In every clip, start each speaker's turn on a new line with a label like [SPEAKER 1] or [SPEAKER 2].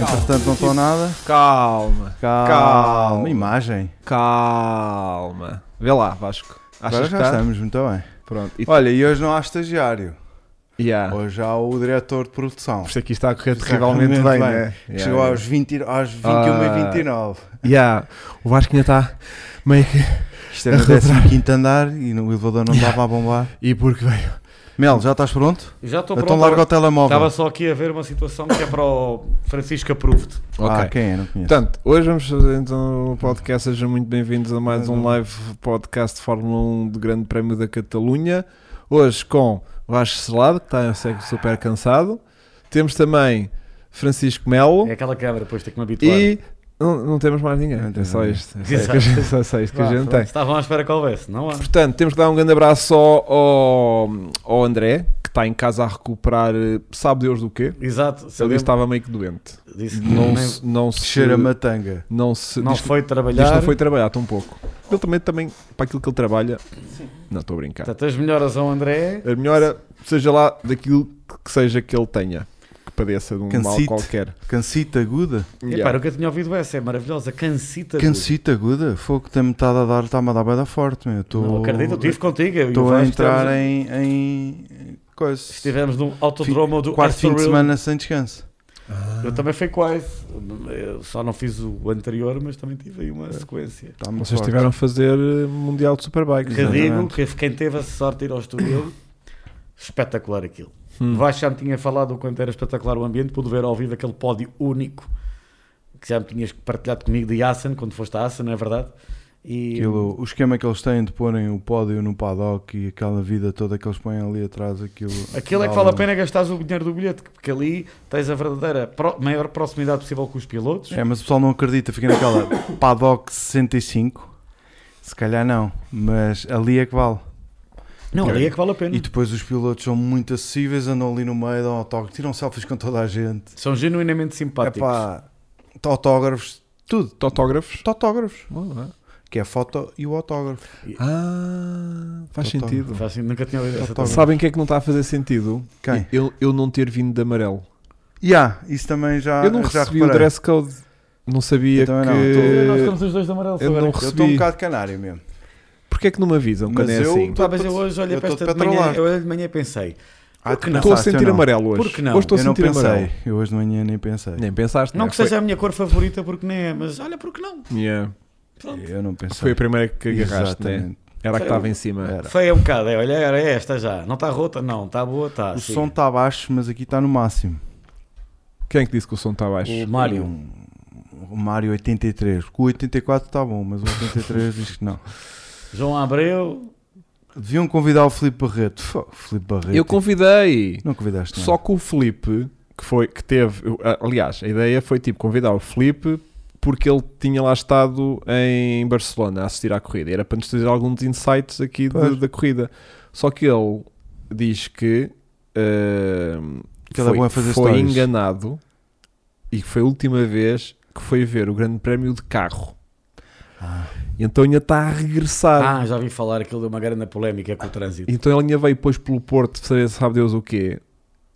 [SPEAKER 1] Entretanto, não estou nada.
[SPEAKER 2] Calma.
[SPEAKER 1] Calma.
[SPEAKER 2] Calma.
[SPEAKER 1] Imagem.
[SPEAKER 2] Calma. Vê lá, Vasco. Achas
[SPEAKER 1] Agora
[SPEAKER 2] que
[SPEAKER 1] já
[SPEAKER 2] está?
[SPEAKER 1] estamos, muito bem.
[SPEAKER 2] Pronto. E...
[SPEAKER 1] Olha, e hoje não há estagiário.
[SPEAKER 2] Yeah.
[SPEAKER 1] Hoje há o diretor de produção.
[SPEAKER 2] Isto aqui está a correr terrivelmente bem,
[SPEAKER 1] Exatamente
[SPEAKER 2] né?
[SPEAKER 1] Que chegou aos, 20, aos 21 e
[SPEAKER 2] Ah.
[SPEAKER 1] 29.
[SPEAKER 2] Yeah. O Vasco ainda está meio que...
[SPEAKER 1] Isto é no 15 andar e no elevador não dava a bombar.
[SPEAKER 2] E porque veio...
[SPEAKER 1] Mel, já estás pronto?
[SPEAKER 3] Já estou
[SPEAKER 1] Então larga o
[SPEAKER 3] pronto. Estava
[SPEAKER 1] telemóvel.
[SPEAKER 3] só aqui a ver uma situação que é para o Francisco Approved.
[SPEAKER 1] Ah, quem é? Não conheço.
[SPEAKER 2] Portanto, hoje vamos fazer então o podcast. Sejam muito bem-vindos a mais um live podcast de Fórmula 1 do Grande Prémio da Catalunha. Hoje com Vasco Selado, que está sempre super cansado. Temos também Francisco Melo
[SPEAKER 3] É aquela câmara, depois tem que me habituar.
[SPEAKER 2] Oh. e não, não temos mais ninguém.
[SPEAKER 1] Não
[SPEAKER 2] É
[SPEAKER 1] temos
[SPEAKER 2] só
[SPEAKER 1] ninguém.
[SPEAKER 2] isto. É só isto que a gente- é só isto que a
[SPEAKER 3] Vá,
[SPEAKER 2] gente
[SPEAKER 3] pronto.
[SPEAKER 2] tem.
[SPEAKER 3] Estavam à espera que houvesse, não há?
[SPEAKER 2] Portanto, temos que dar um grande abraço só ao, ao André, que está em casa a recuperar, eh, sabe Deus do quê?
[SPEAKER 3] Exato.
[SPEAKER 2] Ele
[SPEAKER 3] sabia-
[SPEAKER 2] disse que estava meio que doente.
[SPEAKER 3] disse que
[SPEAKER 2] Não,
[SPEAKER 3] nem-
[SPEAKER 2] se- não se.
[SPEAKER 1] Cheira-me a tanga.
[SPEAKER 2] Não se.
[SPEAKER 3] não
[SPEAKER 2] diz que-
[SPEAKER 3] foi
[SPEAKER 2] Diz que
[SPEAKER 3] trabalhar.
[SPEAKER 2] não foi trabalhar tão pouco. Ele também, também para aquilo que ele trabalha. Não, estou a
[SPEAKER 1] Tá.
[SPEAKER 2] brincar.
[SPEAKER 3] Portanto, as melhoras ao André.
[SPEAKER 2] A melhor é, seja lá daquilo que seja que ele tenha, que padeça de um mal
[SPEAKER 1] Cansite.
[SPEAKER 2] qualquer.
[SPEAKER 1] Cancita aguda?
[SPEAKER 3] Epá,
[SPEAKER 2] Yeah.
[SPEAKER 3] nunca tinha ouvido essa, é maravilhosa. Cansita. do-
[SPEAKER 1] Cancita aguda? Fogo, tem metade a dar, está-me a dar bem forte, meu. Eu tô-
[SPEAKER 3] Não acredito, eu estive contigo. eu e o
[SPEAKER 1] Estou a
[SPEAKER 3] Vasco um-
[SPEAKER 1] entrar
[SPEAKER 3] estivemos-
[SPEAKER 1] em, em coisa.
[SPEAKER 3] Estivemos num um autodromo do
[SPEAKER 1] Quarto fim de
[SPEAKER 3] Estoril.
[SPEAKER 1] semana sem descanso.
[SPEAKER 3] Eu também fui quase. Eu só não fiz o anterior, mas também tive aí
[SPEAKER 2] É.
[SPEAKER 3] uma sequência.
[SPEAKER 1] Está Tá muito
[SPEAKER 2] Vocês
[SPEAKER 1] forte.
[SPEAKER 2] tiveram a fazer eh, Mundial de é? Superbike.
[SPEAKER 3] Que digo
[SPEAKER 1] Exatamente.
[SPEAKER 3] que quem teve a sorte de ir ao Estoril, espetacular aquilo.
[SPEAKER 2] Hum.
[SPEAKER 3] O Vasco já me tinha falado o quanto era espetacular o ambiente, pude ver ao vivo aquele pódio único que já me tinhas partilhado comigo de Assen, quando foste a Assen, não é verdade? E
[SPEAKER 1] Aquilo, o esquema que eles têm de porem o pódio no paddock e aquela vida toda que eles põem ali atrás, aquilo.
[SPEAKER 3] aquilo é que
[SPEAKER 1] dá
[SPEAKER 3] vale a
[SPEAKER 1] um-
[SPEAKER 3] pena gastares o dinheiro do bilhete, porque ali tens a verdadeira pro- maior proximidade possível com os pilotos.
[SPEAKER 1] É, mas o pessoal não acredita, fica naquela paddock 65. Se calhar não, mas ali é que vale.
[SPEAKER 3] Não, ali é que vale a pena.
[SPEAKER 1] E depois os pilotos são muito acessíveis, andam ali no meio, dão autógrafos, tiram selfies com toda a gente.
[SPEAKER 3] São genuinamente
[SPEAKER 1] É
[SPEAKER 3] simpáticos.
[SPEAKER 1] pá, autógrafos, tudo.
[SPEAKER 2] Totógrafos.
[SPEAKER 1] Autógrafos,
[SPEAKER 2] Bom, é?
[SPEAKER 1] que é a foto e o autógrafo.
[SPEAKER 2] Ah, faz
[SPEAKER 1] Totó-
[SPEAKER 2] sentido.
[SPEAKER 3] Faz assim, nunca tinha ouvido essa
[SPEAKER 1] Total.
[SPEAKER 3] também.
[SPEAKER 2] Sabem o que é que não está a fazer sentido?
[SPEAKER 1] Quem?
[SPEAKER 2] Eu, eu não ter vindo de amarelo.
[SPEAKER 1] Yeah, isso também já.
[SPEAKER 2] eu não
[SPEAKER 1] Ah, já
[SPEAKER 2] recebi o
[SPEAKER 1] reparei.
[SPEAKER 2] dress code. Não sabia
[SPEAKER 1] Eu também não,
[SPEAKER 2] que.
[SPEAKER 3] Nós estamos os dois de amarelo.
[SPEAKER 2] Eu
[SPEAKER 3] agora.
[SPEAKER 2] não
[SPEAKER 1] Eu estou um
[SPEAKER 2] recebi.
[SPEAKER 1] bocado canário mesmo.
[SPEAKER 2] Porquê é que não me avisam quando
[SPEAKER 1] Mas
[SPEAKER 2] é
[SPEAKER 1] eu-
[SPEAKER 2] assim?
[SPEAKER 3] Pá, Ah, mas eu hoje olhei
[SPEAKER 1] Eu
[SPEAKER 3] para
[SPEAKER 1] tô de
[SPEAKER 3] esta de manhã,
[SPEAKER 1] petrolado.
[SPEAKER 3] eu olhei de manhã e pensei,
[SPEAKER 1] Ah,
[SPEAKER 3] que
[SPEAKER 1] tu
[SPEAKER 3] não?
[SPEAKER 2] Estou a
[SPEAKER 1] pensaste, eu
[SPEAKER 2] sentir
[SPEAKER 1] não.
[SPEAKER 2] amarelo hoje.
[SPEAKER 3] Por que não?
[SPEAKER 2] Hoje estou a
[SPEAKER 1] eu não
[SPEAKER 2] sentir
[SPEAKER 1] pensei.
[SPEAKER 2] amarelo.
[SPEAKER 1] Eu hoje de manhã nem pensei.
[SPEAKER 2] Nem pensaste.
[SPEAKER 3] não
[SPEAKER 2] né?
[SPEAKER 3] que seja a minha cor favorita, porque nem é, mas olha, porque não?
[SPEAKER 2] Foi, Yeah.
[SPEAKER 3] Pronto.
[SPEAKER 1] Eu não pensei.
[SPEAKER 2] Foi a primeira que agarraste, né?
[SPEAKER 1] Exatamente.
[SPEAKER 2] Era a que
[SPEAKER 3] Foi
[SPEAKER 2] estava
[SPEAKER 3] o-
[SPEAKER 2] em cima.
[SPEAKER 1] Era.
[SPEAKER 3] Feia um bocado, é, olha, era esta já. Não está rota? Não, está boa, está.
[SPEAKER 1] O
[SPEAKER 3] sim.
[SPEAKER 1] som está baixo, mas aqui está no máximo.
[SPEAKER 2] Quem é que disse que o som está baixo?
[SPEAKER 3] O Mário.
[SPEAKER 1] Um- O Mário 83. Porque o 84 está tá bom, mas o 83 diz que não.
[SPEAKER 3] João Abreu,
[SPEAKER 1] Deviam convidar o Filipe Barreto. Fô, Filipe Barreto.
[SPEAKER 2] Eu convidei.
[SPEAKER 1] Não convidaste, não. é?
[SPEAKER 2] Só que o Felipe, que foi, que teve, eu, a- aliás, a ideia foi tipo convidar o Felipe porque ele tinha lá estado em Barcelona a assistir à corrida. Era para nos trazer alguns insights aqui de-
[SPEAKER 1] Pois.
[SPEAKER 2] da corrida. Só que ele diz que, ahm,
[SPEAKER 1] Que ele é
[SPEAKER 2] foi,
[SPEAKER 1] bom a fazer
[SPEAKER 2] foi
[SPEAKER 1] stories.
[SPEAKER 2] enganado e que foi a última vez que foi ver o Grande Prémio de carro.
[SPEAKER 1] Ah.
[SPEAKER 2] Então ainda está a regressar.
[SPEAKER 3] ah, já vi falar aquilo de uma grande polémica com o trânsito.
[SPEAKER 2] Então ele ainda veio depois pelo Porto, sabe- sabe Deus o quê.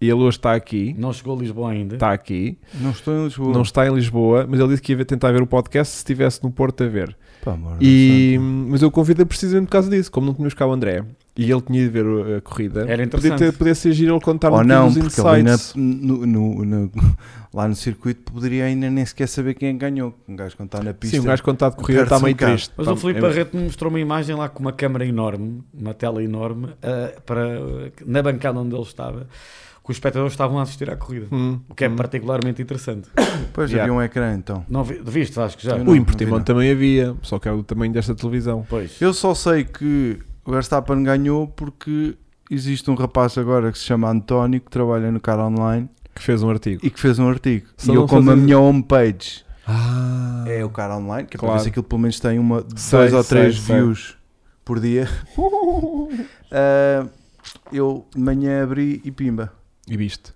[SPEAKER 2] E ele hoje está aqui.
[SPEAKER 1] Hum.
[SPEAKER 3] Não chegou a Lisboa ainda.
[SPEAKER 2] Está aqui.
[SPEAKER 1] Não estou em Lisboa.
[SPEAKER 2] Não está em Lisboa, mas ele disse que ia ver- tentar ver o podcast se estivesse no Porto a ver.
[SPEAKER 1] Pá, amor,
[SPEAKER 2] E, mas eu convido precisamente por causa disso, como não tínhamos cá o André e ele tinha de ver o- a corrida,
[SPEAKER 3] Era
[SPEAKER 2] podia,
[SPEAKER 3] interessante.
[SPEAKER 2] ter, podia ser giro ele contar
[SPEAKER 1] Ou
[SPEAKER 2] um
[SPEAKER 1] não,
[SPEAKER 2] bocadinho dos
[SPEAKER 1] porque é ali na-
[SPEAKER 2] insights.
[SPEAKER 1] no- no- no- lá no circuito poderia ainda nem sequer saber quem ganhou. Um gajo quando está na pista.
[SPEAKER 2] Sim, um gajo contado de corrida
[SPEAKER 1] Perde-se
[SPEAKER 2] está meio
[SPEAKER 1] um bocado.
[SPEAKER 2] triste.
[SPEAKER 3] Mas
[SPEAKER 2] Pá,
[SPEAKER 3] o Filipe
[SPEAKER 2] é-
[SPEAKER 3] Barreto me mostrou uma imagem lá com uma câmara enorme, uma tela enorme, ah, para, na bancada onde ele estava, que os espectadores estavam a assistir à corrida.
[SPEAKER 2] Hum,
[SPEAKER 3] O que é
[SPEAKER 2] hum.
[SPEAKER 3] particularmente interessante.
[SPEAKER 1] Depois
[SPEAKER 2] Yeah.
[SPEAKER 1] havia um ecrã então.
[SPEAKER 3] Não vi, viste, acho que já.
[SPEAKER 1] Eu não-
[SPEAKER 2] O Importimão
[SPEAKER 1] vi,
[SPEAKER 2] também havia, só que é o tamanho desta televisão.
[SPEAKER 3] Pois.
[SPEAKER 1] Eu só sei que o Verstappen ganhou porque existe um rapaz agora que se chama António que trabalha no Car Online
[SPEAKER 2] Que fez um artigo.
[SPEAKER 1] e que fez um artigo.
[SPEAKER 2] Se
[SPEAKER 1] e
[SPEAKER 2] não
[SPEAKER 1] eu, como a
[SPEAKER 2] fazes-
[SPEAKER 1] minha homepage
[SPEAKER 2] Ah,
[SPEAKER 1] é o Car Online, que é para
[SPEAKER 2] Claro.
[SPEAKER 1] ver se aquilo pelo menos tem uma,
[SPEAKER 2] Sei,
[SPEAKER 1] dois ou
[SPEAKER 2] sei,
[SPEAKER 1] três
[SPEAKER 2] sei.
[SPEAKER 1] views por dia. Ah, eu de manhã abri e pimba.
[SPEAKER 2] E viste.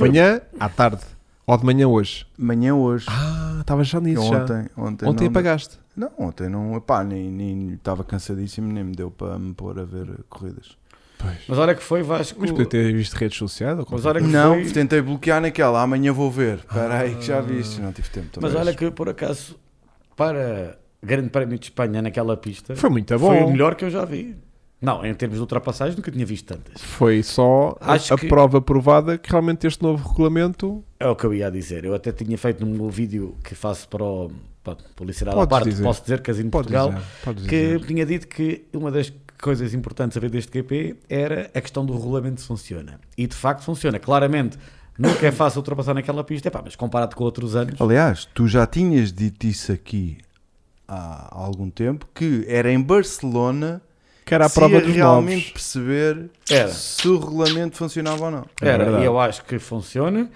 [SPEAKER 2] Manhã à tarde. Ou de manhã hoje.
[SPEAKER 1] Manhã hoje.
[SPEAKER 2] Ah, estava já
[SPEAKER 1] Eu
[SPEAKER 2] nisso já. Ontem,
[SPEAKER 1] ontem, ontem, não,
[SPEAKER 2] apagaste.
[SPEAKER 1] Não, ontem não, pá, nem estava cansadíssimo, nem me deu para me pôr a ver corridas.
[SPEAKER 2] Pois.
[SPEAKER 3] Mas a hora que foi, Vasco.
[SPEAKER 2] Mas podia ter visto redes sociais ou
[SPEAKER 3] Mas
[SPEAKER 2] qualquer
[SPEAKER 3] olha que
[SPEAKER 1] Não,
[SPEAKER 3] foi-
[SPEAKER 1] tentei bloquear naquela, amanhã vou ver. Espera aí que já viste, não tive tempo.
[SPEAKER 3] Ah. Mas
[SPEAKER 1] talvez.
[SPEAKER 3] olha que por acaso, para Grande Prémio de Espanha naquela pista,
[SPEAKER 2] Foi muito bom.
[SPEAKER 3] foi o melhor que eu já vi. Não, em termos de ultrapassagens, nunca tinha visto tantas.
[SPEAKER 2] Foi só a-
[SPEAKER 3] Acho
[SPEAKER 2] a
[SPEAKER 3] que-
[SPEAKER 2] prova provada que realmente este novo regulamento
[SPEAKER 3] É o que eu ia a dizer. Eu até tinha feito num meu vídeo que faço para o para a publicidade à
[SPEAKER 2] Podes
[SPEAKER 3] parte,
[SPEAKER 2] dizer.
[SPEAKER 3] posso dizer, Casino
[SPEAKER 2] pode
[SPEAKER 3] Portugal,
[SPEAKER 2] dizer, pode
[SPEAKER 3] que
[SPEAKER 2] dizer.
[SPEAKER 3] tinha dito que uma das coisas importantes a ver deste GP era a questão do regulamento se funciona. E de facto funciona. Claramente, nunca é fácil ultrapassar naquela pista, epá, mas comparado com outros anos,
[SPEAKER 1] Aliás, tu já tinhas dito isso aqui há algum tempo que era em Barcelona
[SPEAKER 2] que era a
[SPEAKER 1] se
[SPEAKER 2] prova
[SPEAKER 1] ia
[SPEAKER 2] dos
[SPEAKER 1] realmente
[SPEAKER 2] novos.
[SPEAKER 1] perceber
[SPEAKER 3] Era.
[SPEAKER 1] se o regulamento funcionava ou não.
[SPEAKER 2] É
[SPEAKER 3] Era,
[SPEAKER 2] verdade.
[SPEAKER 3] e eu acho que funciona.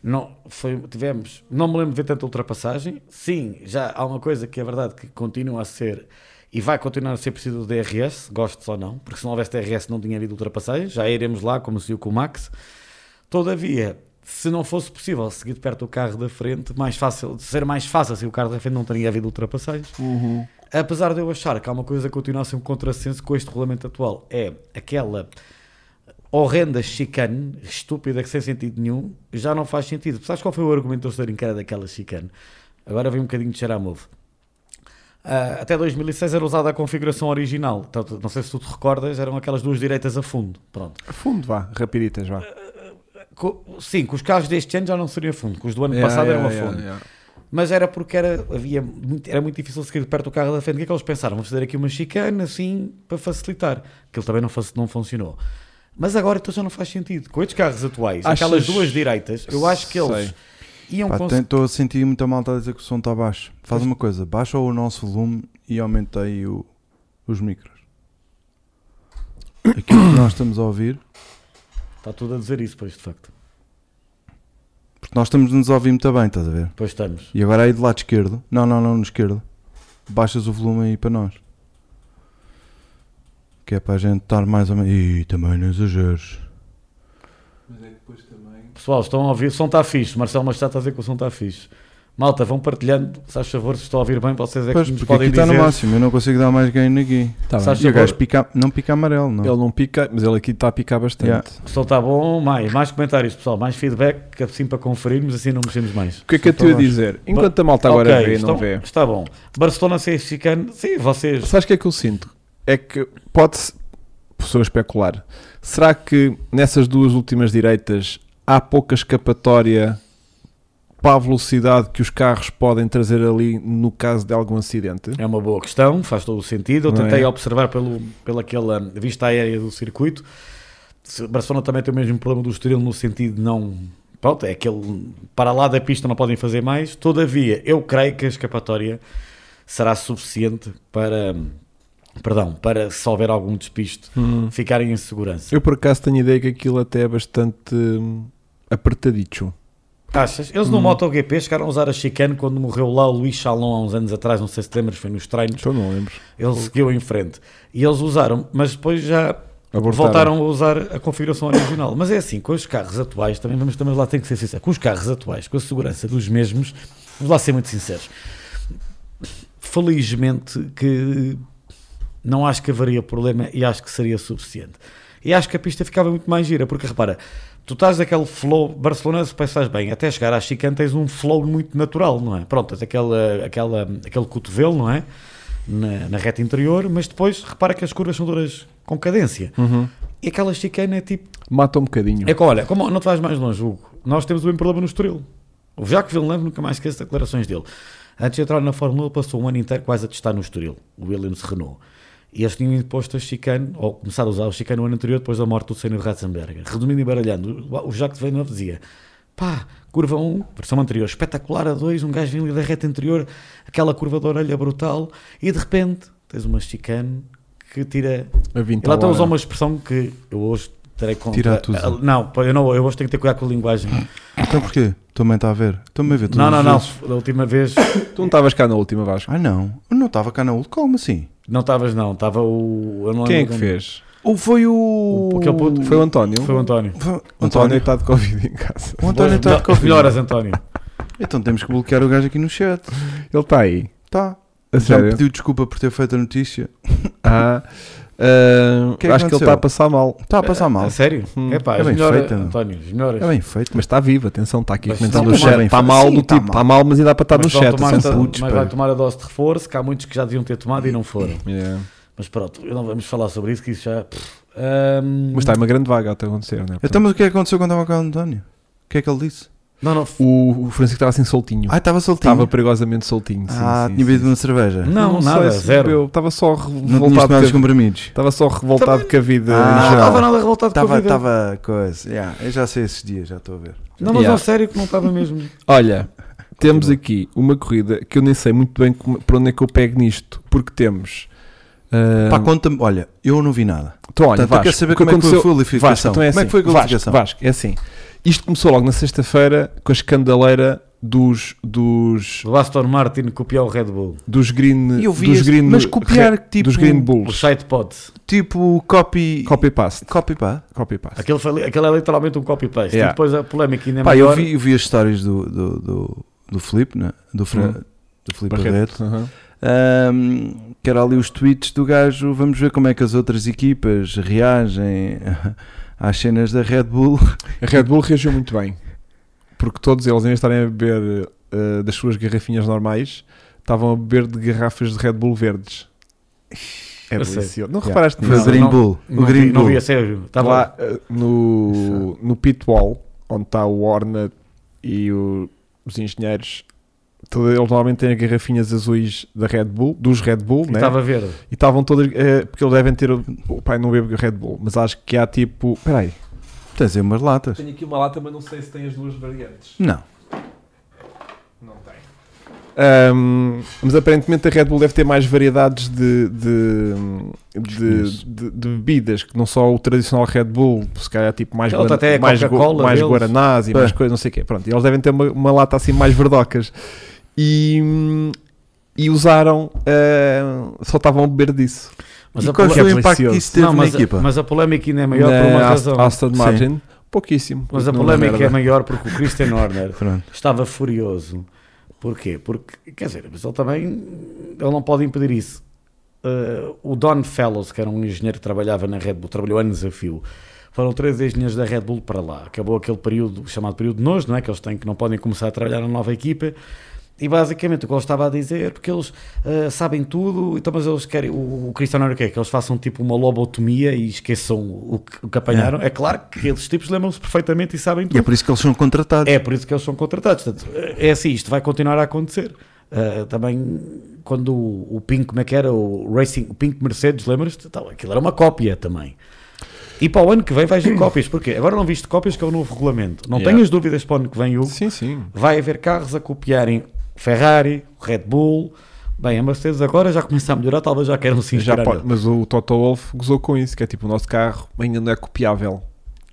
[SPEAKER 3] Não, foi, tivemos, não me lembro de ver tanta ultrapassagem. Sim, já há uma coisa que é verdade que continua a ser e vai continuar a ser preciso do DRS, gostes ou não, porque se não houvesse DRS não tinha havido ultrapassagem. Já iremos lá, como se viu com o Max. Todavia, se não fosse possível seguir de perto o carro da frente, mais fácil, ser mais fácil se o carro da frente não teria havido ultrapassagens.
[SPEAKER 2] Uhum.
[SPEAKER 3] Apesar de eu achar que há uma coisa que continua a ser um contrassenso com este regulamento atual, é aquela horrenda chicane, estúpida, que sem sentido nenhum, já não faz sentido. Sabes qual foi o argumento do em cara daquela chicane? Agora vem um bocadinho de cheiro a move. Ah, até 2006 era usada a configuração original. Portanto, não sei se tu te recordas, eram aquelas duas direitas a fundo. Pronto.
[SPEAKER 2] A Fundo, vá, rapiditas, vá.
[SPEAKER 3] Co- sim, que os carros deste ano já não seriam a fundo, que os do ano passado eram a fundo. Mas era porque era, havia muito, era muito difícil seguir de perto o carro da frente. O que é que eles pensaram? Vamos fazer aqui uma chicane assim para facilitar. Aquilo também não, fac- não funcionou. Mas agora então já não faz sentido. Com estes carros atuais,
[SPEAKER 2] Achas-
[SPEAKER 3] aquelas duas direitas, eu acho que eles iam
[SPEAKER 1] Pá,
[SPEAKER 3] conseguir.
[SPEAKER 1] Estou a sentir muita malta a dizer que o som está baixo. Faz uma coisa, baixa o nosso volume e aumenta aí o- os micros. Aquilo que nós estamos a ouvir,
[SPEAKER 3] Está tudo a dizer isso, pois de facto.
[SPEAKER 1] porque nós estamos a nos ouvir muito bem, estás a ver?
[SPEAKER 3] Pois estamos.
[SPEAKER 1] E agora aí do lado esquerdo, não, não, não, no esquerdo, baixas o volume aí para nós. Que é para a gente estar mais ou menos. E também não exageres.
[SPEAKER 2] Mas é que depois também.
[SPEAKER 3] Pessoal, estão a ouvir? O som está fixe. Marcelo Machado está a dizer que o som está fixe. Malta, vão partilhando. Se faz favor, se estão a ouvir bem, vocês é que
[SPEAKER 1] Pois,
[SPEAKER 3] nos
[SPEAKER 1] porque aqui
[SPEAKER 3] podem
[SPEAKER 1] está
[SPEAKER 3] dizer.
[SPEAKER 1] no máximo, eu não consigo dar mais ganho aqui.
[SPEAKER 2] Tá
[SPEAKER 3] Sabes-
[SPEAKER 1] E o gajo pica, não pica amarelo, não.
[SPEAKER 2] Ele não pica, mas ele aqui está a picar bastante.
[SPEAKER 1] Yeah.
[SPEAKER 3] O som está bom. Mais, mais comentários, pessoal. Mais feedback, que assim para conferirmos, assim não mexemos mais.
[SPEAKER 2] O que é que eu te ia
[SPEAKER 1] Então,
[SPEAKER 2] dizer? Enquanto a malta Tá, agora
[SPEAKER 3] Ok,
[SPEAKER 2] vê e
[SPEAKER 3] estão-
[SPEAKER 2] não vê,
[SPEAKER 3] Está bom. Barcelona ser chicano, sim, vocês.
[SPEAKER 2] sabes o que é que eu sinto? É que pode-se, pessoa especular, será que nessas duas últimas direitas há pouca escapatória para a velocidade que os carros podem trazer ali no caso de algum acidente?
[SPEAKER 3] É uma boa questão, faz todo o sentido. Eu
[SPEAKER 2] Não
[SPEAKER 3] tentei
[SPEAKER 2] é?
[SPEAKER 3] observar pelo, pela aquela vista aérea do circuito. Se- Barcelona também tem o mesmo problema do Estoril no sentido de não. Pronto, é aquele para lá da pista não podem fazer mais. Todavia, eu creio que a escapatória será suficiente para. Perdão, para se houver algum despiste, ficarem em segurança.
[SPEAKER 2] Hum. Eu por acaso tenho ideia que aquilo até é bastante hum, apertadito.
[SPEAKER 3] Achas? Eles no MotoGP chegaram a usar a chicane quando morreu lá o Luís Chalon há uns anos atrás, não sei se te lembras, foi nos treinos.
[SPEAKER 2] Eu não lembro.
[SPEAKER 3] Ele seguiu em frente. E eles usaram, mas depois já
[SPEAKER 2] Abortaram.
[SPEAKER 3] voltaram a usar a configuração original. Mas é assim, com os carros atuais, também vamos também lá, tem que ser sincero, com os carros atuais, com a segurança dos mesmos, vamos lá ser muito sinceros. Felizmente que não acho que haveria problema e acho que seria suficiente. E acho que a pista ficava muito mais gira, porque repara, tu estás naquele flow, Barcelona, se pensares bem, até chegar à Chicane tens um flow muito natural, não é? Pronto, tens aquela, aquela, aquele cotovelo, não é? Na, na reta interior, mas depois repara que as curvas são duras com cadência. E aquela chicane é tipo.
[SPEAKER 2] Mata um bocadinho.
[SPEAKER 3] É que olha, como não te vais mais longe, Hugo, nós temos o mesmo problema no Estoril. O Jacques Villeneuve nunca mais esquece as declarações dele. Antes de entrar na Fórmula 1, ele passou um ano inteiro quase a testar no Estoril, o Williams Renault. E eles tinham imposto a chicane, ou começaram a usar o chicane no ano anterior, depois da morte do Senhor Ratzenberger. Resumindo e baralhando, o o Jacques Villeneuve dizia: pá, curva 1, versão anterior, espetacular a 2, um gajo vem ali da reta anterior, aquela curva da orelha brutal, e de repente tens uma chicane que tira
[SPEAKER 2] A 20
[SPEAKER 3] ele até
[SPEAKER 2] à
[SPEAKER 3] usou
[SPEAKER 2] hora.
[SPEAKER 3] uma expressão que eu hoje terei conta.
[SPEAKER 1] Tira a tusa.
[SPEAKER 3] Ah, Não, pô, eu não, eu hoje tenho que ter cuidado com a linguagem.
[SPEAKER 1] Então porquê? Também está a ver? Estou-me a ver? todas
[SPEAKER 3] não, não,
[SPEAKER 1] as
[SPEAKER 3] não.
[SPEAKER 1] vezes.
[SPEAKER 3] Da última vez
[SPEAKER 2] Tu não estavas cá na última, Vasco?
[SPEAKER 1] Ah, não. Eu não estava cá na última. Como assim?
[SPEAKER 3] não estavas, não. Estava o. Eu não
[SPEAKER 2] Quem é
[SPEAKER 3] lembro
[SPEAKER 2] que
[SPEAKER 3] quem-
[SPEAKER 2] fez?
[SPEAKER 1] Ou foi o.
[SPEAKER 3] O- aquele puto-
[SPEAKER 2] Foi o António?
[SPEAKER 3] Foi o António.
[SPEAKER 1] Foi-
[SPEAKER 2] O António está de Covid em casa.
[SPEAKER 1] O António tá
[SPEAKER 3] Boas-
[SPEAKER 1] está de
[SPEAKER 3] melho-
[SPEAKER 1] Covid.
[SPEAKER 3] Melhoras, António.
[SPEAKER 1] Então temos que bloquear o gajo aqui no chat.
[SPEAKER 2] Ele está aí.
[SPEAKER 1] Tá. Já
[SPEAKER 2] A
[SPEAKER 1] me
[SPEAKER 2] sério.
[SPEAKER 1] pediu desculpa por ter feito a notícia.
[SPEAKER 2] Ah, Ah,
[SPEAKER 1] que é que
[SPEAKER 2] acho que ele
[SPEAKER 1] aconteceu?
[SPEAKER 2] está a passar mal.
[SPEAKER 1] Está Tá a passar mal.
[SPEAKER 3] A É, sério?
[SPEAKER 2] Hum.
[SPEAKER 3] Epá,
[SPEAKER 1] É
[SPEAKER 3] as
[SPEAKER 1] bem
[SPEAKER 3] melhoras-
[SPEAKER 1] feita, não?
[SPEAKER 3] António, as melhoras.
[SPEAKER 1] É bem feito.
[SPEAKER 2] Mas está vivo, atenção, está aqui
[SPEAKER 3] Mas
[SPEAKER 2] comentando
[SPEAKER 3] sim,
[SPEAKER 2] no
[SPEAKER 3] mas
[SPEAKER 2] chat.
[SPEAKER 1] bem
[SPEAKER 2] Está
[SPEAKER 1] feito.
[SPEAKER 2] mal
[SPEAKER 1] Sim,
[SPEAKER 2] do
[SPEAKER 1] tá mal.
[SPEAKER 2] tipo, está mal, mas ainda há para
[SPEAKER 1] tá
[SPEAKER 2] estar no
[SPEAKER 3] Mas vão
[SPEAKER 2] chat.
[SPEAKER 3] tomar um
[SPEAKER 2] atenção.
[SPEAKER 3] esta-
[SPEAKER 1] putos,
[SPEAKER 3] mas
[SPEAKER 1] pá.
[SPEAKER 3] vai tomar a dose de reforço, que há muitos que já deviam ter tomado e não foram.
[SPEAKER 2] Yeah.
[SPEAKER 3] Mas pronto, não vamos falar sobre isso, que isso já. pff. hum, Ahm,
[SPEAKER 1] tá-
[SPEAKER 2] Mas está uma grande vaga até acontecer, né?
[SPEAKER 1] Então, mas o que é que aconteceu quando estava com o António? O que é que ele disse?
[SPEAKER 3] Não, não. f-
[SPEAKER 2] O, o Francisco estava assim soltinho.
[SPEAKER 1] Ah, estava soltinho.
[SPEAKER 2] Estava perigosamente soltinho. sim,
[SPEAKER 1] ah,
[SPEAKER 2] sim,
[SPEAKER 1] tinha
[SPEAKER 2] sim,
[SPEAKER 1] bebido uma cerveja.
[SPEAKER 3] Não,
[SPEAKER 2] sei
[SPEAKER 3] nada,
[SPEAKER 2] se
[SPEAKER 3] zero.
[SPEAKER 2] bebeu, Estava tipo, só
[SPEAKER 1] Não tinha
[SPEAKER 2] revoltado.
[SPEAKER 1] tomado os
[SPEAKER 2] com a-
[SPEAKER 1] comprimidos.
[SPEAKER 2] Estava só revoltado com a
[SPEAKER 1] Ah,
[SPEAKER 2] vida em
[SPEAKER 3] não
[SPEAKER 2] geral.
[SPEAKER 3] estava nada revoltado com a
[SPEAKER 1] Estava,
[SPEAKER 3] vida.
[SPEAKER 1] estava coisa. Yeah, eu já sei esses dias, já estou a ver.
[SPEAKER 3] Não, mas
[SPEAKER 2] Yeah.
[SPEAKER 3] ao sério que não estava mesmo.
[SPEAKER 2] Olha, temos aqui uma corrida que eu nem sei muito bem como, para onde é que eu pego nisto, porque temos. ah,
[SPEAKER 1] Pá, conta-me. Olha, eu não vi nada.
[SPEAKER 2] então,
[SPEAKER 1] Portanto,
[SPEAKER 2] olha,
[SPEAKER 1] eu
[SPEAKER 2] Vasco,
[SPEAKER 1] quero saber
[SPEAKER 2] o que
[SPEAKER 1] como é que foi a
[SPEAKER 2] aconteceu-
[SPEAKER 1] qualificação.
[SPEAKER 2] Vasco, então é
[SPEAKER 1] Como é que
[SPEAKER 2] assim,
[SPEAKER 1] foi a
[SPEAKER 2] Vasco,
[SPEAKER 1] qualificação?
[SPEAKER 2] Vasco, é assim. Isto começou logo na sexta-feira com a escandaleira dos, dos,
[SPEAKER 3] O Aston Martin copiar o Red Bull.
[SPEAKER 2] dos Green.
[SPEAKER 1] E eu vi
[SPEAKER 2] dos
[SPEAKER 1] esse-
[SPEAKER 2] green
[SPEAKER 1] mas copiar,
[SPEAKER 2] re-
[SPEAKER 1] tipo-
[SPEAKER 2] Dos Green
[SPEAKER 3] O
[SPEAKER 2] Bulls.
[SPEAKER 3] site pode.
[SPEAKER 1] Tipo, copy.
[SPEAKER 2] Copy-paste.
[SPEAKER 1] Copy, pá.
[SPEAKER 2] Copy-paste.
[SPEAKER 3] Aquele, foi- aquele é literalmente um copy-paste.
[SPEAKER 2] Yeah.
[SPEAKER 3] E depois a polémica ainda é
[SPEAKER 1] Pá,
[SPEAKER 3] maior.
[SPEAKER 1] eu vi, eu vi as histórias do, do, do, do Filipe, né? do, Fra...
[SPEAKER 2] Hum.
[SPEAKER 1] do Filipe Barreto.
[SPEAKER 2] Barreto. aham.
[SPEAKER 1] Ahm, que era ali os tweets do gajo. Vamos ver como é que as outras equipas reagem às cenas da Red Bull.
[SPEAKER 2] A Red Bull reagiu muito bem, porque todos eles, em vez de estarem a beber eh, das suas garrafinhas normais, estavam a beber de garrafas de Red Bull verdes. É
[SPEAKER 3] Eu sei.
[SPEAKER 2] delicioso. Não
[SPEAKER 1] Yeah.
[SPEAKER 2] reparaste
[SPEAKER 1] Foi o
[SPEAKER 3] Não,
[SPEAKER 2] nisso?
[SPEAKER 1] Green
[SPEAKER 3] não-
[SPEAKER 1] Bull.
[SPEAKER 3] não,
[SPEAKER 1] o Green
[SPEAKER 3] vi,
[SPEAKER 1] Bull.
[SPEAKER 3] não vi a sério.
[SPEAKER 2] Está
[SPEAKER 3] Estava
[SPEAKER 2] lá eh, no, no pit wall, onde está o Hornet e o- os engenheiros. Todos eles normalmente têm garrafinhas azuis da Red Bull, dos Red Bull, né?
[SPEAKER 3] Estava verde.
[SPEAKER 2] E estavam todas. eh, porque eles devem ter. O pai não bebe Red Bull, mas acho que há tipo. Peraí.
[SPEAKER 1] Tens aí umas latas.
[SPEAKER 2] Tenho aqui uma lata, mas não sei se tem as duas variantes.
[SPEAKER 1] Não.
[SPEAKER 2] Não tem. mas aparentemente a Red Bull deve ter mais variedades de, de, de, de- de bebidas que não só o tradicional Red Bull, se calhar tipo mais,
[SPEAKER 3] Eles
[SPEAKER 2] guana-
[SPEAKER 3] até a
[SPEAKER 2] mais,
[SPEAKER 3] Coca-Cola
[SPEAKER 2] mais
[SPEAKER 3] deles. É.
[SPEAKER 2] guaranás e
[SPEAKER 1] Pá.
[SPEAKER 2] mais coisas, não sei o quê. Pronto, e eles devem ter uma, uma lata assim mais verdocas. E, hum, e usaram, ah, só estavam a beber disso.
[SPEAKER 3] Mas
[SPEAKER 1] e
[SPEAKER 3] a
[SPEAKER 1] qual
[SPEAKER 3] pole-
[SPEAKER 1] foi o
[SPEAKER 2] é
[SPEAKER 1] impacto que
[SPEAKER 2] delicioso.
[SPEAKER 1] isso teve
[SPEAKER 3] Não,
[SPEAKER 1] na
[SPEAKER 3] mas, a-
[SPEAKER 1] equipa?
[SPEAKER 3] mas a polémica ainda é maior por uma
[SPEAKER 2] Na Ast-
[SPEAKER 3] razão.
[SPEAKER 2] Aston Martin, pouquíssimo.
[SPEAKER 3] Mas a
[SPEAKER 2] Não,
[SPEAKER 3] polémica
[SPEAKER 2] merda.
[SPEAKER 3] é maior porque o Christian Horner
[SPEAKER 1] Pronto.
[SPEAKER 3] estava furioso. Porquê? Porque, quer dizer, mas ele também ele não pode impedir isso. Eh, o Don Fellows, que era um engenheiro que trabalhava na Red Bull, trabalhou anos a fio. Foram três engenheiros da Red Bull para lá. Acabou aquele período, o chamado período de nojo, não é? Que eles têm que não podem começar a trabalhar na nova equipa. E basicamente o que ele estava a dizer, porque eles eh, sabem tudo, então, mas eles querem. O, o Cristiano Ronaldo quer que eles façam tipo uma lobotomia e esqueçam o que, o que apanharam. É. claro que esses tipos lembram-se perfeitamente e sabem tudo.
[SPEAKER 1] E é por isso que eles são contratados.
[SPEAKER 3] É por isso que eles são contratados. Portanto, é assim, isto vai continuar a acontecer. Ah, também quando o, o Pink, como é que era? O Racing, o Pink Mercedes, lembras-te? Então, aquilo era uma cópia também. E para o ano que vem vais ver cópias. Porquê? Agora não viste cópias, que é o novo regulamento. Não
[SPEAKER 2] Yeah.
[SPEAKER 3] tenhas dúvidas para o ano que vem, Hugo.
[SPEAKER 2] Sim, sim.
[SPEAKER 3] Vai haver carros a copiarem Ferrari, Red Bull. Bem, a Mercedes agora já começa a melhorar, talvez já queiram se
[SPEAKER 2] Já
[SPEAKER 3] inspirar.
[SPEAKER 2] pode-
[SPEAKER 3] nele.
[SPEAKER 2] mas o Toto Wolff gozou com isso, que é tipo, o nosso carro ainda não é copiável.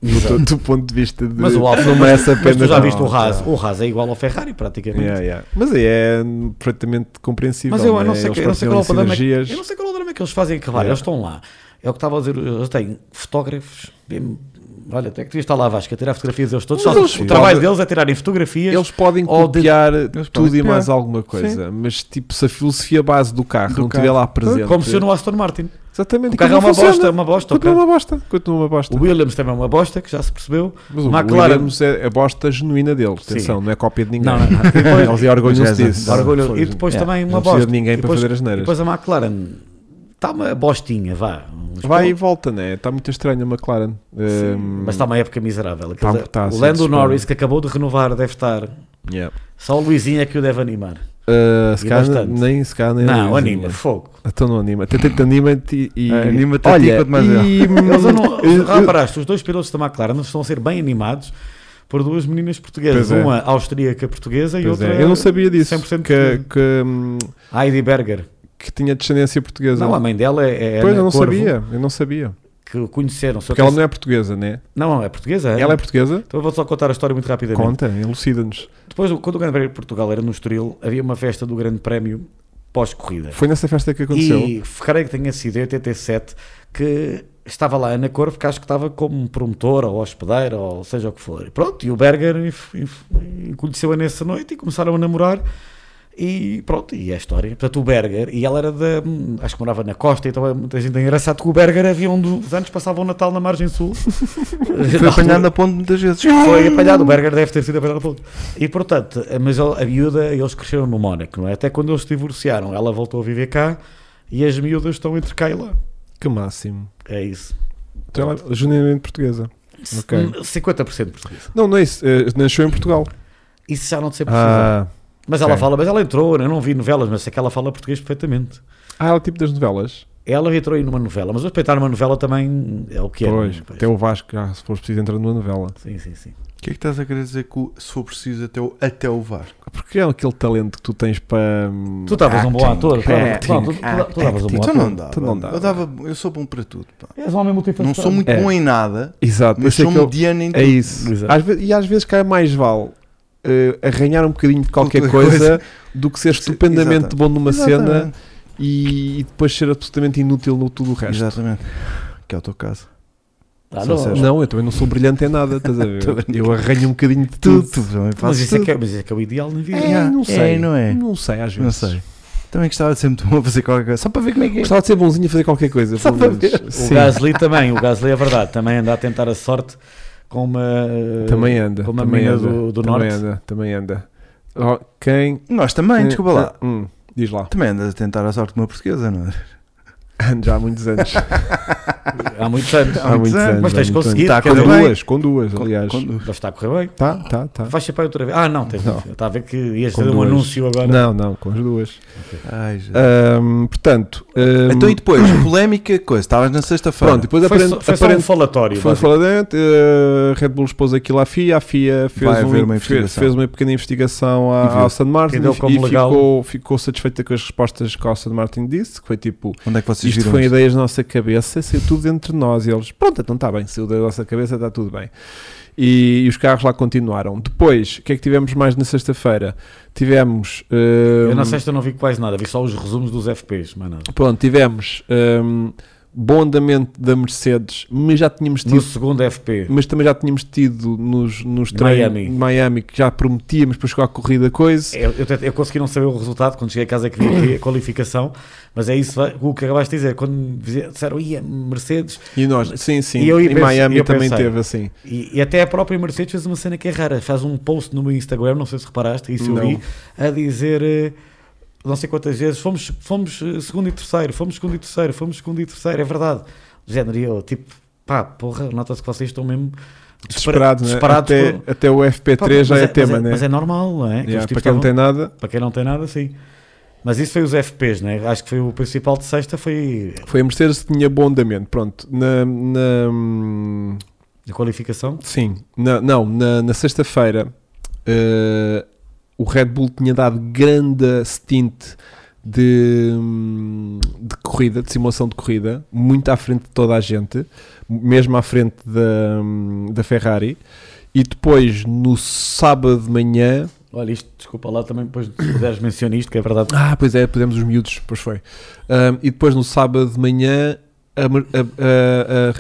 [SPEAKER 2] Do,
[SPEAKER 3] Exato.
[SPEAKER 2] teu- do ponto de vista de...
[SPEAKER 3] Mas o Alfa,
[SPEAKER 2] não merece a
[SPEAKER 3] mas
[SPEAKER 2] pena.
[SPEAKER 3] tu já
[SPEAKER 2] não.
[SPEAKER 3] viste o Haas. O Haas é igual ao Ferrari, praticamente.
[SPEAKER 2] Yeah, yeah. Mas aí é perfeitamente compreensível.
[SPEAKER 3] Mas eu, eu não
[SPEAKER 2] né?
[SPEAKER 3] sei,
[SPEAKER 2] Eles
[SPEAKER 3] que- eu não sei
[SPEAKER 2] partilham
[SPEAKER 3] qual é o problema. que-
[SPEAKER 2] sinergias.
[SPEAKER 3] Eu não sei qual é o problema que eles fazem acabar.
[SPEAKER 2] É.
[SPEAKER 3] Eles estão lá. É o que estava a dizer. Eles têm fotógrafos. mesmo- Olha, até que devias estar lá, Vasco, a tirar fotografias deles todos.
[SPEAKER 2] Mas
[SPEAKER 3] Só-
[SPEAKER 2] eles
[SPEAKER 3] o
[SPEAKER 2] podem-
[SPEAKER 3] trabalho deles é tirarem fotografias.
[SPEAKER 2] Eles podem
[SPEAKER 3] Ou de-
[SPEAKER 2] copiar
[SPEAKER 1] podem
[SPEAKER 2] tudo e
[SPEAKER 1] copiar.
[SPEAKER 2] mais alguma coisa, mas tipo, se a filosofia base do carro
[SPEAKER 1] Do
[SPEAKER 2] não
[SPEAKER 1] carro.
[SPEAKER 2] estiver lá presente...
[SPEAKER 3] como se eu no Aston Martin.
[SPEAKER 2] Exatamente.
[SPEAKER 3] O carro é
[SPEAKER 2] aquilo
[SPEAKER 3] uma
[SPEAKER 2] não funciona.
[SPEAKER 3] bosta, é uma bosta. o
[SPEAKER 2] Continua
[SPEAKER 3] carro.
[SPEAKER 2] uma bosta. Continua uma bosta.
[SPEAKER 3] O Williams também é uma bosta, que já se percebeu.
[SPEAKER 2] Mas o
[SPEAKER 3] McLaren-
[SPEAKER 2] Williams é a bosta genuína deles. Atenção, não é cópia de ninguém.
[SPEAKER 3] Não, não, não. E depois-
[SPEAKER 2] Eles orgulham-se
[SPEAKER 1] Mas é,
[SPEAKER 2] disso.
[SPEAKER 3] Orgulho-
[SPEAKER 2] Pois,
[SPEAKER 3] E depois
[SPEAKER 2] é.
[SPEAKER 3] também uma
[SPEAKER 2] não
[SPEAKER 3] bosta.
[SPEAKER 2] precisa de ninguém
[SPEAKER 3] E
[SPEAKER 2] para
[SPEAKER 3] depois,
[SPEAKER 2] fazer as neiras.
[SPEAKER 3] e depois a McLaren está uma bostinha, vá. Mas
[SPEAKER 2] Vai e
[SPEAKER 3] pronto.
[SPEAKER 2] volta, né? Está muito estranho a McLaren. Hum,
[SPEAKER 3] Mas tá está uma época miserável. Quer
[SPEAKER 2] Tá-
[SPEAKER 3] dizer,
[SPEAKER 2] tá
[SPEAKER 3] o
[SPEAKER 2] assim,
[SPEAKER 3] Lando
[SPEAKER 2] desesperado.
[SPEAKER 3] Norris, que acabou de renovar, deve estar.
[SPEAKER 2] yeah.
[SPEAKER 3] Só o Luizinho é que o deve animar.
[SPEAKER 2] Uh, se
[SPEAKER 3] E
[SPEAKER 2] calhar
[SPEAKER 3] bastante.
[SPEAKER 2] nem se calhar nem
[SPEAKER 3] Não,
[SPEAKER 2] nem-
[SPEAKER 3] anima, fogo.
[SPEAKER 2] Então não anima. Até tenta anima-te e.
[SPEAKER 1] É, anima-te a ti
[SPEAKER 2] Olha,
[SPEAKER 1] quanto mais eu.
[SPEAKER 2] e,
[SPEAKER 3] Eles não,
[SPEAKER 2] eu- eu-
[SPEAKER 3] reparaste, os dois pilotos da McLaren estão a ser bem animados por duas meninas portuguesas,
[SPEAKER 2] Pois é.
[SPEAKER 3] uma austríaca portuguesa e
[SPEAKER 2] Pois
[SPEAKER 3] outra.
[SPEAKER 2] é, eu não sabia disso.
[SPEAKER 3] 100%
[SPEAKER 2] que,
[SPEAKER 3] portuguesa.
[SPEAKER 2] que, hum,
[SPEAKER 3] Heidi Berger.
[SPEAKER 2] que tinha descendência portuguesa.
[SPEAKER 3] Não, a mãe dela é, é
[SPEAKER 2] pois
[SPEAKER 3] Ana
[SPEAKER 2] eu não
[SPEAKER 3] Corvo,
[SPEAKER 2] sabia. Eu não sabia.
[SPEAKER 3] que o conheceram.
[SPEAKER 2] Porque ela não é portuguesa, né?
[SPEAKER 3] não... é portuguesa. Ana.
[SPEAKER 2] Ela é portuguesa?
[SPEAKER 3] Então eu vou só contar a história muito rapidamente.
[SPEAKER 2] Conta, elucida-nos.
[SPEAKER 3] Depois, quando o Grande Prémio de Portugal era no Estoril, havia uma festa do Grande Prémio pós-corrida.
[SPEAKER 2] Foi nessa festa que aconteceu.
[SPEAKER 3] E creio que tenha sido em 87 que estava lá a Ana Corvo, que acho que estava como promotora ou hospedeira ou seja o que for. E pronto, e o Berger enf- enf- encolheceu-a nessa noite e começaram a namorar. E pronto, e é a história. Portanto, o Berger, e ela era da. Acho que morava na Costa, então é muita gente é engraçado que o Berger havia onde os anos passavam o Natal na margem sul.
[SPEAKER 1] Foi apanhado na ponte muitas vezes.
[SPEAKER 3] Foi apanhado, o Berger deve ter sido apanhado na ponte. E portanto, mas ele- a miúda, eles cresceram no Mónaco, não é? Até quando eles se divorciaram, ela voltou a viver cá e as miúdas estão entre cá e lá.
[SPEAKER 2] Que máximo.
[SPEAKER 3] É isso.
[SPEAKER 2] Então ela é genuinamente portuguesa. Ok.
[SPEAKER 3] Hum, 50% português.
[SPEAKER 2] Não, não é isso. Eh, nasceu em Portugal.
[SPEAKER 3] Isso já não sei É preciso.
[SPEAKER 2] Ah,
[SPEAKER 3] mas ela
[SPEAKER 2] ok.
[SPEAKER 3] fala, mas ela entrou, eu não vi novelas, mas sei que ela fala português perfeitamente.
[SPEAKER 2] ah, ela é tipo das novelas.
[SPEAKER 3] Ela entrou aí numa novela, mas respeitar numa novela também é o que é.
[SPEAKER 2] pois,
[SPEAKER 3] não é? Pois.
[SPEAKER 2] até o Vasco, ah, se for preciso, entra numa novela.
[SPEAKER 3] Sim, sim, sim.
[SPEAKER 1] O que é que estás a querer dizer com se for preciso até o, até o Vasco?
[SPEAKER 2] Porque é aquele talento que tu tens para. hum,
[SPEAKER 3] Tu estavas um bom
[SPEAKER 1] Acting,
[SPEAKER 3] ator. tu estavas-
[SPEAKER 1] acting,
[SPEAKER 3] não, tu- tu- Tu estavas um bom
[SPEAKER 1] Então
[SPEAKER 3] ator.
[SPEAKER 1] não dá.
[SPEAKER 2] tu não dá.
[SPEAKER 1] Eu, dava, eu sou bom para tudo. pá.
[SPEAKER 3] És um homem multifacetado.
[SPEAKER 1] Não sou muito
[SPEAKER 2] É.
[SPEAKER 1] bom em nada,
[SPEAKER 3] Ah,
[SPEAKER 2] Exato,
[SPEAKER 1] mas
[SPEAKER 2] mas é,
[SPEAKER 1] sou
[SPEAKER 2] que eu-
[SPEAKER 1] mediano em tudo.
[SPEAKER 2] é isso.
[SPEAKER 3] Exato.
[SPEAKER 2] Às ve- e às vezes cá é mais vale eh, arranhar um bocadinho de qualquer
[SPEAKER 1] Qualquer
[SPEAKER 2] coisa, do que ser
[SPEAKER 1] Sim,
[SPEAKER 2] estupendamente
[SPEAKER 1] exato.
[SPEAKER 2] bom numa cena
[SPEAKER 1] Exatamente.
[SPEAKER 2] e, e depois ser absolutamente inútil no tudo o resto.
[SPEAKER 1] Exatamente. Que é o teu caso.
[SPEAKER 3] Ah,
[SPEAKER 1] Sou
[SPEAKER 3] não,
[SPEAKER 1] sincero.
[SPEAKER 2] Não, eu também não sou brilhante em nada, estás a ver?
[SPEAKER 1] Tô brincando.
[SPEAKER 2] eu arranho um bocadinho de
[SPEAKER 1] Tudo,
[SPEAKER 2] tudo.
[SPEAKER 1] tudo. Também
[SPEAKER 3] Mas
[SPEAKER 1] faço
[SPEAKER 3] isso, é
[SPEAKER 1] tudo.
[SPEAKER 3] que é, mas isso é que é o ideal na vida.
[SPEAKER 2] É, não sei.
[SPEAKER 1] É, não é?
[SPEAKER 2] Não sei, às vezes.
[SPEAKER 1] Não sei. Também gostava de ser muito bom a fazer qualquer coisa. Só para ver como é que é.
[SPEAKER 2] Gostava de ser bonzinho e fazer qualquer coisa.
[SPEAKER 1] Só
[SPEAKER 2] pelo
[SPEAKER 1] para
[SPEAKER 2] menos.
[SPEAKER 1] ver.
[SPEAKER 3] O
[SPEAKER 2] Sim,
[SPEAKER 3] Gasly também, o Gasly é verdade, também anda a tentar a sorte com uma. eh,
[SPEAKER 2] também anda.
[SPEAKER 3] com uma
[SPEAKER 2] também
[SPEAKER 3] mina
[SPEAKER 2] anda,
[SPEAKER 3] do- do
[SPEAKER 2] também
[SPEAKER 3] norte.
[SPEAKER 2] Anda, também anda. Oh, quem.
[SPEAKER 1] Nós também,
[SPEAKER 2] quem-
[SPEAKER 1] desculpa lá.
[SPEAKER 2] Hum, diz lá.
[SPEAKER 1] Também andas a tentar a sorte de uma portuguesa, não é?
[SPEAKER 2] Já há muitos anos.
[SPEAKER 3] Há muitos anos.
[SPEAKER 1] Há muitos anos,
[SPEAKER 3] Mas tens
[SPEAKER 2] há muitos anos.
[SPEAKER 3] conseguido,
[SPEAKER 1] Tá,
[SPEAKER 3] quer dizer,
[SPEAKER 2] Com
[SPEAKER 1] Também-
[SPEAKER 2] duas, com duas, aliás.
[SPEAKER 1] Quando-
[SPEAKER 3] deve estar a correr bem.
[SPEAKER 2] Tá, tá, tá.
[SPEAKER 3] Vais ser pai outra vez. Ah, não, tens
[SPEAKER 2] Não.
[SPEAKER 3] eu estava a ver que ias
[SPEAKER 2] Com
[SPEAKER 3] fazer um
[SPEAKER 2] duas.
[SPEAKER 3] anúncio agora.
[SPEAKER 2] Não, não, com as duas.
[SPEAKER 1] Ai,
[SPEAKER 2] Ah,
[SPEAKER 1] Jesus.
[SPEAKER 2] Ahm, portanto, ahm,
[SPEAKER 1] Então e depois? Polémica, coisa. Estavas na sexta-feira.
[SPEAKER 2] hum. pronto, depois
[SPEAKER 3] Foi,
[SPEAKER 2] aparente,
[SPEAKER 3] só, foi só um
[SPEAKER 2] aparente,
[SPEAKER 3] falatório.
[SPEAKER 2] foi
[SPEAKER 3] basicamente.
[SPEAKER 2] faladente, eh, Red Bull expôs aquilo à FIA, a FIA fez,
[SPEAKER 1] Vai
[SPEAKER 2] um-
[SPEAKER 1] haver uma
[SPEAKER 2] fe-
[SPEAKER 1] investigação.
[SPEAKER 2] fez uma pequena investigação
[SPEAKER 1] E viu.
[SPEAKER 2] à, ao San Martin
[SPEAKER 3] Entendeu como
[SPEAKER 2] e, e
[SPEAKER 3] legal.
[SPEAKER 2] ficou, ficou satisfeita com as respostas que a San Martin disse, que foi tipo,
[SPEAKER 1] Onde é que vocês
[SPEAKER 2] isto
[SPEAKER 1] viram
[SPEAKER 2] foi
[SPEAKER 1] isto?
[SPEAKER 2] ideias da nossa cabeça, saiu tudo entre nós e eles, pronto, então está bem, saiu da nossa cabeça, está tudo bem. E, e os carros lá continuaram. Depois, o que é que tivemos mais na sexta-feira? Tivemos...
[SPEAKER 3] Eu na
[SPEAKER 2] ahm,
[SPEAKER 3] sexta não vi quase nada, vi só os resumos dos FPs, mais nada.
[SPEAKER 2] Pronto, tivemos hum, bom andamento da Mercedes, mas já tínhamos
[SPEAKER 3] No
[SPEAKER 2] tido,
[SPEAKER 3] segundo FP,
[SPEAKER 2] Tipo- mas também já tínhamos tido nos, nos
[SPEAKER 3] De
[SPEAKER 2] treinos
[SPEAKER 3] Miami. É,
[SPEAKER 2] de Miami que já prometíamos para chegar à corrida coisa.
[SPEAKER 3] eu, eu, tentei- eu consegui não saber o resultado quando cheguei a casa é que vi aqui a qualificação, mas é isso o que acabaste de dizer. Quando dizer- disseram, ia Mercedes,
[SPEAKER 2] E nós, sim, sim,
[SPEAKER 3] E eu ia
[SPEAKER 2] em
[SPEAKER 3] pens-
[SPEAKER 2] Miami
[SPEAKER 3] eu
[SPEAKER 2] também
[SPEAKER 3] pensei.
[SPEAKER 2] teve assim.
[SPEAKER 3] e, e até a própria Mercedes fez uma cena que é rara, faz um post no meu Instagram, não sei se reparaste, isso eu vi, a dizer. eh, não sei quantas vezes, fomos, fomos eh, segundo e terceiro, fomos segundo e terceiro, fomos segundo e terceiro, é verdade. De género, e eu, tipo, pá, porra, nota-se que vocês estão mesmo
[SPEAKER 2] Desesperado, né?
[SPEAKER 3] disparados
[SPEAKER 2] até,
[SPEAKER 3] por-
[SPEAKER 2] até o FP3 já
[SPEAKER 3] mas
[SPEAKER 2] é, tema,
[SPEAKER 3] mas
[SPEAKER 2] né?
[SPEAKER 3] Mas é normal, não é? Que
[SPEAKER 2] Yeah,
[SPEAKER 3] os
[SPEAKER 2] para
[SPEAKER 3] tipos
[SPEAKER 2] quem não
[SPEAKER 3] estavam-
[SPEAKER 2] tem nada,
[SPEAKER 3] para quem não tem nada, sim. Mas isso foi os FPs, né? Acho que foi o principal de sexta, foi
[SPEAKER 2] foi a Mercedes que tinha bom andamento. Pronto, na, na-
[SPEAKER 3] a qualificação.
[SPEAKER 2] Sim, na- não, na, na sexta-feira eh, o Red Bull tinha dado grande stint de, hum, de corrida, de simulação de corrida, muito à frente de toda a gente, mesmo à frente da, hum, da Ferrari. E depois no sábado de manhã,
[SPEAKER 3] Olha, isto, desculpa lá também, depois se puderes mencionar isto, que é verdade.
[SPEAKER 2] ah, pois é, pusemos os miúdos, pois foi. Ahm, e depois no sábado de manhã a, Mer- a-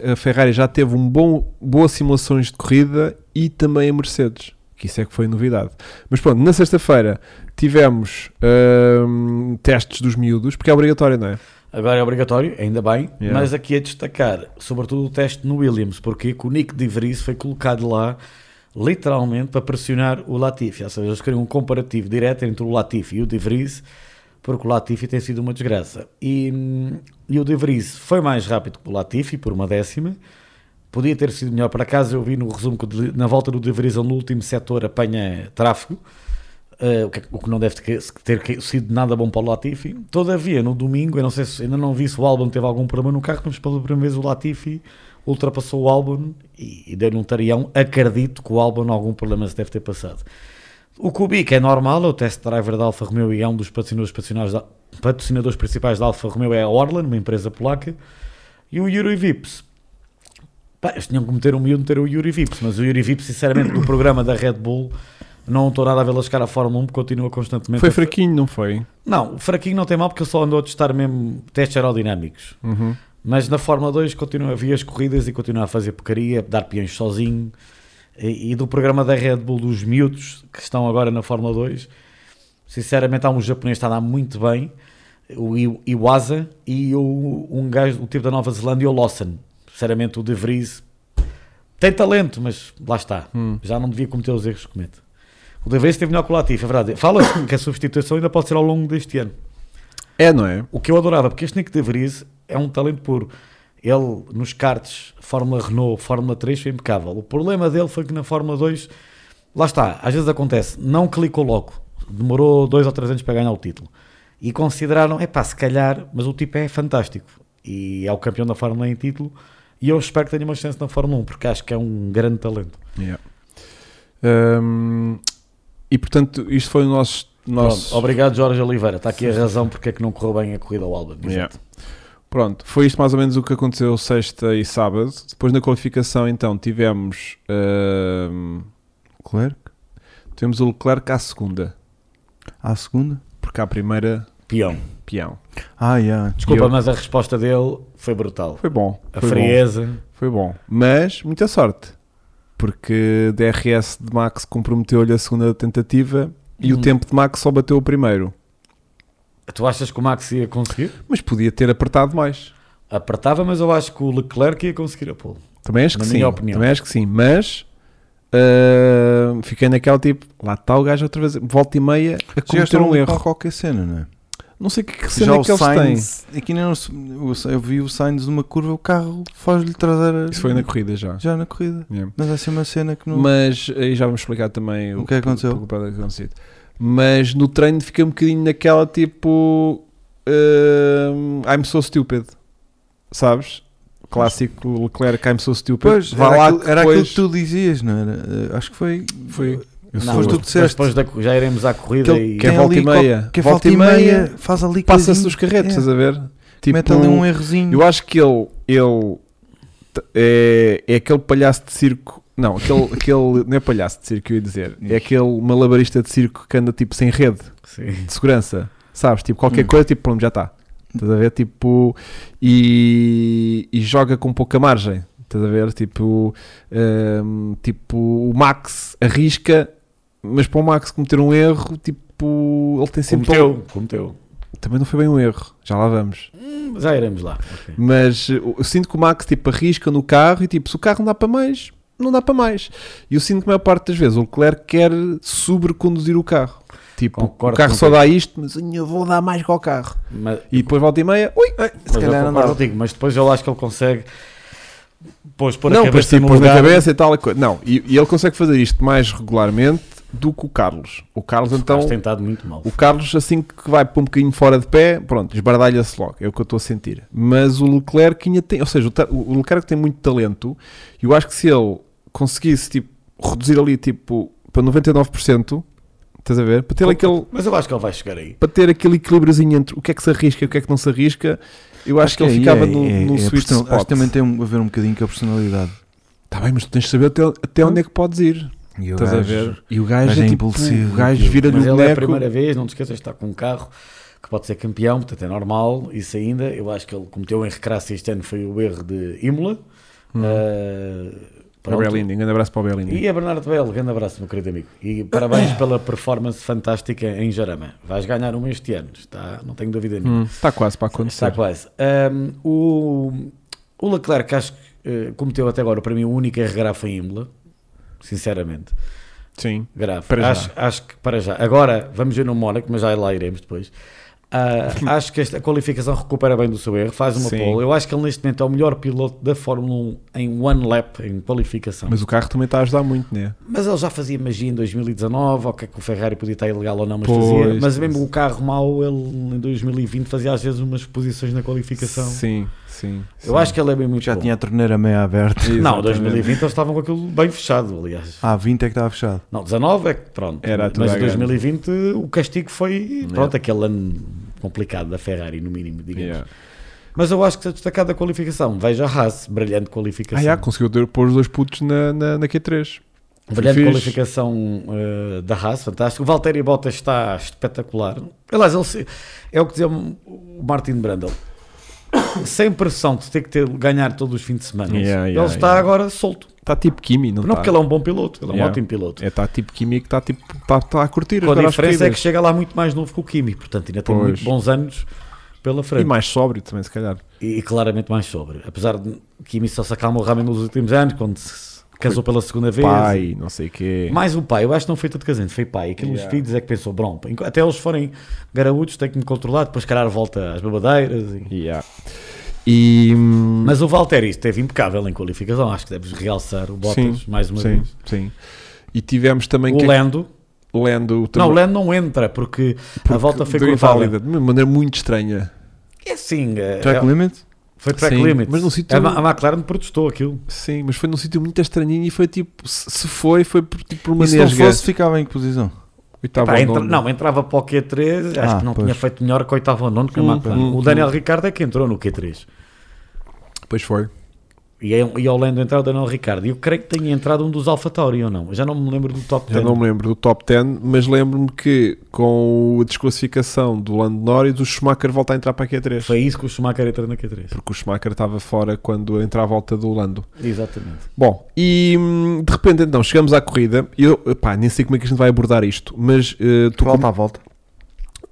[SPEAKER 2] a- a- a Ferrari já teve um bom, boas simulações de corrida e também a Mercedes, que isso é que foi novidade. Mas pronto, na sexta-feira tivemos ahm, testes dos miúdos, porque é obrigatório, não é?
[SPEAKER 3] Agora é obrigatório, ainda bem,
[SPEAKER 2] Yeah.
[SPEAKER 3] mas aqui a destacar, sobretudo o teste no Williams, porque que o Nick de Vries foi colocado lá literalmente para pressionar o Latifi. Ou seja, eles queriam um comparativo direto entre o Latifi e o de Vries, porque o Latifi tem sido uma desgraça. E, hum, e o de Vries foi mais rápido que o Latifi, por uma décima. Podia ter sido melhor para casa, eu vi no resumo que o de- na volta do de Vries, ele no último setor apanha tráfego. Uh, o, que, o que não deve ter, ter que- sido nada bom para o Latifi. Todavia, no domingo, eu não sei se ainda não vi se o Albon teve algum problema no carro, mas pela primeira vez o Latifi ultrapassou o Albon e, e deu-lhe um tarião. Acredito que o Albon algum problema se deve ter passado. O Kubica é normal, é o test driver da Alfa Romeo e é um dos patrocinadores, patrocinadores, da- patrocinadores principais da Alfa Romeo, é a Orlan, uma empresa polaca. E o Yuri Vips. Pá, eles tinham que meter um miúdo, meter o Yuri Vips, mas o Yuri Vips, sinceramente, no programa da Red Bull, não estou nada a vê-la chegar à Fórmula 1, porque continua constantemente...
[SPEAKER 2] Foi
[SPEAKER 3] a-
[SPEAKER 2] fraquinho, não foi?
[SPEAKER 3] Não, o fraquinho não tem mal, porque ele só andou a testar mesmo testes aerodinâmicos.
[SPEAKER 2] Uhum.
[SPEAKER 3] Mas na Fórmula 2 continua a ver as corridas e continua a fazer porcaria, a dar peões sozinho. E, e do programa da Red Bull dos miúdos que estão agora na Fórmula 2, Sinceramente, há um japonês que está a dar muito bem, o I- Iwasa e o, um gajo, o tipo da Nova Zelândia, o Lawson. Sinceramente, o De Vries tem talento, mas lá está.
[SPEAKER 2] Hum.
[SPEAKER 3] Já não devia cometer os erros que comete. O De Vries teve melhor que o Latif, é verdade. Fala-se que a substituição ainda pode ser ao longo deste ano.
[SPEAKER 2] É, não é?
[SPEAKER 3] O que eu adorava, porque este Nick de Vries é um talento puro. Ele, nos karts, Fórmula Renault, Fórmula 3, foi impecável. O problema dele foi que na Fórmula 2, lá está, às vezes acontece, não clicou logo. Demorou dois ou três anos para ganhar o título. E consideraram, é pá, se calhar, mas o tipo é fantástico. E é o campeão da Fórmula 1 em título. E eu espero que tenha uma chance na Fórmula 1, porque acho que é um grande talento.
[SPEAKER 2] Yeah. Hum, e portanto, isto foi o nosso. nosso...
[SPEAKER 3] Pronto, obrigado, Jorge Oliveira. Está aqui a razão porque é que não correu bem a corrida ao Alba.
[SPEAKER 2] Yeah. Pronto, foi isto mais ou menos o que aconteceu sexta e sábado. Depois na qualificação, então, tivemos. hum,
[SPEAKER 1] Clerc,
[SPEAKER 2] tivemos o Leclerc à segunda,
[SPEAKER 1] à segunda.
[SPEAKER 2] porque à primeira,
[SPEAKER 3] Peão.
[SPEAKER 2] peão.
[SPEAKER 1] Ah, yeah.
[SPEAKER 3] Desculpa,
[SPEAKER 1] Eu-
[SPEAKER 3] mas a resposta dele foi brutal.
[SPEAKER 2] Foi bom.
[SPEAKER 3] A
[SPEAKER 2] foi bom.
[SPEAKER 3] frieza.
[SPEAKER 2] Foi bom, mas muita sorte, porque DRS de Max comprometeu-lhe a segunda tentativa e
[SPEAKER 3] Hum.
[SPEAKER 2] o tempo de Max só bateu o primeiro.
[SPEAKER 3] Tu achas que o Max ia conseguir?
[SPEAKER 2] Mas podia ter apertado mais.
[SPEAKER 3] Apertava, mas eu acho que o Leclerc ia conseguir a pole.
[SPEAKER 2] Também acho que
[SPEAKER 3] Na
[SPEAKER 2] sim.
[SPEAKER 3] minha opinião.
[SPEAKER 2] Também acho que sim, mas ah, fiquei naquela tipo, lá está o gajo outra vez, volta e meia a
[SPEAKER 1] Chegaste
[SPEAKER 2] cometer
[SPEAKER 1] a
[SPEAKER 2] um
[SPEAKER 1] limpar
[SPEAKER 2] erro.
[SPEAKER 1] qualquer cena, não é?
[SPEAKER 2] Não sei que, que
[SPEAKER 1] Já
[SPEAKER 2] cena é
[SPEAKER 1] o
[SPEAKER 2] que eles têm.
[SPEAKER 1] Sainz, aqui não, se- o- eu vi o Sainz numa curva, o carro faz-lhe traseira.
[SPEAKER 2] Isso foi na corrida já.
[SPEAKER 1] Já na corrida.
[SPEAKER 2] Yeah.
[SPEAKER 1] Mas essa é uma cena que não.
[SPEAKER 2] Mas aí já vamos explicar também
[SPEAKER 1] O que é que aconteceu?
[SPEAKER 2] o pode ter acontecido. Mas no treino fica um bocadinho naquela tipo hum, I'm so stupid, sabes? Clássico Leclerc I'm so stupid.
[SPEAKER 1] Pois,
[SPEAKER 2] Vá
[SPEAKER 1] era,
[SPEAKER 2] lá
[SPEAKER 1] aquilo,
[SPEAKER 2] que
[SPEAKER 1] era
[SPEAKER 2] depois-
[SPEAKER 1] aquilo que tu dizias, não era? Eh, Acho que foi.
[SPEAKER 2] Foi.
[SPEAKER 1] Não,
[SPEAKER 2] Eu sou-
[SPEAKER 1] foste tu que
[SPEAKER 3] mas
[SPEAKER 1] disseste.
[SPEAKER 3] Depois da, co- já iremos à corrida
[SPEAKER 2] Aquele
[SPEAKER 3] e
[SPEAKER 2] que é
[SPEAKER 1] Tem
[SPEAKER 2] volta
[SPEAKER 1] ali
[SPEAKER 2] e
[SPEAKER 1] qual-
[SPEAKER 2] meia.
[SPEAKER 1] Que é
[SPEAKER 2] Volta
[SPEAKER 1] volta
[SPEAKER 2] e
[SPEAKER 1] e
[SPEAKER 2] meia,
[SPEAKER 1] meia, faz ali
[SPEAKER 2] passa-se
[SPEAKER 1] coisinho.
[SPEAKER 2] os carretos,
[SPEAKER 1] É.
[SPEAKER 2] estás a ver? Tipo,
[SPEAKER 1] Mete ali um errozinho.
[SPEAKER 2] eu acho que ele, ele t- é, é aquele palhaço de circo. Não, aquele, aquele não é palhaço de circo, eu ia dizer. É aquele malabarista de circo que anda tipo sem rede.
[SPEAKER 3] Sim.
[SPEAKER 2] de segurança, sabes? Tipo, qualquer
[SPEAKER 1] Hum.
[SPEAKER 2] coisa, tipo, pronto, já está. Estás a ver? Tipo, e, e joga com pouca margem. Estás a ver? Tipo, hum, tipo, o Max arrisca, mas para o Max cometer um erro, tipo, ele tem sempre.
[SPEAKER 3] Cometeu, cometeu.
[SPEAKER 2] Também não foi bem um erro, já lá vamos.
[SPEAKER 3] Hum, Já iremos lá. Ok.
[SPEAKER 2] Mas eu eu sinto que o Max, tipo, arrisca no carro e, tipo, se o carro não dá para mais, não dá para mais. E eu sinto que a maior parte das vezes o Leclerc quer sobreconduzir o carro. Tipo,
[SPEAKER 3] Concordo
[SPEAKER 2] o carro só
[SPEAKER 3] contigo.
[SPEAKER 2] dá isto, mas eu vou dar mais que ao carro.
[SPEAKER 3] Mas,
[SPEAKER 2] E depois volta e meia, ui, ai, se
[SPEAKER 3] mas eu
[SPEAKER 2] calhar não
[SPEAKER 3] concordo
[SPEAKER 2] dá.
[SPEAKER 3] contigo, mas depois eu acho que ele consegue pôs pôr a
[SPEAKER 2] Não, pois
[SPEAKER 3] cabeça
[SPEAKER 2] tipo,
[SPEAKER 3] no
[SPEAKER 2] pôs na
[SPEAKER 3] lugar.
[SPEAKER 2] cabeça e tal. a coisa. Não, e, e ele consegue fazer isto mais regularmente do que o Carlos. O Carlos, então,
[SPEAKER 3] Mas tentado muito mal.
[SPEAKER 2] o Carlos, assim que vai para um bocadinho fora de pé, pronto, esbardalha-se logo. É o que eu estou a sentir. Mas o Leclerc ainda tem, ou seja, o, ta- o Leclerc tem muito talento. E eu acho que se ele conseguisse, tipo, reduzir ali, tipo, para 99%, estás a ver? Para ter aquele.
[SPEAKER 3] Mas eu acho que ele vai chegar aí.
[SPEAKER 2] Para ter aquele equilíbriozinho entre o que é que se arrisca e o que é que não se arrisca, eu acho, que, ele
[SPEAKER 1] aí
[SPEAKER 2] ficava
[SPEAKER 1] é-
[SPEAKER 2] no,
[SPEAKER 1] é-
[SPEAKER 2] no
[SPEAKER 1] é a
[SPEAKER 2] sweet
[SPEAKER 1] personal-
[SPEAKER 2] spot.
[SPEAKER 1] Acho que também tem um- a ver um bocadinho com a personalidade.
[SPEAKER 2] Tá bem, mas tu tens de saber até, até onde é que podes ir.
[SPEAKER 1] E o
[SPEAKER 2] Estás a
[SPEAKER 1] gajo-
[SPEAKER 2] ver? E o gajo,
[SPEAKER 1] gajo
[SPEAKER 2] é,
[SPEAKER 1] é
[SPEAKER 2] tipo,
[SPEAKER 1] impulsivo,
[SPEAKER 2] o gajo
[SPEAKER 1] aquilo.
[SPEAKER 2] vira-lhe o
[SPEAKER 3] Mas ele é a
[SPEAKER 2] boneco.
[SPEAKER 3] primeira vez, não te esqueças, está com um carro que pode ser campeão, portanto é normal, isso ainda. Eu acho que ele cometeu um erro crasso este ano, foi o erro de Imola. Ah,
[SPEAKER 2] Para o
[SPEAKER 3] pronto.
[SPEAKER 2] Berlinding, grande abraço para o Berlinding.
[SPEAKER 3] e é- a Bernardo Bell, grande abraço, meu querido amigo. E parabéns pela performance fantástica em Jarama. Vais ganhar uma este ano, está, não tenho dúvida nenhuma.
[SPEAKER 2] Hum, Está quase para acontecer.
[SPEAKER 3] Está quase. Ahm, o, o Leclerc, acho que eh, cometeu até agora, para mim, o único erro grave foi em Imola, sinceramente.
[SPEAKER 2] Sim.
[SPEAKER 3] Grave.
[SPEAKER 2] Para já.
[SPEAKER 3] acho, acho que para já. Agora vamos ver no Mónaco, mas já lá iremos depois. Ah, acho que esta qualificação recupera bem do seu erro, faz uma
[SPEAKER 2] Sim.
[SPEAKER 3] pole. Eu acho que ele neste momento é o melhor piloto da Fórmula 1 em one lap, em qualificação. Mas,
[SPEAKER 2] Mas o carro também está a ajudar muito, né?
[SPEAKER 3] ele já fazia magia em 2019, ou que é que o Ferrari podia estar ilegal ou não, mas
[SPEAKER 2] Pois,
[SPEAKER 3] fazia. Mas mesmo
[SPEAKER 2] pois.
[SPEAKER 3] o carro mau, ele em 2020 fazia às vezes umas posições na qualificação.
[SPEAKER 2] Sim, sim.
[SPEAKER 3] Eu acho que ele é bem muito
[SPEAKER 1] Já
[SPEAKER 3] bom.
[SPEAKER 1] tinha a torneira meio aberta.
[SPEAKER 3] Não, 2020 eles estavam com aquilo bem fechado, aliás.
[SPEAKER 1] Ah, 20 é que estava fechado.
[SPEAKER 3] Não, 19 é que pronto.
[SPEAKER 2] Era a
[SPEAKER 3] mas
[SPEAKER 2] tua
[SPEAKER 3] em 2020 o castigo foi
[SPEAKER 2] Yeah.
[SPEAKER 3] pronto, aquele ano complicado da Ferrari, no mínimo, digamos.
[SPEAKER 2] Yeah.
[SPEAKER 3] Mas eu acho que se destacar da qualificação, veja a Haas, brilhante
[SPEAKER 2] Ah,
[SPEAKER 3] qualificação.
[SPEAKER 2] já, conseguiu ter- pôr os dois putos na, na, na Q3.
[SPEAKER 3] Brilhante
[SPEAKER 2] Fixe.
[SPEAKER 3] qualificação eh, da Haas, fantástico. O Valtteri Bottas está espetacular. Aliás, ele se- é o que dizia o Martin Brandel. Sem pressão de ter que ter, ganhar todos os fins de semana.
[SPEAKER 2] Yeah,
[SPEAKER 3] ele
[SPEAKER 2] yeah,
[SPEAKER 3] está
[SPEAKER 2] yeah.
[SPEAKER 3] agora solto.
[SPEAKER 2] Está tipo Kimi, não,
[SPEAKER 3] Não,
[SPEAKER 2] está?
[SPEAKER 3] porque ele é um bom piloto, ele é um
[SPEAKER 2] Yeah.
[SPEAKER 3] ótimo piloto.
[SPEAKER 2] É, está tipo Kimi que está tipo, tá, tá a curtir
[SPEAKER 3] Com a
[SPEAKER 2] agora as
[SPEAKER 3] diferença é que
[SPEAKER 2] corridas.
[SPEAKER 3] chega lá muito mais novo que o Kimi, portanto ainda tem
[SPEAKER 2] Pois.
[SPEAKER 3] muito bons anos pela
[SPEAKER 2] E
[SPEAKER 3] frente.
[SPEAKER 2] mais sóbrio também, se calhar.
[SPEAKER 3] E, e claramente mais sobre. Apesar de Kimi só se acalmou realmente nos últimos anos, quando se casou pela segunda vez.
[SPEAKER 2] Pai, não sei o quê.
[SPEAKER 3] Mais o pai, eu acho que não foi tanto casamento, foi pai. Aqueles
[SPEAKER 2] Yeah.
[SPEAKER 3] filhos é que pensou, bom, enqu- até eles forem garaúdos, tem que me controlar, depois se calhar volta às babadeiras. e-
[SPEAKER 2] Yeah. E. hum,
[SPEAKER 3] Mas o Valtteri esteve impecável em qualificação, acho que deves realçar o Bottas
[SPEAKER 2] Sim,
[SPEAKER 3] mais uma
[SPEAKER 2] sim,
[SPEAKER 3] vez.
[SPEAKER 2] sim. E tivemos também
[SPEAKER 3] O
[SPEAKER 2] quem-
[SPEAKER 3] Lando,
[SPEAKER 2] Lando
[SPEAKER 3] não,
[SPEAKER 2] também-
[SPEAKER 3] o Lando não entra porque, a volta foi
[SPEAKER 2] deu
[SPEAKER 3] cortada.
[SPEAKER 2] inválida, de uma maneira muito estranha.
[SPEAKER 3] É sim, é-
[SPEAKER 1] Track
[SPEAKER 3] é-
[SPEAKER 1] limit?
[SPEAKER 3] foi track
[SPEAKER 2] Sim,
[SPEAKER 3] limit.
[SPEAKER 2] mas no sítio-
[SPEAKER 3] a, Ma- a McLaren protestou aquilo.
[SPEAKER 2] Sim, mas foi num sítio muito estranhinho e foi tipo, se se foi, foi por, tipo, por uma
[SPEAKER 1] E se não
[SPEAKER 2] nesga.
[SPEAKER 1] fosse, ficava em que posição?
[SPEAKER 2] Oitavo
[SPEAKER 3] Pá,
[SPEAKER 2] ou
[SPEAKER 3] entra-
[SPEAKER 2] nono.
[SPEAKER 3] não, entrava para o Q3, acho
[SPEAKER 1] Ah,
[SPEAKER 3] que não
[SPEAKER 1] pois.
[SPEAKER 3] tinha feito melhor que oitavo ou nono que a
[SPEAKER 2] Hum,
[SPEAKER 3] McLaren.
[SPEAKER 2] hum,
[SPEAKER 3] o Daniel Ricardo é que entrou no Q3.
[SPEAKER 2] Pois foi.
[SPEAKER 3] E, é, e ao Lando entrar o Daniel Ricardo. E eu creio que tenha entrado um dos Alfa Tauri ou não. Já não me lembro do top
[SPEAKER 2] Já
[SPEAKER 3] 10.
[SPEAKER 2] não me lembro do top 10, mas lembro-me que com a desclassificação do Lando Norris, o Schumacher volta a entrar para a Q3.
[SPEAKER 3] Foi isso que o Schumacher entrou na Q3.
[SPEAKER 2] Porque o Schumacher estava fora quando entra a volta do Lando.
[SPEAKER 3] Exatamente.
[SPEAKER 2] Bom, e hum, de repente então chegamos à corrida. e Eu epá, nem sei como é que a gente vai abordar isto, mas eh, tu
[SPEAKER 1] Volta à volta.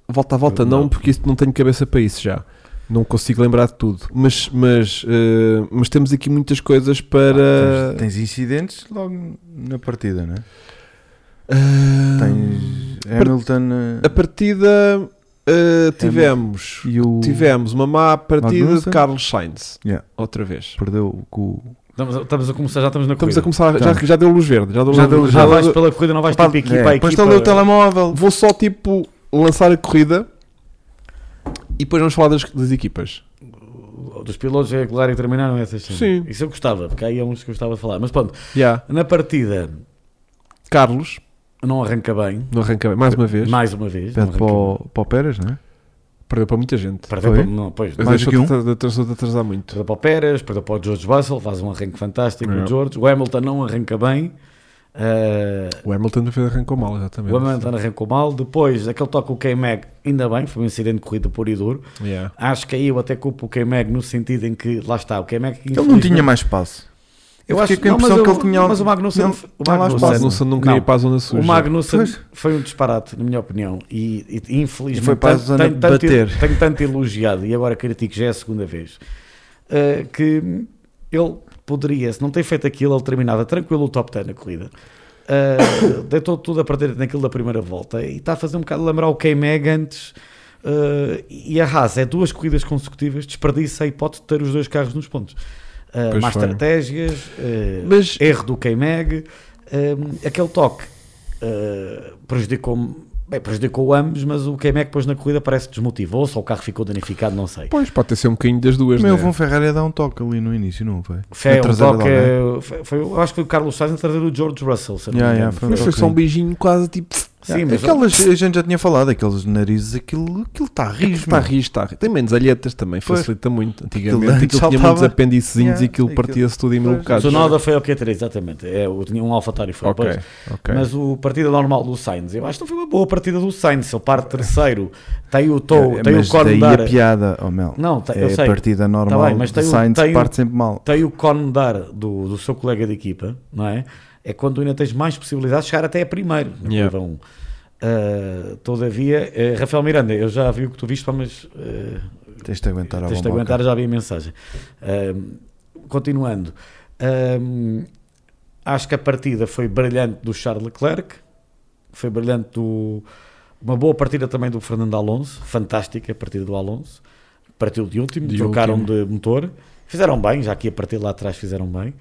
[SPEAKER 2] Volta à volta não,
[SPEAKER 3] Não.
[SPEAKER 2] porque isso, não tenho cabeça para isso já. Não consigo lembrar de tudo. Mas, mas, eh, mas temos aqui muitas coisas para.
[SPEAKER 1] Tens, tens incidentes logo na partida, né? Eh,
[SPEAKER 2] Ah,
[SPEAKER 1] Tens
[SPEAKER 2] part-
[SPEAKER 1] Hamilton
[SPEAKER 2] A partida eh, tivemos.
[SPEAKER 1] eh, e o.
[SPEAKER 2] Tivemos uma má partida de
[SPEAKER 1] Magnussen?
[SPEAKER 2] Carlos Sainz.
[SPEAKER 1] Yeah.
[SPEAKER 2] Outra vez.
[SPEAKER 1] Perdeu o cu.
[SPEAKER 3] Estamos a, estamos a começar, já estamos na
[SPEAKER 2] Estamos
[SPEAKER 3] corrida.
[SPEAKER 2] a começar. Já, já deu luz verde. Já deu
[SPEAKER 1] Já
[SPEAKER 2] luz
[SPEAKER 1] deu-
[SPEAKER 2] verde,
[SPEAKER 1] já
[SPEAKER 3] Já
[SPEAKER 2] deu
[SPEAKER 3] vais
[SPEAKER 2] luz-
[SPEAKER 3] pela corrida, não vais tipo equipa
[SPEAKER 1] é,
[SPEAKER 3] a
[SPEAKER 1] Depois
[SPEAKER 3] equipa.
[SPEAKER 1] está ali o telemóvel.
[SPEAKER 2] Vou só tipo lançar a corrida e depois vamos falar das, das equipas.
[SPEAKER 3] Dos pilotos é claro e terminaram essas
[SPEAKER 2] Sim.
[SPEAKER 3] Isso eu gostava, porque aí é uns que eu gostava de falar. Mas pronto,
[SPEAKER 2] Já.
[SPEAKER 3] na partida
[SPEAKER 2] Carlos,
[SPEAKER 3] não arranca bem.
[SPEAKER 2] não arranca bem. Mais uma vez.
[SPEAKER 3] Mais uma vez. não
[SPEAKER 1] Pede
[SPEAKER 3] arranca
[SPEAKER 1] para
[SPEAKER 3] bem.
[SPEAKER 1] o, para o Pérez, né?
[SPEAKER 2] Perdeu para muita gente.
[SPEAKER 3] Perdeu
[SPEAKER 1] Foi?
[SPEAKER 3] para, não, pois,
[SPEAKER 2] Mas
[SPEAKER 1] Mais
[SPEAKER 2] deixou
[SPEAKER 1] do que
[SPEAKER 2] de
[SPEAKER 3] um.
[SPEAKER 2] atrasar- deixou de atrasar muito.
[SPEAKER 3] Perdeu para o Pérez, perdeu para o George Russell, faz um arranque fantástico.
[SPEAKER 2] É.
[SPEAKER 3] O George, o Hamilton não arranca bem. Ah,
[SPEAKER 2] O Hamilton fez arrancou mal, exatamente.
[SPEAKER 3] o Hamilton arrancou mal. Depois, aquele toque com o K-Mag, ainda bem, foi um incidente de corrida puro e duro.
[SPEAKER 2] Yeah.
[SPEAKER 3] Acho que aí eu até culpo o K-Mag no sentido em que, lá está, o K-Mag.
[SPEAKER 1] Ele não tinha mais espaço.
[SPEAKER 3] Eu
[SPEAKER 1] Eu
[SPEAKER 3] acho
[SPEAKER 1] fiquei com a
[SPEAKER 3] não, mas
[SPEAKER 1] impressão que
[SPEAKER 3] eu-
[SPEAKER 1] ele tinha-
[SPEAKER 3] Mas o Magnussen.
[SPEAKER 1] não,
[SPEAKER 3] o
[SPEAKER 1] não há
[SPEAKER 2] O
[SPEAKER 1] O
[SPEAKER 3] Magnussen,
[SPEAKER 1] espaço.
[SPEAKER 2] Magnussen não queria ir para a zona
[SPEAKER 3] o
[SPEAKER 2] suja.
[SPEAKER 3] Magnussen
[SPEAKER 1] Pois.
[SPEAKER 3] foi um disparate, na minha opinião, e, e infelizmente
[SPEAKER 1] Foi para a
[SPEAKER 3] tan-
[SPEAKER 1] zona
[SPEAKER 3] tan-
[SPEAKER 1] de
[SPEAKER 3] tanto-
[SPEAKER 1] bater.
[SPEAKER 3] tenho tanto elogiado e agora critico já é a segunda vez eh, que ele poderia, se não tem feito aquilo, ele terminava tranquilo o top 10 na corrida. Eh, deitou tudo a perder naquilo da primeira volta e está a fazer um bocado lembrar o K-Mag antes. eh, e a Haas é duas corridas consecutivas, desperdiça a hipótese de ter os dois carros nos pontos. Eh,
[SPEAKER 2] Pois
[SPEAKER 3] más
[SPEAKER 2] foi.
[SPEAKER 3] estratégias, eh,
[SPEAKER 2] Mas-
[SPEAKER 3] erro do K-Mag, eh, aquele toque eh, prejudicou-me. Bem, prejudicou ambos, mas o K-Mag depois na corrida parece que desmotivou-se ou o carro ficou danificado, não sei.
[SPEAKER 2] Pois, pode ter sido um bocadinho das duas.
[SPEAKER 1] Meu,
[SPEAKER 2] né?
[SPEAKER 1] vão Ferrari a dar um toque ali no início, não foi?
[SPEAKER 3] Foi
[SPEAKER 1] Na
[SPEAKER 3] é. um
[SPEAKER 1] traseira
[SPEAKER 3] toque,
[SPEAKER 1] de alguém.
[SPEAKER 3] eh, foi- foi- eu acho que foi o Carlos Sainz a trazer o George Russell, se não me
[SPEAKER 1] Yeah,
[SPEAKER 3] engano.
[SPEAKER 1] yeah, foi um
[SPEAKER 2] Mas foi
[SPEAKER 1] toque.
[SPEAKER 2] só um beijinho quase tipo.
[SPEAKER 3] Sim, mas
[SPEAKER 1] Aquelas, a gente já tinha falado, aqueles narizes, aquilo aquilo tá está
[SPEAKER 3] É
[SPEAKER 1] rijo.
[SPEAKER 2] Está a rir, está a rir. Tem menos alhetas também,
[SPEAKER 1] Pois.
[SPEAKER 2] facilita muito.
[SPEAKER 1] Aquilo
[SPEAKER 2] Antigamente
[SPEAKER 1] antes
[SPEAKER 2] aquilo tinha
[SPEAKER 1] saltava.
[SPEAKER 2] muitos apendicizinhos
[SPEAKER 1] Yeah,
[SPEAKER 2] e aquilo
[SPEAKER 1] aquilo.
[SPEAKER 2] partia-se tudo em mil
[SPEAKER 1] Pois.
[SPEAKER 3] o
[SPEAKER 2] bocados.
[SPEAKER 3] Tsunoda foi ao Q3, exatamente. É, eu tinha um Alfa Tauri, foi
[SPEAKER 2] Ok,
[SPEAKER 3] depois.
[SPEAKER 2] ok.
[SPEAKER 3] Mas o partida normal do Sainz, eu acho que não foi uma boa partida do Sainz. Ele parte terceiro, tem o Tou, tem
[SPEAKER 1] É, mas
[SPEAKER 3] o Corno
[SPEAKER 1] daí
[SPEAKER 3] dar.
[SPEAKER 1] a piada, oh Mel,
[SPEAKER 3] Não, tem-
[SPEAKER 1] é
[SPEAKER 3] eu sei.
[SPEAKER 1] a partida normal,
[SPEAKER 3] Tá bem, mas
[SPEAKER 1] de
[SPEAKER 3] tem um-
[SPEAKER 1] Sainz
[SPEAKER 3] tem um-
[SPEAKER 1] parte sempre mal.
[SPEAKER 3] tem o cone dar do, do seu colega de equipa, não é? É quando ainda tens mais possibilidade de chegar até a primeiro na
[SPEAKER 2] Yeah.
[SPEAKER 3] curva 1. Ah, todavia, eh, Rafael Miranda, eu já vi o que tu viste, pá, mas eh,
[SPEAKER 1] Tens de aguentar a
[SPEAKER 3] tens de
[SPEAKER 1] bomboca.
[SPEAKER 3] aguentar, já vi a mensagem. Ahm, continuando, ahm, acho que a partida foi brilhante do Charles Leclerc, foi brilhante do. Uma boa partida também do Fernando Alonso, fantástica a partida do Alonso. Partiu de último,
[SPEAKER 2] De
[SPEAKER 3] trocaram
[SPEAKER 2] último.
[SPEAKER 3] de motor, fizeram bem, já que a partir lá atrás fizeram bem.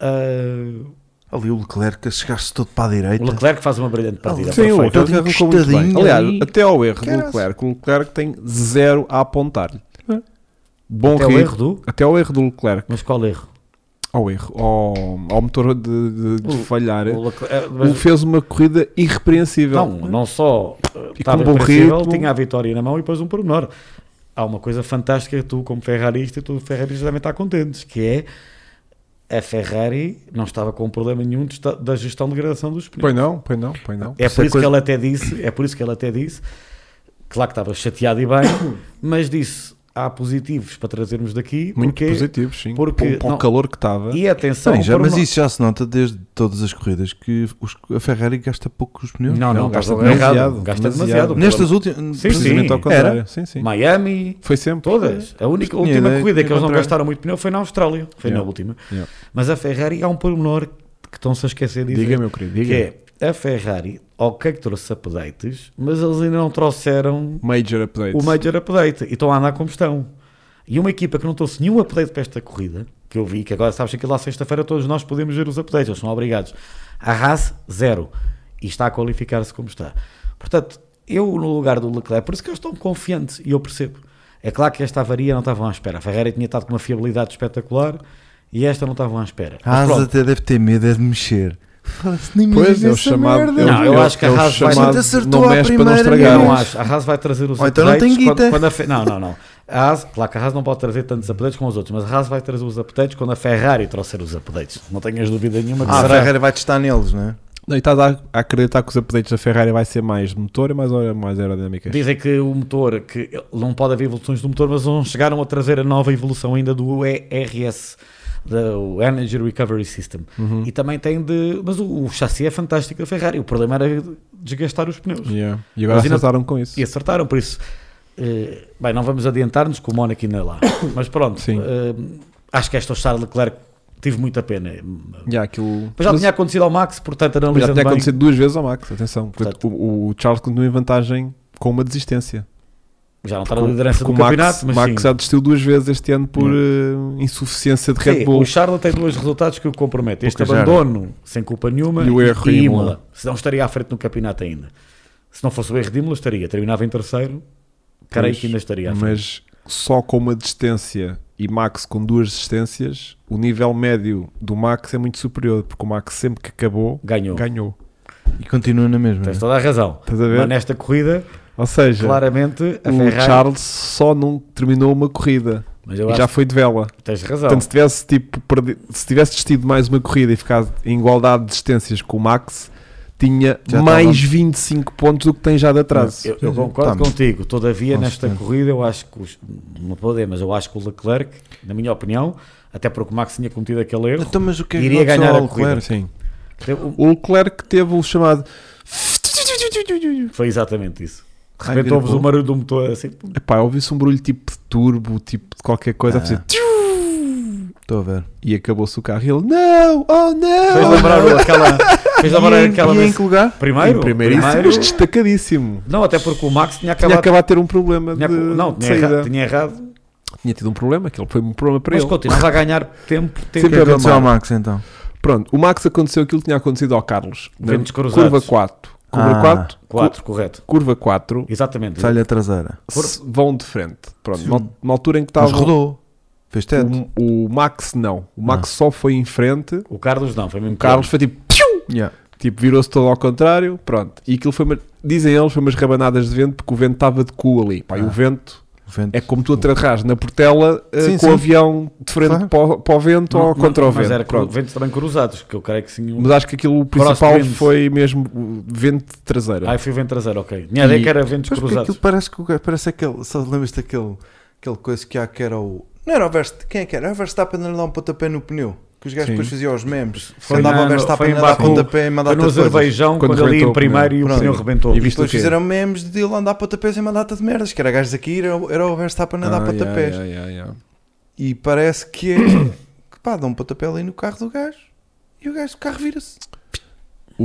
[SPEAKER 3] Ah,
[SPEAKER 1] Ali o Leclerc a chegar-se todo para a direita.
[SPEAKER 3] o Leclerc faz uma brilhante partida.
[SPEAKER 2] Sim, Ah, o
[SPEAKER 3] perfeito.
[SPEAKER 2] Leclerc
[SPEAKER 1] Todo
[SPEAKER 2] arrancou muito bem.
[SPEAKER 1] encostadinho
[SPEAKER 2] Aliás,
[SPEAKER 1] ali.
[SPEAKER 2] até ao erro do
[SPEAKER 1] Caraca.
[SPEAKER 2] Leclerc. O Leclerc tem zero a apontar-lhe. Bom
[SPEAKER 3] É. Até o
[SPEAKER 2] ritmo.
[SPEAKER 3] erro do.
[SPEAKER 2] Até ao erro do Leclerc.
[SPEAKER 3] Mas qual erro?
[SPEAKER 2] Ao erro. Ao, ao motor de, de- de
[SPEAKER 3] O-
[SPEAKER 2] falhar.
[SPEAKER 3] O Leclerc- ah,
[SPEAKER 2] Ele
[SPEAKER 3] mas-
[SPEAKER 2] fez uma corrida irrepreensível.
[SPEAKER 3] Não, não só eh,
[SPEAKER 2] E
[SPEAKER 3] estava
[SPEAKER 2] com bom
[SPEAKER 3] impressível,
[SPEAKER 2] ritmo.
[SPEAKER 3] tinha a vitória na mão e depois um pormenor. Há uma coisa fantástica, tu como ferrarista, tu ferrarista também está contentes, que é a Ferrari não estava com problema nenhum de esta- da gestão de degradação dos pneus.
[SPEAKER 2] Pois não, pois não, pois não.
[SPEAKER 3] É
[SPEAKER 1] Isso
[SPEAKER 3] por
[SPEAKER 1] é
[SPEAKER 3] isso que
[SPEAKER 1] coisa-
[SPEAKER 3] ele até disse, é por isso que ele até disse, claro que estava chateado e bem, mas disse, há positivos para trazermos daqui.
[SPEAKER 2] Muito né?
[SPEAKER 3] porque,
[SPEAKER 2] positivos, sim.
[SPEAKER 3] porque-
[SPEAKER 2] Para o- para o
[SPEAKER 3] não.
[SPEAKER 2] calor que estava.
[SPEAKER 3] E atenção,
[SPEAKER 1] Bem, já-
[SPEAKER 3] para o
[SPEAKER 1] mas
[SPEAKER 3] no-
[SPEAKER 1] isso já se nota desde todas as corridas que os- a Ferrari gasta poucos pneus.
[SPEAKER 3] Não, não,
[SPEAKER 2] Não,
[SPEAKER 3] gasta
[SPEAKER 2] gasta
[SPEAKER 3] demasiado.
[SPEAKER 2] demasiado,
[SPEAKER 3] Gasta
[SPEAKER 2] demasiado.
[SPEAKER 3] demasiado.
[SPEAKER 1] Nestas últimas.
[SPEAKER 3] Sim,
[SPEAKER 2] Precisamente
[SPEAKER 3] sim.
[SPEAKER 2] ao contrário. Sim, sim.
[SPEAKER 3] Miami,
[SPEAKER 2] Foi sempre.
[SPEAKER 3] todas. A única
[SPEAKER 1] Mas tinha
[SPEAKER 3] última
[SPEAKER 1] ideia, tinha
[SPEAKER 3] corrida que eles não
[SPEAKER 1] contrário.
[SPEAKER 3] gastaram muito pneu foi na Austrália. Foi
[SPEAKER 2] Yeah.
[SPEAKER 3] na última.
[SPEAKER 2] Yeah.
[SPEAKER 3] Mas a Ferrari há um pormenor que estão-se a esquecer de dizer.
[SPEAKER 2] Diga, meu querido.
[SPEAKER 3] que
[SPEAKER 2] Diga.
[SPEAKER 3] é a Ferrari, ok que trouxe updates, mas eles ainda não trouxeram
[SPEAKER 2] Major updates.
[SPEAKER 3] o major update e estão a andar como estão. E uma equipa que não trouxe nenhum update para esta corrida, que eu vi, que agora sabes que aquilo lá sexta-feira todos nós podemos ver os updates, eles são obrigados. A Haas, zero. E está a qualificar-se como está. Portanto, eu no lugar do Leclerc, por isso que eles estão confiantes, e eu percebo. É claro que esta avaria não estavam à espera. A Ferrari tinha estado com uma fiabilidade espetacular e esta não estavam à espera. Mas
[SPEAKER 1] A Asa
[SPEAKER 3] pronto.
[SPEAKER 1] até deve ter medo é de mexer. Fala-se nem
[SPEAKER 2] Pois,
[SPEAKER 1] mexe
[SPEAKER 2] é o
[SPEAKER 1] nessa
[SPEAKER 2] chamado.
[SPEAKER 1] merda.
[SPEAKER 2] é o-
[SPEAKER 3] Não, eu
[SPEAKER 2] é o-
[SPEAKER 3] acho que a
[SPEAKER 2] é o
[SPEAKER 3] Haas vai-
[SPEAKER 2] chamado
[SPEAKER 1] Gente, acertou
[SPEAKER 2] não
[SPEAKER 1] à
[SPEAKER 2] mexe para não
[SPEAKER 1] primeira,
[SPEAKER 2] estragar.
[SPEAKER 3] Não
[SPEAKER 1] Mas-
[SPEAKER 3] acho. A Haas vai trazer os
[SPEAKER 1] Ou então não
[SPEAKER 3] updates.
[SPEAKER 1] tem guita.
[SPEAKER 3] Quando, quando a Fe- Não, não, não. A Haas, claro que a Haas não pode trazer tantos updates como os outros, mas a Haas vai trazer os updates quando a Ferrari trouxer os updates. Não tenhas dúvida nenhuma que
[SPEAKER 1] Ah, a
[SPEAKER 3] será.
[SPEAKER 1] Ferrari vai testar neles, não é?
[SPEAKER 2] Não, e estás a, a acreditar que os updates da Ferrari vai ser mais motor e mais, aer- mais aerodinâmica.
[SPEAKER 3] Dizem que o motor, que não pode haver evoluções do motor, mas não chegaram a trazer a nova evolução ainda do ERS, do Energy Recovery System.
[SPEAKER 1] Uhum.
[SPEAKER 3] E também tem de. Mas o, o chassi é fantástico da Ferrari. O problema era desgastar os pneus.
[SPEAKER 2] Yeah. E agora
[SPEAKER 3] Mas ainda-
[SPEAKER 2] acertaram com isso.
[SPEAKER 3] E acertaram, por isso. eh, bem, não vamos adiantar-nos que o Mónaco ainda é lá. Mas pronto,
[SPEAKER 2] Sim.
[SPEAKER 3] eh, acho que esta o Charles Leclerc tive muita pena.
[SPEAKER 2] Yeah, aquilo...
[SPEAKER 3] Mas já
[SPEAKER 2] Mas-
[SPEAKER 3] tinha acontecido ao Max, portanto
[SPEAKER 2] mas já
[SPEAKER 3] analisando
[SPEAKER 2] tinha
[SPEAKER 3] bem.
[SPEAKER 2] acontecido duas vezes ao Max. Atenção,
[SPEAKER 3] Portanto-
[SPEAKER 2] o, o Charles continua em vantagem com uma desistência.
[SPEAKER 3] Já não está na liderança do
[SPEAKER 2] Porque o Max,
[SPEAKER 3] campeonato, mas
[SPEAKER 2] Max
[SPEAKER 3] sim.
[SPEAKER 2] já desistiu duas vezes este ano por eh, insuficiência de Red
[SPEAKER 3] Sim,
[SPEAKER 2] Bull.
[SPEAKER 3] O Charles tem dois resultados que o comprometem. Este
[SPEAKER 1] Porque já-
[SPEAKER 3] abandono, sem culpa nenhuma,
[SPEAKER 2] E o erro em Imola.
[SPEAKER 3] Se não estaria à frente no campeonato ainda. Se não fosse o erro de Imola, estaria. Terminava em terceiro, creio
[SPEAKER 2] Pois,
[SPEAKER 3] que ainda estaria à frente.
[SPEAKER 2] Mas só com uma desistência e Max com duas desistências, o nível médio do Max é muito superior, porque o Max sempre que acabou,
[SPEAKER 3] Ganhou.
[SPEAKER 2] ganhou.
[SPEAKER 1] E continua na mesma.
[SPEAKER 3] Tens toda a razão.
[SPEAKER 2] Estás a ver?
[SPEAKER 3] Mas nesta corrida,
[SPEAKER 2] Ou seja,
[SPEAKER 3] claramente, a
[SPEAKER 2] o
[SPEAKER 3] Ferrari...
[SPEAKER 2] Charles só não terminou uma corrida
[SPEAKER 3] Mas eu
[SPEAKER 2] e
[SPEAKER 3] acho
[SPEAKER 2] já foi de vela.
[SPEAKER 3] que tens razão.
[SPEAKER 2] Portanto, se tivesse, tipo, perdi- se tivesse desistido mais uma corrida e ficado em igualdade de distâncias com o Max, tinha
[SPEAKER 1] Já
[SPEAKER 2] mais
[SPEAKER 1] estava-
[SPEAKER 2] 25 pontos do que tem já de atraso.
[SPEAKER 3] Eu, eu concordo
[SPEAKER 1] Tá, mas-
[SPEAKER 3] contigo. Todavia, nesta
[SPEAKER 1] Constante.
[SPEAKER 3] corrida, eu acho que os- não podemos, mas eu acho que o Leclerc, na minha opinião, até porque o Max tinha cometido aquele erro,
[SPEAKER 1] Então, mas o que é que
[SPEAKER 3] Iria
[SPEAKER 1] aconteceu
[SPEAKER 3] ganhar
[SPEAKER 1] ao
[SPEAKER 3] a corrida.
[SPEAKER 1] Leclerc?
[SPEAKER 2] Sim.
[SPEAKER 3] teve um-
[SPEAKER 2] O Leclerc teve o chamado.
[SPEAKER 3] foi exatamente isso. De
[SPEAKER 1] Ai,
[SPEAKER 3] repente
[SPEAKER 1] vira
[SPEAKER 3] ouves o
[SPEAKER 1] pouco.
[SPEAKER 3] barulho do motor assim. pum.
[SPEAKER 2] Epá, ouviu-se um barulho tipo de turbo, tipo de qualquer coisa a fazer.
[SPEAKER 1] Estou a ver.
[SPEAKER 2] E acabou-se o carro e ele, não, oh
[SPEAKER 3] Fez
[SPEAKER 2] não!
[SPEAKER 3] lembrar o- aquela. Fez lembrar
[SPEAKER 1] E em-
[SPEAKER 3] aquela.
[SPEAKER 1] e em
[SPEAKER 3] vez-
[SPEAKER 1] que lugar?
[SPEAKER 3] Primeiro?
[SPEAKER 2] Em primeiríssimo, mas destacadíssimo.
[SPEAKER 3] Não, até porque o Max tinha
[SPEAKER 2] Tinha
[SPEAKER 3] acabado.
[SPEAKER 2] acabado de ter um problema de,
[SPEAKER 3] tinha- não,
[SPEAKER 2] de
[SPEAKER 3] tinha errado,
[SPEAKER 2] saída.
[SPEAKER 3] tinha errado,
[SPEAKER 2] Tinha tido um problema, aquele foi um problema para
[SPEAKER 3] mas
[SPEAKER 2] ele.
[SPEAKER 3] continuava a ganhar tempo. tempo
[SPEAKER 1] O que é
[SPEAKER 2] Sempre
[SPEAKER 1] que
[SPEAKER 2] a
[SPEAKER 1] aconteceu ao
[SPEAKER 2] mamar.
[SPEAKER 1] Max então?
[SPEAKER 2] Pronto, o Max aconteceu aquilo que tinha acontecido ao Carlos. na
[SPEAKER 3] Ventos cruzados.
[SPEAKER 2] Curva 4. Curva
[SPEAKER 1] Ah.
[SPEAKER 2] 4.
[SPEAKER 3] 4, correto.
[SPEAKER 2] Curva 4.
[SPEAKER 3] Exatamente.
[SPEAKER 1] Sai-lhe a traseira.
[SPEAKER 2] se Vão de frente. Pronto,
[SPEAKER 1] Sim.
[SPEAKER 2] numa, numa altura em que
[SPEAKER 1] Mas
[SPEAKER 2] estava.
[SPEAKER 1] rodou. Fez teto.
[SPEAKER 2] O, o Max não. O Max só foi em frente.
[SPEAKER 3] O Carlos não, foi mesmo.
[SPEAKER 2] O Carlos foi tipo. "Piu!"
[SPEAKER 1] Yeah.
[SPEAKER 2] Tipo, virou-se todo ao contrário, pronto. E aquilo foi, uma- dizem eles, foi umas rabanadas de vento porque o vento estava de cu ali. Pá, E o
[SPEAKER 1] Ah.
[SPEAKER 2] vento
[SPEAKER 1] O vento-
[SPEAKER 2] é como tu aterras na portela eh,
[SPEAKER 1] Sim,
[SPEAKER 2] com
[SPEAKER 1] sim.
[SPEAKER 2] o avião de frente
[SPEAKER 1] Claro.
[SPEAKER 2] para, o, para o vento ou
[SPEAKER 3] não,
[SPEAKER 2] contra o
[SPEAKER 3] mas
[SPEAKER 2] vento.
[SPEAKER 3] era cru-
[SPEAKER 2] pronto.
[SPEAKER 3] ventos também cruzados, que eu creio que sim. um
[SPEAKER 2] Mas acho que aquilo o principal
[SPEAKER 3] Crosswind.
[SPEAKER 2] foi mesmo o vento de traseira.
[SPEAKER 3] Ah, eu fui vento traseiro, ok. Minha ideia
[SPEAKER 2] E-
[SPEAKER 3] que era ventos
[SPEAKER 1] Mas porque
[SPEAKER 3] cruzados.
[SPEAKER 1] aquilo parece que o gajo- parece aquele. Só lembras-te daquele aquele coisa que há que era o. Não era o Verstappen. Quem é que era? Era o Verstappen a dar um pontapé no pneu. Que os gajos
[SPEAKER 2] Sim.
[SPEAKER 1] depois faziam os memes. Que
[SPEAKER 3] Foi
[SPEAKER 1] andava
[SPEAKER 3] na-
[SPEAKER 1] o Verstappen
[SPEAKER 3] foi em
[SPEAKER 1] a dar
[SPEAKER 3] Baku,
[SPEAKER 1] pontapé e mandar
[SPEAKER 3] Foi no Azerbaijão,
[SPEAKER 2] Quando
[SPEAKER 3] quando,
[SPEAKER 2] rebentou
[SPEAKER 3] ali em
[SPEAKER 2] o pneu.
[SPEAKER 3] primeiro e o
[SPEAKER 1] Pronto.
[SPEAKER 3] pneu rebentou.
[SPEAKER 2] E viste
[SPEAKER 1] Depois
[SPEAKER 2] o quê?
[SPEAKER 1] fizeram memes de ele andar pontapés e mandar de merdas. Que era gajos aqui, era, o- era o Verstappen a dar
[SPEAKER 2] Ah,
[SPEAKER 1] pontapés.
[SPEAKER 2] yeah,
[SPEAKER 1] É
[SPEAKER 2] yeah, yeah, yeah.
[SPEAKER 1] E parece que é. que pá, dá um pontapé ali no carro do gajo. E o gajo, o carro vira-se.
[SPEAKER 2] O-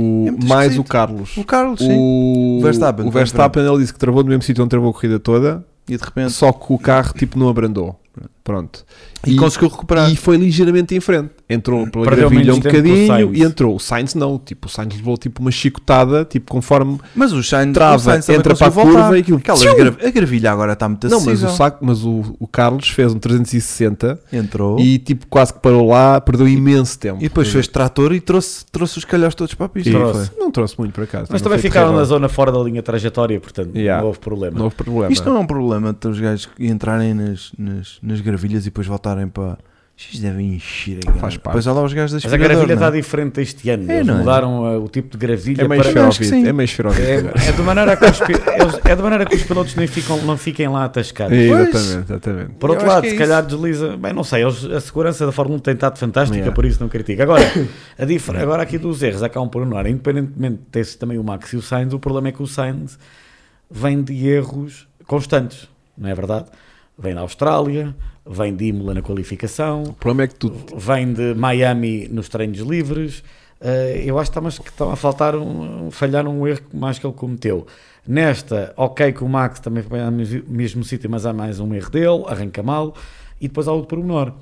[SPEAKER 1] É muito
[SPEAKER 2] mais o
[SPEAKER 1] esquisito.
[SPEAKER 2] Carlos.
[SPEAKER 1] O Carlos, sim.
[SPEAKER 2] O,
[SPEAKER 1] Verstappen,
[SPEAKER 2] o Verstappen ele disse que travou no mesmo sítio onde travou a corrida toda,
[SPEAKER 1] E de repente.
[SPEAKER 2] só que o carro tipo não abrandou. Pronto.
[SPEAKER 1] E, conseguiu recuperar.
[SPEAKER 2] e foi ligeiramente em frente. Entrou pela
[SPEAKER 3] Perdeu
[SPEAKER 2] gravilha
[SPEAKER 3] menos
[SPEAKER 2] um
[SPEAKER 3] tempo que o
[SPEAKER 2] bocadinho
[SPEAKER 3] Sainz.
[SPEAKER 2] e entrou. O Sainz não, tipo, o Sainz levou tipo uma chicotada, tipo, conforme.
[SPEAKER 1] Mas o Sainz,
[SPEAKER 2] Trava,
[SPEAKER 1] o Sainz também
[SPEAKER 2] entra para a
[SPEAKER 1] conseguiu voltar.
[SPEAKER 2] curva e aquilo-
[SPEAKER 1] Aquelas
[SPEAKER 2] Tchum!
[SPEAKER 1] gra- A gravilha agora está muito
[SPEAKER 2] Não, mas o
[SPEAKER 1] acessível.
[SPEAKER 2] saco, mas o, o Carlos fez um 360
[SPEAKER 1] Entrou. E,
[SPEAKER 2] e tipo quase que parou lá, perdeu imenso tempo.
[SPEAKER 1] depois fez trator e trouxe, trouxe os calhaus todos para a pista.
[SPEAKER 2] E
[SPEAKER 3] trouxe.
[SPEAKER 2] foi. Não trouxe muito para casa.
[SPEAKER 3] Mas também ficaram na zona fora da linha trajetória, portanto
[SPEAKER 2] Yeah.
[SPEAKER 3] não houve problema.
[SPEAKER 2] Não houve problema.
[SPEAKER 1] Isto não é um problema de os gajos entrarem nas, nas, nas gravilhas e depois voltarem para. X devem encher aqui.
[SPEAKER 2] Faz parte.
[SPEAKER 1] Depois há lá os gajos das
[SPEAKER 3] Mas a gravilha está
[SPEAKER 1] não é?
[SPEAKER 3] diferente este ano.
[SPEAKER 1] É,
[SPEAKER 3] Eles
[SPEAKER 1] não é?
[SPEAKER 3] mudaram uh, o tipo de gravilha
[SPEAKER 2] É meio
[SPEAKER 1] Eu acho
[SPEAKER 2] xerófito.
[SPEAKER 1] que sim.
[SPEAKER 2] É meio xerófito. agora.
[SPEAKER 3] É, é de maneira que os, pi- eles- é de maneira que os pilotos nem ficam, não fiquem lá atascados.
[SPEAKER 2] É Exatamente, exatamente.
[SPEAKER 3] Por
[SPEAKER 1] Eu
[SPEAKER 3] outro
[SPEAKER 1] acho
[SPEAKER 3] lado,
[SPEAKER 1] que é
[SPEAKER 3] se
[SPEAKER 1] isso.
[SPEAKER 3] calhar desliza. Bem, não sei, eles- a segurança da Fórmula 1 tem estado fantástica,
[SPEAKER 1] Yeah.
[SPEAKER 3] por isso não critico. Agora, a difer- agora aqui dos erros, acabam por honrar. Independentemente de ter-se também o Max e o Sainz, o problema é que o Sainz vem de erros constantes, não é verdade? Vem da Austrália, vem de Imola na qualificação,
[SPEAKER 2] O problema é que tu
[SPEAKER 3] vem de Miami nos treinos livres. Eh, eu acho que está, mas que está a faltar um, um- falhar um erro mais que ele cometeu. Nesta, ok que o Max também foi ao mes- mesmo sítio, mas há mais um erro dele, arranca mal, e depois há outro pormenor.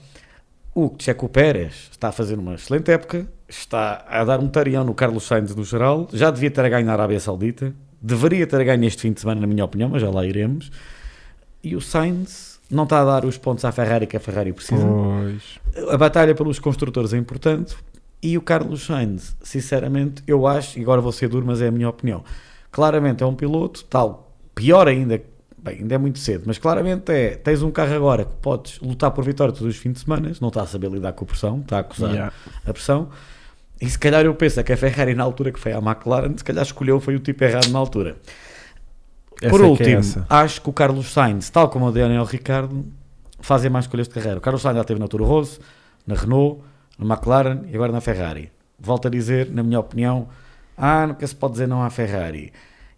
[SPEAKER 3] O Checo Pérez está a fazer uma excelente época, está a dar um tarião no Carlos Sainz no geral, já devia ter ganho na Arábia Saudita, deveria ter ganho este fim de semana, na minha opinião, mas já lá iremos. E o Sainz não está a dar os pontos à Ferrari que a Ferrari precisa
[SPEAKER 2] Pois.
[SPEAKER 3] a batalha pelos construtores é importante e o Carlos Sainz, sinceramente, eu acho, e agora vou ser duro, mas é a minha opinião, claramente é um piloto, tal, pior ainda, bem, ainda é muito cedo, mas claramente é, tens um carro agora que podes lutar por vitória todos os fins de semana, não está a saber lidar com a pressão, está a acusar
[SPEAKER 2] Yeah.
[SPEAKER 3] a pressão, e se calhar eu penso é que a Ferrari na altura que foi à McLaren, se calhar escolheu foi o tipo errado na altura.
[SPEAKER 2] Essa
[SPEAKER 3] Por
[SPEAKER 2] é que é
[SPEAKER 3] último,
[SPEAKER 2] essa.
[SPEAKER 3] acho que o Carlos Sainz, tal como o Daniel Ricardo, fazem mais escolhas de carreira. O Carlos Sainz já esteve na Toro Rosso, na Renault, na McLaren e agora na Ferrari. Volto a dizer, na minha opinião, ah, nunca se pode dizer não à Ferrari.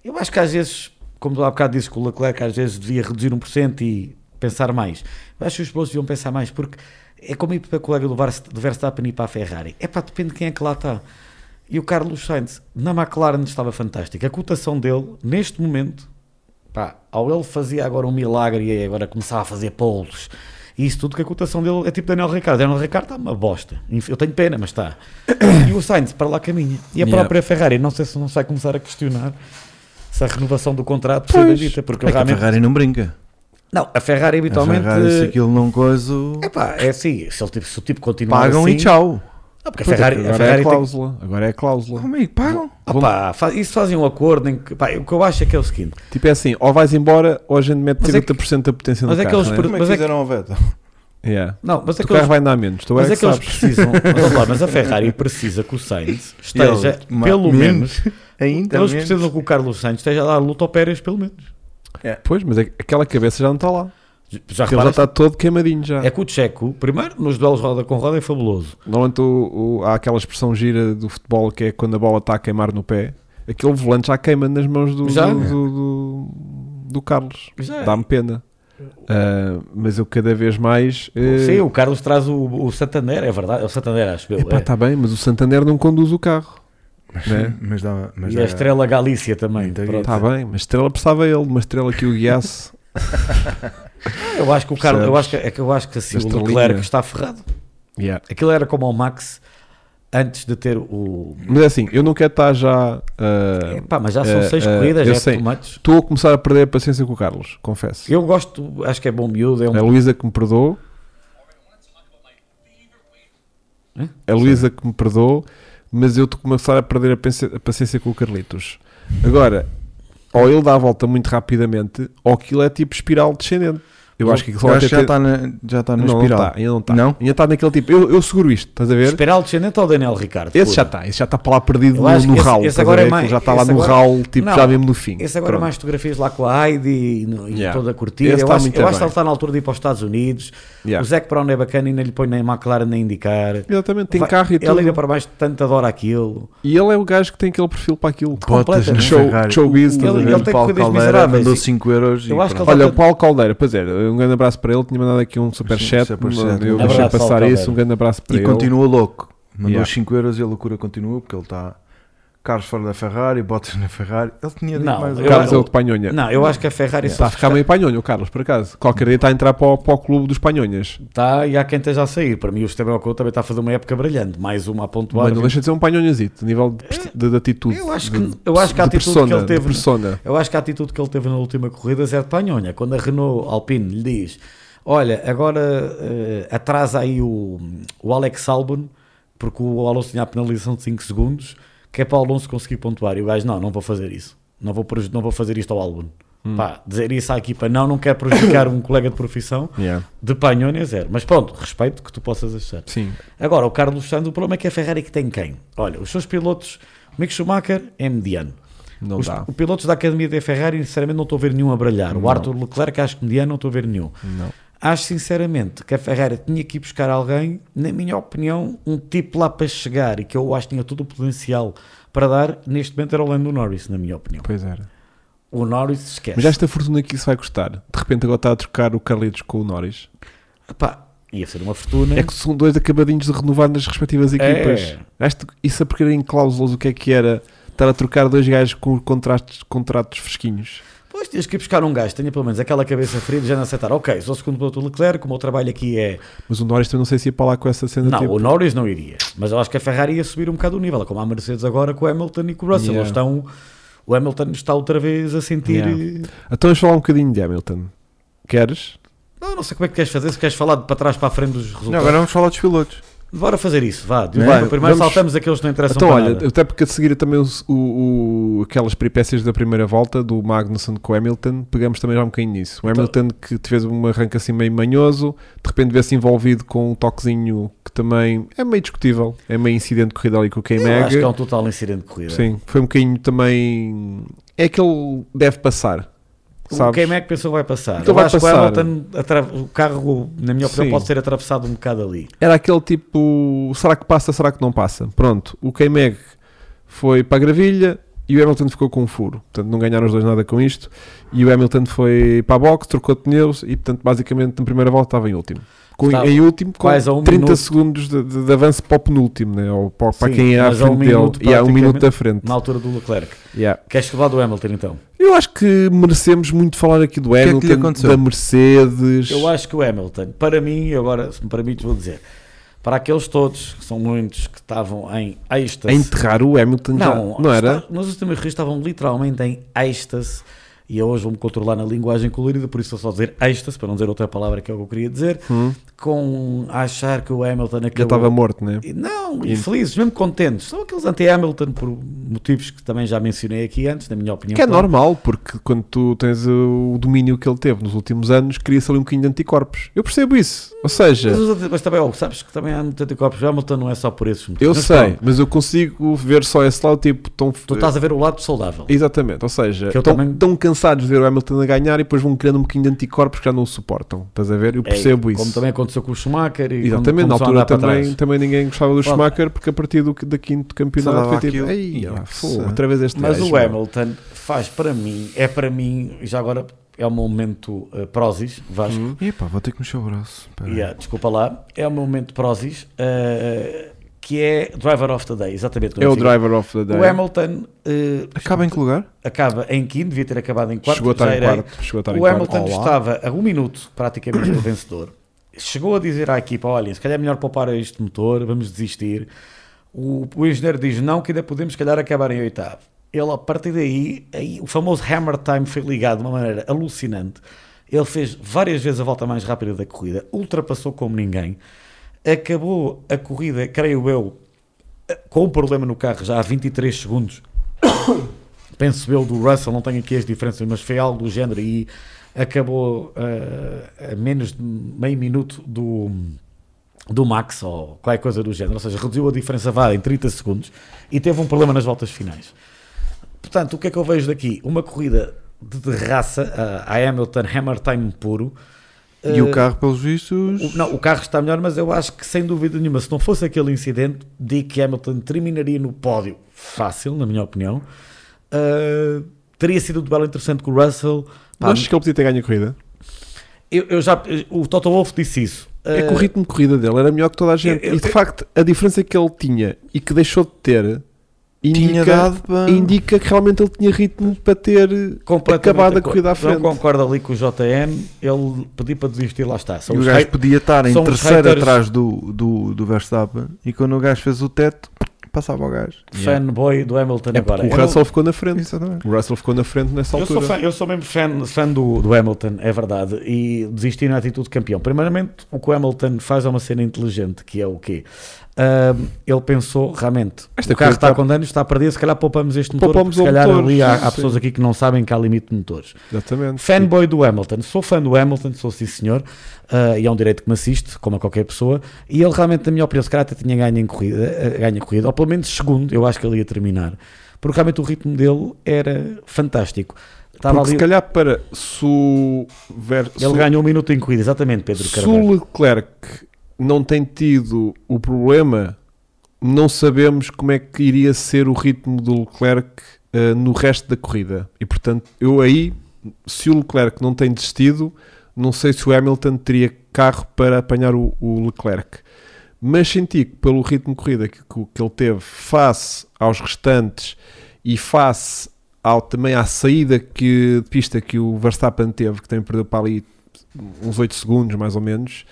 [SPEAKER 3] Eu acho que às vezes, como tu há bocado disse que o Leclerc às vezes devia reduzir 1% e pensar mais. Eu acho que os pilotos deviam pensar mais, porque é como ir para o colega do Vars- do Verstappen e ir para a Ferrari. É pá, depende de quem é que lá está. E o Carlos Sainz, na McLaren estava fantástico. A cotação dele, neste momento, pá, ao ele fazia agora um milagre e agora começava a fazer polos. E isso tudo que a cotação dele é tipo Daniel Ricardo. Daniel Ricardo está uma bosta. Inf- Eu tenho pena, mas está. E o Sainz para lá caminha. E a
[SPEAKER 2] Yeah.
[SPEAKER 3] própria Ferrari, não sei se não se vai começar a questionar se a renovação do contrato precisa
[SPEAKER 1] Pois.
[SPEAKER 3] dita, porque
[SPEAKER 1] É que a
[SPEAKER 3] realmente.
[SPEAKER 1] Ferrari não brinca.
[SPEAKER 3] Não, a Ferrari habitualmente.
[SPEAKER 1] A Ferrari, se aquilo não coisa,
[SPEAKER 3] É pá, é assim. Se, ele, tipo- se o tipo continuar
[SPEAKER 1] pagam
[SPEAKER 3] assim.
[SPEAKER 1] e tchau.
[SPEAKER 3] Não, porque a
[SPEAKER 2] Pois é,
[SPEAKER 3] Ferrari, a
[SPEAKER 2] agora
[SPEAKER 3] Ferrari
[SPEAKER 2] é
[SPEAKER 3] tem,
[SPEAKER 2] cláusula. Agora é cláusula.
[SPEAKER 1] Como é que pagam?
[SPEAKER 3] Ah pá, fa- isso fazem um acordo em que. pá, o que eu acho é que é o seguinte.
[SPEAKER 2] Tipo é assim, ou vais embora ou a gente mete
[SPEAKER 3] Mas é
[SPEAKER 2] 30%
[SPEAKER 3] que-
[SPEAKER 2] da potência
[SPEAKER 3] mas
[SPEAKER 2] do
[SPEAKER 3] é que
[SPEAKER 2] carro.
[SPEAKER 3] eles
[SPEAKER 2] né?
[SPEAKER 3] per-
[SPEAKER 1] Como é
[SPEAKER 3] mas
[SPEAKER 1] que
[SPEAKER 3] é que-
[SPEAKER 1] fizeram ao veto?
[SPEAKER 2] Yeah.
[SPEAKER 3] Não, mas é
[SPEAKER 2] O
[SPEAKER 3] que eles
[SPEAKER 2] carro vai andar menos, tu
[SPEAKER 3] Mas
[SPEAKER 2] é
[SPEAKER 3] é
[SPEAKER 2] que
[SPEAKER 3] que eles
[SPEAKER 2] sabes.
[SPEAKER 3] precisam, mas, vamos lá, mas a Ferrari precisa que o Sainz esteja,
[SPEAKER 1] E ele,
[SPEAKER 3] pelo
[SPEAKER 1] ma-
[SPEAKER 3] menos,
[SPEAKER 1] Ainda
[SPEAKER 3] eles
[SPEAKER 1] menos.
[SPEAKER 3] precisam que o Carlos Sainz esteja a dar luta ao Pérez, pelo menos.
[SPEAKER 2] Pois, mas é que aquela cabeça já não está lá.
[SPEAKER 3] Já
[SPEAKER 2] Ele já tá-
[SPEAKER 3] reparaste?
[SPEAKER 2] está todo queimadinho já.
[SPEAKER 3] É que o Checo, primeiro, nos duelos roda com roda é fabuloso.
[SPEAKER 2] Normalmente o- o- há aquela expressão gira do futebol que é quando a bola está a queimar no pé. Aquele volante já queima nas mãos do,
[SPEAKER 3] Já?
[SPEAKER 2] do, do, do- do Carlos.
[SPEAKER 3] Já. é.
[SPEAKER 2] Dá-me pena. Ah, mas eu cada vez mais. eh,
[SPEAKER 3] Sim, o Carlos traz o, o Santander, é verdade, é o Santander, acho eu. é.
[SPEAKER 2] está tá bem, mas o Santander não conduz o carro.
[SPEAKER 1] Mas,
[SPEAKER 2] Né?
[SPEAKER 1] É, mas dá, mas
[SPEAKER 3] e
[SPEAKER 1] dá-
[SPEAKER 3] a Estrela Galícia também.
[SPEAKER 1] Então,
[SPEAKER 3] pronto.
[SPEAKER 2] Está Tá bem, mas estrela precisava ele, uma estrela que o guiasse.
[SPEAKER 3] Eu acho que o Carlos, eu
[SPEAKER 2] Percebes?
[SPEAKER 3] acho que, é que eu acho que assim,
[SPEAKER 2] Esta
[SPEAKER 3] o
[SPEAKER 2] linha.
[SPEAKER 3] Leclerc está ferrado.
[SPEAKER 2] Yeah.
[SPEAKER 3] Aquilo era como o Max antes de ter o.
[SPEAKER 2] Mas é assim, eu não quero estar já. ah,
[SPEAKER 3] Epá, mas já são
[SPEAKER 2] eh,
[SPEAKER 3] seis
[SPEAKER 2] eh,
[SPEAKER 3] corridas,
[SPEAKER 2] eu
[SPEAKER 3] já é
[SPEAKER 2] sei.
[SPEAKER 3] tomates.
[SPEAKER 2] Estou a começar a perder a paciência com o Carlos, confesso.
[SPEAKER 3] Eu gosto, acho que é bom miúdo, é um
[SPEAKER 2] É a Luísa que me perdoou.
[SPEAKER 3] Hã?
[SPEAKER 2] É a Luísa que me perdoou, mas eu estou a começar a perder a paci- a paciência com o Carlitos. Agora, ou ele dá a volta muito rapidamente, ou aquilo é tipo espiral descendente. Eu acho que aquilo
[SPEAKER 1] Eu
[SPEAKER 2] vai
[SPEAKER 1] acho
[SPEAKER 2] ter-
[SPEAKER 1] que já está na, já está na
[SPEAKER 2] Não, tá. não
[SPEAKER 1] espiral.
[SPEAKER 2] está, ainda não está.
[SPEAKER 1] Não?
[SPEAKER 2] Ainda está naquele tipo, eu, eu seguro isto, estás a ver?
[SPEAKER 3] Espiral descendente ou então, Daniel Ricardo?
[SPEAKER 2] Esse já
[SPEAKER 3] Foda.
[SPEAKER 2] está, esse já está para lá perdido
[SPEAKER 3] Eu
[SPEAKER 2] no,
[SPEAKER 3] acho que
[SPEAKER 2] no
[SPEAKER 3] esse-
[SPEAKER 2] ralo.
[SPEAKER 3] esse
[SPEAKER 2] estás a
[SPEAKER 3] agora
[SPEAKER 2] ver?
[SPEAKER 3] é mais-
[SPEAKER 2] Aquilo já está lá
[SPEAKER 3] esse
[SPEAKER 2] no
[SPEAKER 3] agora-
[SPEAKER 2] ralo, tipo,
[SPEAKER 3] Não,
[SPEAKER 2] já mesmo no fim.
[SPEAKER 3] Esse agora é
[SPEAKER 2] Pronto.
[SPEAKER 3] mais fotografias lá com a Heidi e, no- e
[SPEAKER 2] Yeah.
[SPEAKER 3] toda a curtida.
[SPEAKER 2] Esse
[SPEAKER 3] Eu,
[SPEAKER 2] está
[SPEAKER 3] acho,
[SPEAKER 2] muito
[SPEAKER 3] eu acho que
[SPEAKER 2] bem.
[SPEAKER 3] ele está na altura de ir para os Estados Unidos.
[SPEAKER 2] Yeah.
[SPEAKER 3] O Zac Brown é bacana e não lhe põe nem McLaren nem indicar.
[SPEAKER 2] Exatamente, tem
[SPEAKER 3] Vai-
[SPEAKER 2] carro e tudo.
[SPEAKER 3] Ele ainda para baixo tanto adora aquilo.
[SPEAKER 2] E ele é o gajo que tem aquele perfil para aquilo.
[SPEAKER 1] Botas na
[SPEAKER 3] Completamente.
[SPEAKER 2] Show- né?
[SPEAKER 1] Ferrari.
[SPEAKER 2] showbiz, estás a
[SPEAKER 1] ele,
[SPEAKER 2] ver?
[SPEAKER 1] ele tem Paulo
[SPEAKER 3] corridas
[SPEAKER 1] Caldeira
[SPEAKER 3] miseráveis,
[SPEAKER 1] mandou
[SPEAKER 3] e-
[SPEAKER 1] 5 euros
[SPEAKER 3] eu
[SPEAKER 1] e
[SPEAKER 3] acho que ele
[SPEAKER 1] pronto.
[SPEAKER 2] Olha,
[SPEAKER 3] Falta-
[SPEAKER 2] o Paulo Caldeira, pois é, um grande abraço para ele. Tinha mandado aqui um superchat.
[SPEAKER 1] Sim, superchat.
[SPEAKER 2] Eu
[SPEAKER 1] É
[SPEAKER 2] deixei
[SPEAKER 3] verdade, Paulo
[SPEAKER 2] passar
[SPEAKER 3] Caldeira.
[SPEAKER 2] isso. Um grande abraço para
[SPEAKER 1] E
[SPEAKER 2] ele.
[SPEAKER 1] continua louco. Mandou
[SPEAKER 2] Yeah.
[SPEAKER 1] 5 euros e a loucura continua porque ele está carros fora da Ferrari, botas na Ferrari. Ele tinha dito
[SPEAKER 3] Não,
[SPEAKER 1] mais um.
[SPEAKER 3] eu
[SPEAKER 2] O Carlos
[SPEAKER 3] acho-
[SPEAKER 2] é o de Panhonha.
[SPEAKER 3] Não, é eu acho que a Ferrari
[SPEAKER 2] Está
[SPEAKER 3] só
[SPEAKER 2] Tá a ficar meio panhonha o Carlos, por acaso. Qualquer dia está a entrar para o, para o clube dos panhonhas.
[SPEAKER 3] está e há quem esteja a sair. Para mim, o Esteban Ocon também está a fazer uma época brilhante. Mais uma a pontuar.
[SPEAKER 2] Mas não deixa de ser um panhonhazito, a nível de, pers- de- de atitude.
[SPEAKER 3] Eu acho
[SPEAKER 2] de-
[SPEAKER 3] que, eu acho que a
[SPEAKER 2] de
[SPEAKER 3] atitude
[SPEAKER 2] persona,
[SPEAKER 3] que ele
[SPEAKER 2] de
[SPEAKER 3] teve.
[SPEAKER 2] persona.
[SPEAKER 3] Eu acho que a atitude que ele teve na última corrida é de panhonha. Quando a Renault Alpine lhe diz: Olha, agora eh, atrasa aí o, o Alex Albon, porque o Alonso tinha a penalização de 5 segundos, que é para o Alonso conseguir pontuar. E o gajo: Não, não vou fazer isso. Não vou, preju- não vou fazer isto ao Albon. Pá, dizer isso à equipa, não, não quero prejudicar um colega de profissão,
[SPEAKER 2] Yeah.
[SPEAKER 3] de panhone é zero. Mas pronto, respeito que tu possas achar.
[SPEAKER 2] Sim.
[SPEAKER 3] Agora, o Carlos Sainz, o problema é que a Ferrari que tem quem? Olha, os seus pilotos, o Mick Schumacher é mediano.
[SPEAKER 2] Não
[SPEAKER 3] Os,
[SPEAKER 2] dá.
[SPEAKER 3] os pilotos da Academia da Ferrari, sinceramente, não estou a ver nenhum a brilhar. O Arthur Leclerc, acho que mediano, não estou a ver nenhum.
[SPEAKER 2] Não.
[SPEAKER 3] Acho sinceramente que a Ferrari tinha que ir buscar alguém, na minha opinião, um tipo lá para chegar e que eu acho que tinha todo o potencial para dar, neste momento era o Lando Norris, na minha opinião.
[SPEAKER 2] Pois era.
[SPEAKER 3] O Norris esquece.
[SPEAKER 2] Mas esta fortuna que isso vai custar, de repente agora está a trocar o Carlitos com o Norris.
[SPEAKER 3] Epá, ia ser uma fortuna.
[SPEAKER 2] É que são dois acabadinhos de renovar nas respectivas equipas.
[SPEAKER 3] É.
[SPEAKER 2] Acho que isso a porque era em cláusulas o que é que era estar a trocar dois gajos com contratos, contratos fresquinhos.
[SPEAKER 3] Pois tens que ir buscar um gajo, que tenha pelo menos aquela cabeça fria de já não aceitar. Ok, sou o segundo piloto do Leclerc, o meu trabalho aqui é.
[SPEAKER 2] Mas o Norris também não sei se ia para lá com essa cena
[SPEAKER 3] Não,
[SPEAKER 2] tipo,
[SPEAKER 3] o Norris não iria. Mas eu acho que a Ferrari ia subir um bocado o nível, como a Mercedes agora com o Hamilton e com o Russell.
[SPEAKER 2] Yeah.
[SPEAKER 3] Eles estão. O Hamilton está outra vez a sentir.
[SPEAKER 2] Yeah. Então vamos falar um bocadinho de Hamilton. Queres?
[SPEAKER 3] Não, não sei como é que queres fazer, se queres falar de para trás para a frente dos resultados.
[SPEAKER 1] Não, agora vamos falar dos pilotos.
[SPEAKER 3] Bora fazer isso, vá. Diogo,
[SPEAKER 2] Vai,
[SPEAKER 3] primeiro
[SPEAKER 2] vamos-
[SPEAKER 3] saltamos aqueles que não interessam
[SPEAKER 2] então
[SPEAKER 3] para
[SPEAKER 2] olha,
[SPEAKER 3] nada.
[SPEAKER 2] até porque a seguir também os- o, o- aquelas peripécias da primeira volta do Magnussen com o Hamilton, pegamos também já um bocadinho nisso. O
[SPEAKER 3] Então-
[SPEAKER 2] Hamilton que fez um arranque assim meio manhoso, de repente vê-se envolvido com um toquezinho que também é meio discutível, é meio incidente de corrida ali com o
[SPEAKER 3] Eu acho que é
[SPEAKER 2] K-Mag.
[SPEAKER 3] um total incidente de corrida.
[SPEAKER 2] Sim, foi um bocadinho também... É que ele deve passar,
[SPEAKER 3] O
[SPEAKER 2] sabes?
[SPEAKER 3] quem é que pensou vai passar?
[SPEAKER 2] Então
[SPEAKER 3] eu
[SPEAKER 2] vai
[SPEAKER 3] acho
[SPEAKER 2] passar.
[SPEAKER 3] que o Hamilton, atra- o carro, na minha opinião,
[SPEAKER 2] Sim.
[SPEAKER 3] pode ser atravessado um bocado ali.
[SPEAKER 2] Era aquele tipo, será que passa, será que não passa? Pronto, o K-Mag foi para a gravilha e o Hamilton ficou com um furo. Portanto, não ganharam os dois nada com isto. E o Hamilton foi para a box, trocou de pneus e, portanto, basicamente na primeira volta estava em último. Com,
[SPEAKER 3] Estava
[SPEAKER 2] em último, com
[SPEAKER 3] quase a um
[SPEAKER 2] 30
[SPEAKER 3] minuto.
[SPEAKER 2] segundos de, de- de avanço para o penúltimo, né? ou para, para
[SPEAKER 3] Sim,
[SPEAKER 2] quem é à
[SPEAKER 3] mas a um
[SPEAKER 2] frente dele.
[SPEAKER 3] minuto
[SPEAKER 2] E há um minuto
[SPEAKER 3] praticamente.
[SPEAKER 2] da frente.
[SPEAKER 3] Na altura do Leclerc.
[SPEAKER 2] Yeah.
[SPEAKER 3] Queres falar do Hamilton então?
[SPEAKER 2] Eu acho que merecemos muito falar aqui do
[SPEAKER 1] que é que lhe
[SPEAKER 2] Hamilton,
[SPEAKER 1] aconteceu?
[SPEAKER 2] da Mercedes.
[SPEAKER 3] Eu acho que o Hamilton, para mim, e agora, se me permites, vou dizer, para aqueles todos, que são muitos, que estavam em
[SPEAKER 2] A
[SPEAKER 3] êxtase.
[SPEAKER 2] enterrar o Hamilton já.
[SPEAKER 3] Não,
[SPEAKER 2] Não era?
[SPEAKER 3] está- nos últimos rios estavam literalmente em êxtase. E eu hoje vou-me controlar na linguagem colorida, por isso eu só dizer êxtase, para não dizer outra palavra que é o que eu queria dizer, com achar que o Hamilton acabou.
[SPEAKER 2] Hum. Já estava morto, né?
[SPEAKER 3] E Não, infelizes, mesmo contentes. São aqueles anti-Hamilton por motivos que também já mencionei aqui antes, na minha opinião.
[SPEAKER 2] Que é
[SPEAKER 3] claro.
[SPEAKER 2] normal, porque quando tu tens o domínio que ele teve nos últimos anos, cria-se ali um bocadinho de anticorpos. Eu percebo isso. Ou
[SPEAKER 3] Mas,
[SPEAKER 2] seja,
[SPEAKER 3] os anti- mas também, ó, sabes que também há muito anticorpos. O Hamilton não é só por esses motivos.
[SPEAKER 2] eu
[SPEAKER 3] Mas
[SPEAKER 2] sei,
[SPEAKER 3] pronto,
[SPEAKER 2] mas eu consigo ver só esse lado tipo tão.
[SPEAKER 3] tu estás a ver o lado saudável.
[SPEAKER 2] Exatamente, ou seja,
[SPEAKER 3] Que eu
[SPEAKER 2] tão,
[SPEAKER 3] também-
[SPEAKER 2] tão cansados de ver o Hamilton a ganhar e depois vão criando um bocadinho de anticorpos que já não o suportam. Estás a ver? Eu percebo
[SPEAKER 3] É,
[SPEAKER 2] isso.
[SPEAKER 3] Como também aconteceu com o Schumacher. E
[SPEAKER 2] Exatamente, na
[SPEAKER 3] como, começou a andar
[SPEAKER 2] altura
[SPEAKER 3] para
[SPEAKER 2] também,
[SPEAKER 3] trás.
[SPEAKER 2] também ninguém gostava do
[SPEAKER 3] Pronto.
[SPEAKER 2] Schumacher porque a partir do, da quinto
[SPEAKER 1] Só
[SPEAKER 2] campeonato
[SPEAKER 1] dava
[SPEAKER 2] foi tipo,
[SPEAKER 1] aquilo.
[SPEAKER 2] "Ei,
[SPEAKER 1] Nossa.
[SPEAKER 2] fogo, outra vez este
[SPEAKER 3] Mas
[SPEAKER 2] gajo,
[SPEAKER 3] o
[SPEAKER 2] meu."
[SPEAKER 3] Hamilton faz para mim, é para mim, já agora é o meu momento eh, prósis, Vasco.
[SPEAKER 2] Uhum.
[SPEAKER 1] Epá, vou ter que mexer o braço. Espera aí.
[SPEAKER 3] Yeah, desculpa lá, é o meu momento prósis, eh, que é Driver of the Day, exatamente. como
[SPEAKER 2] É o
[SPEAKER 3] eu digo.
[SPEAKER 2] driver of the day.
[SPEAKER 3] O Hamilton eh,
[SPEAKER 1] Acaba em que lugar?
[SPEAKER 3] acaba em quinto, devia ter acabado em quarto.
[SPEAKER 2] chegou a estar
[SPEAKER 3] já
[SPEAKER 2] em
[SPEAKER 3] irei.
[SPEAKER 2] quarto. Chegou a estar em
[SPEAKER 3] O Hamilton
[SPEAKER 2] quarto.
[SPEAKER 3] estava a um minuto praticamente do vencedor. Chegou a dizer à equipa: olhem, se calhar é melhor poupar este motor, vamos desistir. O, o engenheiro diz: não, que ainda podemos, se calhar, acabar em oitavo. Ele, a partir daí, aí, o famoso hammer time foi ligado de uma maneira alucinante. Ele fez várias vezes a volta mais rápida da corrida, ultrapassou como ninguém. Acabou a corrida, creio eu, com um problema no carro já há 23 segundos penso eu, do Russell, não tenho aqui as diferenças, mas foi algo do género e acabou eh, a menos de meio minuto do, do Max ou qualquer coisa do género, ou seja, reduziu a diferença vá em 30 segundos e teve um problema nas voltas finais. Portanto, o que é que eu vejo daqui? Uma corrida de, de raça, eh, a Hamilton Hammer Time puro.
[SPEAKER 1] E
[SPEAKER 3] Eh,
[SPEAKER 1] o carro, pelos vistos.
[SPEAKER 3] o- não, o carro está melhor, mas eu acho que sem dúvida nenhuma, se não fosse aquele incidente, digo que Hamilton terminaria no pódio fácil, na minha opinião. Ah, teria sido um duelo interessante com o Russell. Pá,
[SPEAKER 2] Achas que ele podia ter ganho a corrida?
[SPEAKER 3] eu, eu já, o Toto Wolff disse isso.
[SPEAKER 2] É
[SPEAKER 3] Ah,
[SPEAKER 2] que o ritmo de corrida dele era melhor que toda a gente.
[SPEAKER 3] eu-
[SPEAKER 2] e de facto, a diferença que ele tinha e que deixou de ter
[SPEAKER 1] Tinha
[SPEAKER 2] indica,
[SPEAKER 1] dado para.
[SPEAKER 2] indica que realmente ele tinha ritmo para ter.
[SPEAKER 3] completamente
[SPEAKER 2] acabado a
[SPEAKER 3] co-
[SPEAKER 2] corrida à frente.
[SPEAKER 3] Não concordo ali com o JN, ele pediu para desistir, lá está. São
[SPEAKER 1] E o
[SPEAKER 3] os
[SPEAKER 1] gajo
[SPEAKER 3] hate-
[SPEAKER 1] podia estar em
[SPEAKER 3] são os
[SPEAKER 1] terceiro
[SPEAKER 3] haters.
[SPEAKER 1] atrás do, do, do Verstappen e quando o gajo fez o teto, passava o gajo.
[SPEAKER 3] fanboy do Hamilton
[SPEAKER 2] É
[SPEAKER 3] agora.
[SPEAKER 2] porque o
[SPEAKER 3] Eu não-
[SPEAKER 2] Russell ficou na frente.
[SPEAKER 1] Exatamente.
[SPEAKER 2] O Russell ficou na frente nessa
[SPEAKER 3] Eu sou,
[SPEAKER 2] altura.
[SPEAKER 3] fã, eu sou mesmo fã, fã do, do Hamilton, é verdade, e desisti na atitude de campeão. Primeiramente, o que o Hamilton faz é uma cena inteligente, que é o quê? Ahm, ele pensou, realmente,
[SPEAKER 2] Esta
[SPEAKER 3] o carro
[SPEAKER 2] coisa
[SPEAKER 3] está
[SPEAKER 2] está-
[SPEAKER 3] com danos, está a perder, se calhar poupamos este motor,
[SPEAKER 2] Poupamos
[SPEAKER 3] porque se
[SPEAKER 2] o
[SPEAKER 3] calhar
[SPEAKER 2] motor,
[SPEAKER 3] ali há, há
[SPEAKER 2] sim.
[SPEAKER 3] pessoas aqui que não sabem que há limite de motores.
[SPEAKER 2] Exatamente.
[SPEAKER 3] Fanboy do Hamilton, sou fã do Hamilton, sou sim senhor, ah, e é um direito que me assiste, como a qualquer pessoa, e ele realmente, na minha opinião, se calhar até tinha ganho em corrida, ah, ganho em corrida, ou pelo menos segundo, eu acho que ele ia terminar, porque realmente o ritmo dele era fantástico. Estava
[SPEAKER 2] Porque
[SPEAKER 3] ali,
[SPEAKER 2] se calhar para se o Ver- se
[SPEAKER 3] ele
[SPEAKER 2] o-
[SPEAKER 3] ganhou um minuto em corrida, exatamente, Pedro
[SPEAKER 2] se
[SPEAKER 3] Carvalho.
[SPEAKER 2] o Leclerc não tem tido o problema, não sabemos como é que iria ser o ritmo do Leclerc eh, no resto da corrida. E portanto, eu aí, se o Leclerc não tem desistido, não sei se o Hamilton teria carro para apanhar o, o Leclerc. Mas senti que pelo ritmo de corrida que, que- que ele teve face aos restantes e face ao, também à saída que, de pista que o Verstappen teve, que também perdeu para ali uns 8 segundos mais ou menos,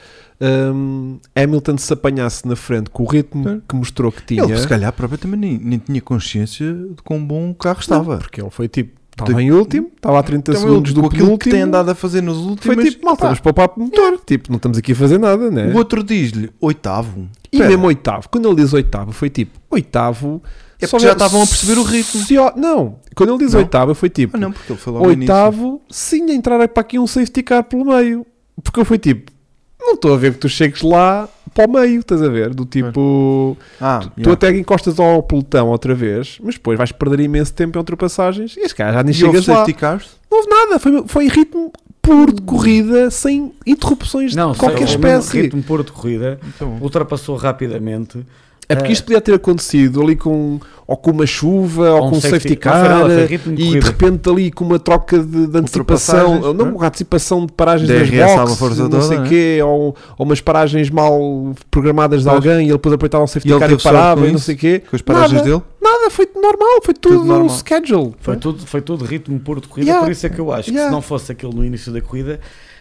[SPEAKER 2] hum, Hamilton se apanhasse na frente com o ritmo
[SPEAKER 1] Sim.
[SPEAKER 2] que mostrou que tinha.
[SPEAKER 1] Ele, se calhar, próprio também nem, nem tinha consciência de quão bom o carro
[SPEAKER 2] Não,
[SPEAKER 1] estava.
[SPEAKER 2] Porque ele foi tipo, estava em último, estava a 30
[SPEAKER 1] Então,
[SPEAKER 2] segundos
[SPEAKER 1] ele,
[SPEAKER 2] do
[SPEAKER 1] com aquilo que
[SPEAKER 2] penúltimo,
[SPEAKER 1] tem andado a fazer nos
[SPEAKER 2] foi
[SPEAKER 1] últimos.
[SPEAKER 2] tipo, malta, vamos poupar para o motor, tipo, não estamos aqui a fazer nada, né?
[SPEAKER 1] O outro diz-lhe oitavo.
[SPEAKER 2] E
[SPEAKER 1] Espera.
[SPEAKER 2] mesmo oitavo, quando ele diz oitavo, foi tipo, oitavo...
[SPEAKER 1] É
[SPEAKER 2] só
[SPEAKER 1] porque já
[SPEAKER 2] houver-
[SPEAKER 1] estavam a perceber o ritmo.
[SPEAKER 2] se ho- não, quando ele diz
[SPEAKER 1] Não?
[SPEAKER 2] oitavo, foi tipo,
[SPEAKER 1] Ah, não, porque ele foi logo no
[SPEAKER 2] oitavo, sim, entrar para aqui um safety car pelo meio. Porque eu fui tipo, não estou a ver que tu chegues lá para o meio, estás a ver? Do tipo,
[SPEAKER 1] início. Ah,
[SPEAKER 2] tu
[SPEAKER 1] yeah.
[SPEAKER 2] até encostas ao pelotão outra vez, mas depois vais perder imenso tempo em ultrapassagens e este cara já nem
[SPEAKER 1] E houve
[SPEAKER 2] chegas lá.
[SPEAKER 1] safety cars?
[SPEAKER 2] Não houve nada, foi, foi ritmo puro de corrida, sem interrupções
[SPEAKER 3] Não,
[SPEAKER 2] de qualquer
[SPEAKER 3] sei, o mesmo
[SPEAKER 2] espécie.
[SPEAKER 3] ritmo puro de corrida,
[SPEAKER 1] Então,
[SPEAKER 3] ultrapassou rapidamente.
[SPEAKER 2] É porque isto podia ter acontecido ali com ou com uma chuva ou
[SPEAKER 3] Um
[SPEAKER 2] com um safety,
[SPEAKER 3] safety-
[SPEAKER 2] car
[SPEAKER 3] não foi nada, foi ritmo de um
[SPEAKER 2] e de
[SPEAKER 3] corrida.
[SPEAKER 2] repente ali com uma troca de, de
[SPEAKER 1] Ultrapassagens,
[SPEAKER 2] antecipação, não
[SPEAKER 1] não
[SPEAKER 2] uma antecipação de paragens
[SPEAKER 1] DRS
[SPEAKER 2] das
[SPEAKER 1] à
[SPEAKER 2] boxes,
[SPEAKER 1] força
[SPEAKER 2] não
[SPEAKER 1] toda,
[SPEAKER 2] sei o
[SPEAKER 1] né?
[SPEAKER 2] quê, ou, ou umas paragens mal programadas de
[SPEAKER 1] Pois.
[SPEAKER 2] alguém e ele depois apertava um safety
[SPEAKER 1] E ele
[SPEAKER 2] car e
[SPEAKER 1] teve sorte
[SPEAKER 2] parava
[SPEAKER 1] com
[SPEAKER 2] e não
[SPEAKER 1] isso?
[SPEAKER 2] sei o quê.
[SPEAKER 1] com as paragens
[SPEAKER 2] Nada.
[SPEAKER 1] dele?
[SPEAKER 2] Nada, foi normal, foi tudo,
[SPEAKER 1] Tudo normal.
[SPEAKER 2] schedule.
[SPEAKER 3] Foi tudo, foi tudo ritmo puro de corrida,
[SPEAKER 2] é? Yeah.
[SPEAKER 3] por isso é que eu acho que
[SPEAKER 2] Yeah.
[SPEAKER 3] se não fosse aquele no início da corrida,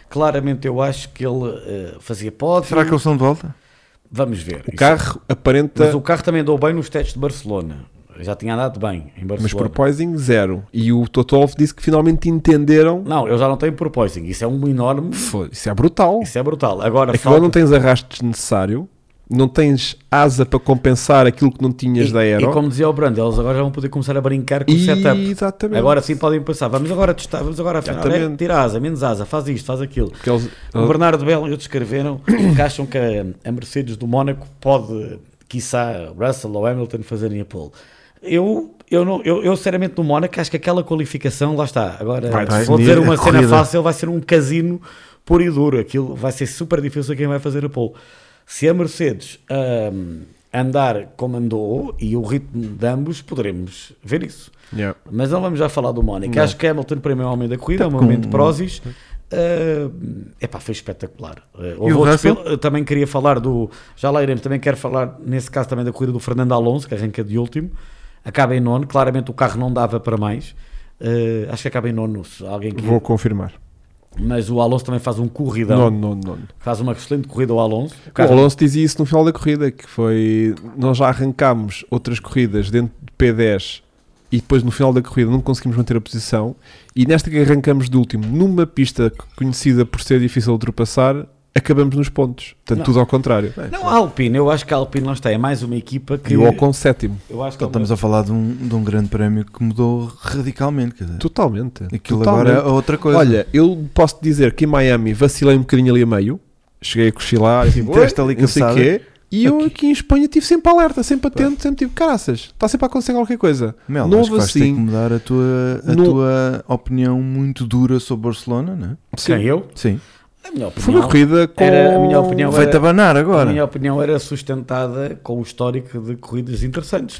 [SPEAKER 3] claramente eu acho que ele eh, fazia pódio.
[SPEAKER 1] Será que eles estão de volta?
[SPEAKER 3] Vamos ver.
[SPEAKER 2] O carro tá- aparenta,
[SPEAKER 3] Mas
[SPEAKER 2] mas,
[SPEAKER 3] o carro também andou bem nos testes de Barcelona. Já tinha andado bem em
[SPEAKER 2] por
[SPEAKER 3] Barcelona.
[SPEAKER 2] poising zero. E o Toto Wolff disse que finalmente entenderam.
[SPEAKER 3] Não, eu já não tenho proposing. Isso é um enorme.
[SPEAKER 2] Foi, isso é brutal.
[SPEAKER 3] Isso é brutal. Agora
[SPEAKER 2] É que agora
[SPEAKER 3] falta...
[SPEAKER 2] não tens arrasto desnecessário, não tens asa para compensar aquilo que não tinhas
[SPEAKER 3] e,
[SPEAKER 2] da Aero.
[SPEAKER 3] e como dizia o Brando, eles agora já vão poder começar a brincar com
[SPEAKER 2] E-
[SPEAKER 3] o setup.
[SPEAKER 2] Exatamente.
[SPEAKER 3] Agora sim podem pensar, vamos agora testar, vamos agora afinar, olha,
[SPEAKER 2] Exatamente.
[SPEAKER 3] tira asa, menos asa, faz isto, faz aquilo.
[SPEAKER 2] Porque eles- ah.
[SPEAKER 3] O Bernardo Belo e outros escreveram que acham que a, a Mercedes do Mónaco pode, quiçá, Russell ou Hamilton fazerem a pole. Eu, eu, não, eu, eu sinceramente no Mónaco acho que aquela qualificação, lá está, agora
[SPEAKER 2] Vai
[SPEAKER 3] vou
[SPEAKER 1] definir
[SPEAKER 3] dizer uma
[SPEAKER 1] a
[SPEAKER 3] cena
[SPEAKER 1] corrida.
[SPEAKER 3] fácil, vai ser um casino puro e duro, aquilo vai ser super difícil quem vai fazer a pole. Se a Mercedes hum, andar como andou e o ritmo de ambos, poderemos ver isso.
[SPEAKER 2] Yeah.
[SPEAKER 3] Mas não vamos já falar do Mónica. Acho que Hamilton, para mim, é o homem da
[SPEAKER 2] Tá
[SPEAKER 3] corrida, é um momento de prósis. É epá, foi espetacular. Eh, houve
[SPEAKER 1] o
[SPEAKER 3] outros
[SPEAKER 1] Russell?
[SPEAKER 3] pil- eu também queria falar do. Já lá iremos. Também quero falar, nesse caso, também da corrida do Fernando Alonso, que arranca de último. Acaba em nono. Claramente, o carro não dava para mais. Eh, acho que acaba em nono. se Alguém que...
[SPEAKER 2] Vou confirmar.
[SPEAKER 3] Mas o Alonso também faz um corridão.
[SPEAKER 2] Nono, nono, nono.
[SPEAKER 3] Faz uma excelente corrida ao Alonso. um- O
[SPEAKER 2] O
[SPEAKER 3] carro-
[SPEAKER 2] Alonso dizia isso no final da corrida, que foi nós já arrancámos outras corridas dentro de P10 e depois no final da corrida não conseguimos manter a posição e nesta que arrancamos de último numa pista conhecida por ser difícil de ultrapassar, acabamos nos pontos. Portanto,
[SPEAKER 3] Não.
[SPEAKER 2] tudo ao contrário.
[SPEAKER 3] Não, a Alpine. Eu acho que a Alpine, lá está, é mais uma equipa que.
[SPEAKER 2] E o Ocon sétimo.
[SPEAKER 3] Eu acho que é
[SPEAKER 1] Então, estamos a falar de um, de um grande prémio que mudou radicalmente. Quer dizer,
[SPEAKER 2] Totalmente.
[SPEAKER 1] aquilo
[SPEAKER 2] Totalmente.
[SPEAKER 1] agora é outra coisa.
[SPEAKER 2] Olha, eu posso dizer que em Miami vacilei um bocadinho ali a meio, cheguei a cochilar, tipo,
[SPEAKER 1] Deste
[SPEAKER 2] "Oi",
[SPEAKER 1] ali
[SPEAKER 2] não sei
[SPEAKER 1] cabeçada.
[SPEAKER 2] quê, e eu aqui em Espanha estive sempre alerta, sempre atento, sempre tipo, caraças, está sempre a acontecer qualquer coisa.
[SPEAKER 1] Mel,
[SPEAKER 2] não
[SPEAKER 1] acho que
[SPEAKER 2] houve
[SPEAKER 1] vais ter
[SPEAKER 2] assim.
[SPEAKER 1] que mudar a, tua, a
[SPEAKER 2] Não-
[SPEAKER 1] tua opinião muito dura sobre Barcelona, não é?
[SPEAKER 2] Sim.
[SPEAKER 3] Quem eu?
[SPEAKER 1] Sim.
[SPEAKER 3] A minha
[SPEAKER 2] Foi uma
[SPEAKER 3] opinião.
[SPEAKER 2] corrida com...
[SPEAKER 3] Era a minha opinião.
[SPEAKER 1] Vai-te abanar
[SPEAKER 3] A minha
[SPEAKER 1] agora.
[SPEAKER 3] opinião era sustentada com o histórico de corridas interessantes.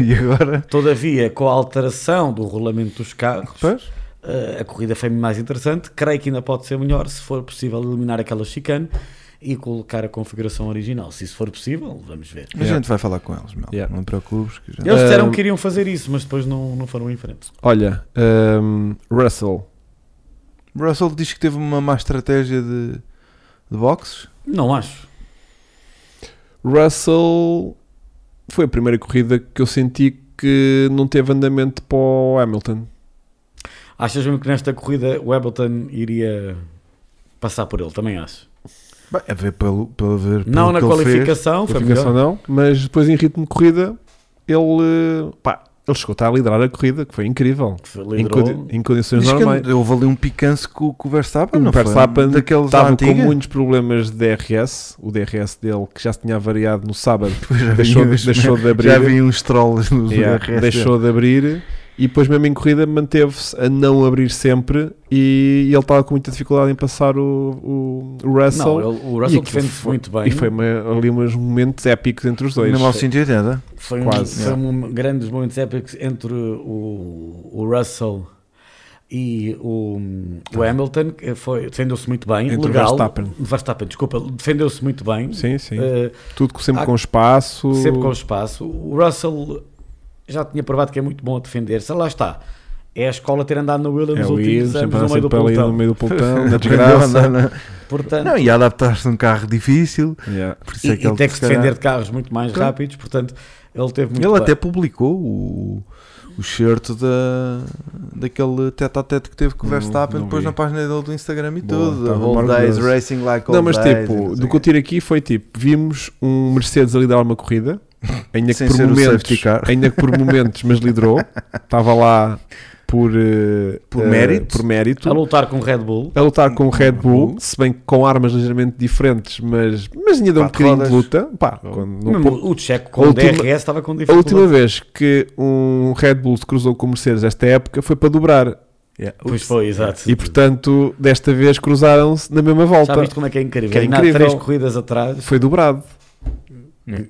[SPEAKER 1] E é. agora?
[SPEAKER 3] todavia com a alteração do regulamento dos carros,
[SPEAKER 1] Pois.
[SPEAKER 3] eh, a corrida foi mais interessante. Creio que ainda pode ser melhor se for possível eliminar aquela chicane e colocar a configuração original. Se isso for possível, vamos ver.
[SPEAKER 1] A gente vai falar com eles, Mel.
[SPEAKER 2] Yeah.
[SPEAKER 1] Não te preocupes. Que já...
[SPEAKER 3] Eles disseram
[SPEAKER 2] Ahm.
[SPEAKER 3] que iriam fazer isso, mas depois não, não foram em frente.
[SPEAKER 2] Olha, hum, Russell,
[SPEAKER 1] Russell diz que teve uma má estratégia de, de boxes.
[SPEAKER 3] Não acho.
[SPEAKER 2] Russell foi a primeira corrida que eu senti que não teve andamento para o Hamilton.
[SPEAKER 3] Achas mesmo que nesta corrida o Hamilton iria passar por ele? Também acho.
[SPEAKER 1] Bem, a ver pelo, pelo ver pelo
[SPEAKER 3] não na
[SPEAKER 1] que ele fez.
[SPEAKER 3] qualificação, foi
[SPEAKER 2] qualificação
[SPEAKER 3] melhor.
[SPEAKER 2] não, mas depois em ritmo de corrida ele, eh, pá, ele chegou a liderar a corrida, que foi incrível.
[SPEAKER 3] Foi-
[SPEAKER 2] Em,
[SPEAKER 3] liderou.
[SPEAKER 2] condi- em condições
[SPEAKER 1] Diz que
[SPEAKER 2] normais.
[SPEAKER 1] eu houve ali um picanço com, com o Verstappen,
[SPEAKER 2] Então, O
[SPEAKER 1] não
[SPEAKER 2] Verstappen
[SPEAKER 1] foi? Daqueles da
[SPEAKER 2] Estava com
[SPEAKER 1] antiga?
[SPEAKER 2] muitos problemas de DRS, o DRS dele que já se tinha variado no sábado,
[SPEAKER 1] Pois já vi
[SPEAKER 2] deixou,
[SPEAKER 1] uns-
[SPEAKER 2] deixou de abrir.
[SPEAKER 1] Já vi uns trolls no
[SPEAKER 2] Yeah,
[SPEAKER 1] RS.
[SPEAKER 2] deixou de abrir e depois mesmo em corrida manteve-se a não abrir sempre e ele estava com muita dificuldade em passar o, o Russell,
[SPEAKER 3] Não, ele- o Russell
[SPEAKER 2] aquilo
[SPEAKER 3] defende-se
[SPEAKER 2] foi-
[SPEAKER 3] muito bem. assim,
[SPEAKER 2] e foi uma- ali uns momentos épicos entre os dois.
[SPEAKER 1] 1980?
[SPEAKER 3] Foi um,
[SPEAKER 2] Quase,
[SPEAKER 3] foi
[SPEAKER 1] é.
[SPEAKER 3] um grandes momentos épicos entre o, o Russell e o, o Hamilton, que foi- defendeu-se muito bem.
[SPEAKER 2] Tá. Entre o
[SPEAKER 3] legal.
[SPEAKER 2] Verstappen.
[SPEAKER 3] Verstappen, desculpa, defendeu-se muito bem.
[SPEAKER 2] Sim, sim.
[SPEAKER 3] Eh,
[SPEAKER 2] Tudo sempre
[SPEAKER 3] há-
[SPEAKER 2] com espaço.
[SPEAKER 3] sempre com espaço. O Russell já tinha provado que é muito bom a defender-se. Lá está. É a escola ter andado no Williams
[SPEAKER 2] É
[SPEAKER 3] nos
[SPEAKER 2] o
[SPEAKER 3] últimos
[SPEAKER 2] Williams,
[SPEAKER 3] anos
[SPEAKER 2] sempre
[SPEAKER 3] no
[SPEAKER 2] anda
[SPEAKER 3] meio do
[SPEAKER 2] sempre ali no
[SPEAKER 3] pelotão.
[SPEAKER 2] meio do pelotão, na
[SPEAKER 1] Não,
[SPEAKER 2] desgraça.
[SPEAKER 1] não, não.
[SPEAKER 3] Portanto,
[SPEAKER 1] Não, e adaptaste num carro difícil.
[SPEAKER 2] Yeah.
[SPEAKER 1] Por isso
[SPEAKER 3] e,
[SPEAKER 1] é que
[SPEAKER 3] e
[SPEAKER 1] ele,
[SPEAKER 3] ter que
[SPEAKER 1] se
[SPEAKER 3] se
[SPEAKER 1] calhar-
[SPEAKER 3] defender de carros muito mais
[SPEAKER 1] Claro.
[SPEAKER 3] rápidos. Portanto, ele teve muito
[SPEAKER 1] Ele
[SPEAKER 3] bem.
[SPEAKER 1] até publicou o, o shirt da, daquele tete a tete que teve com o
[SPEAKER 2] Não,
[SPEAKER 1] Verstappen
[SPEAKER 2] não
[SPEAKER 1] depois
[SPEAKER 2] vi.
[SPEAKER 1] na página dele do Instagram e
[SPEAKER 2] Boa,
[SPEAKER 1] tudo.
[SPEAKER 2] estava
[SPEAKER 1] All days
[SPEAKER 2] maravilhoso.
[SPEAKER 1] racing like all
[SPEAKER 2] Não, mas
[SPEAKER 1] days, e
[SPEAKER 2] tipo,
[SPEAKER 1] sei
[SPEAKER 2] do
[SPEAKER 3] assim.
[SPEAKER 2] que eu tiro aqui foi tipo, vimos um Mercedes a liderar uma corrida, ainda que
[SPEAKER 1] Sem
[SPEAKER 2] por
[SPEAKER 1] ser o
[SPEAKER 2] momentos,
[SPEAKER 1] safety car.
[SPEAKER 2] ainda que por momentos, mas liderou, estava lá por, eh,
[SPEAKER 1] Por
[SPEAKER 2] eh,
[SPEAKER 1] mérito.
[SPEAKER 2] por mérito.
[SPEAKER 3] a lutar com o Red Bull.
[SPEAKER 2] a lutar com o Red
[SPEAKER 1] Bull.
[SPEAKER 2] Bull, se bem que com armas ligeiramente diferentes, mas, mas ainda deu um
[SPEAKER 1] Quatro rodas.
[SPEAKER 2] bocadinho de luta. Pá, quando-
[SPEAKER 3] Mesmo
[SPEAKER 2] não-
[SPEAKER 3] o Checo com
[SPEAKER 2] a
[SPEAKER 3] o
[SPEAKER 2] última-
[SPEAKER 3] DRS estava com
[SPEAKER 2] a
[SPEAKER 3] dificuldade.
[SPEAKER 2] última vez que um Red Bull se cruzou com o Mercedes esta época foi para dobrar.
[SPEAKER 1] Yeah.
[SPEAKER 3] Pois foi, exato.
[SPEAKER 2] E portanto, desta vez cruzaram-se na mesma
[SPEAKER 3] Já
[SPEAKER 2] volta.
[SPEAKER 3] viste como é que é incrível?
[SPEAKER 2] Que é
[SPEAKER 3] Ainda
[SPEAKER 2] incrível.
[SPEAKER 3] há três corridas atrás,
[SPEAKER 2] Foi dobrado,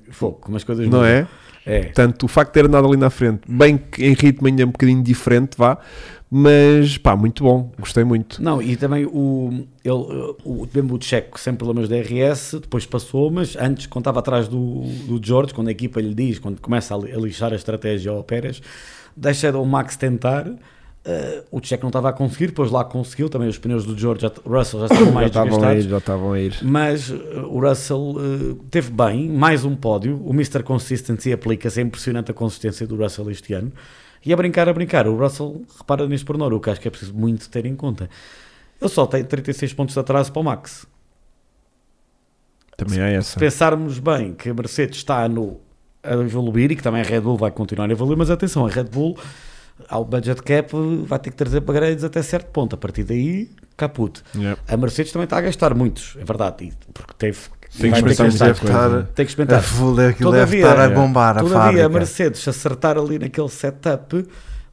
[SPEAKER 3] fogo, como as coisas
[SPEAKER 2] não
[SPEAKER 3] mudam.
[SPEAKER 2] é?
[SPEAKER 3] É.
[SPEAKER 2] Portanto, o facto de ter andado ali na frente, bem que em ritmo ainda um bocadinho diferente, vá, mas pá, muito bom, gostei muito.
[SPEAKER 3] Não, e também o, ele, o, mesmo o Checo sem problemas de DRS, depois passou, mas antes, quando estava atrás do, do George, quando a equipa lhe diz, quando começa a, li- a lixar a estratégia ao Pérez, deixa o Max tentar, eh, o Checo não estava a conseguir, depois lá conseguiu, também os pneus do George, já, Russell já estavam mais desgastados.
[SPEAKER 2] já estavam a ir.
[SPEAKER 3] Mas eh, o Russell eh, teve bem, mais um pódio. O Mr. Consistency aplica-se, é impressionante a consistência do Russell este ano. E a brincar, a brincar, o Russell, repara neste pormenor, o que acho que é preciso muito ter em conta. Ele só tem 36 pontos de atraso para o Max.
[SPEAKER 2] Também é
[SPEAKER 3] Se
[SPEAKER 2] essa.
[SPEAKER 3] pensarmos bem que a Mercedes está no, a evoluir e que também a Red Bull vai continuar a evoluir, mas atenção, a Red Bull, ao budget cap, vai ter que trazer upgrades até certo ponto. A partir daí, caput.
[SPEAKER 2] Yeah.
[SPEAKER 3] A Mercedes também está a gastar muitos, é verdade, e- porque teve
[SPEAKER 2] Tem
[SPEAKER 3] vai
[SPEAKER 2] que
[SPEAKER 3] ter
[SPEAKER 2] experimentar muita
[SPEAKER 3] gastar.
[SPEAKER 1] deve
[SPEAKER 2] coisa.
[SPEAKER 1] estar,
[SPEAKER 3] Tem que
[SPEAKER 1] a
[SPEAKER 3] experimentar.
[SPEAKER 1] full, deve
[SPEAKER 3] Todavia,
[SPEAKER 1] estar a
[SPEAKER 2] é.
[SPEAKER 1] bombar a
[SPEAKER 3] Todavia, a
[SPEAKER 1] fábrica.
[SPEAKER 3] Mercedes, se acertar ali naquele setup,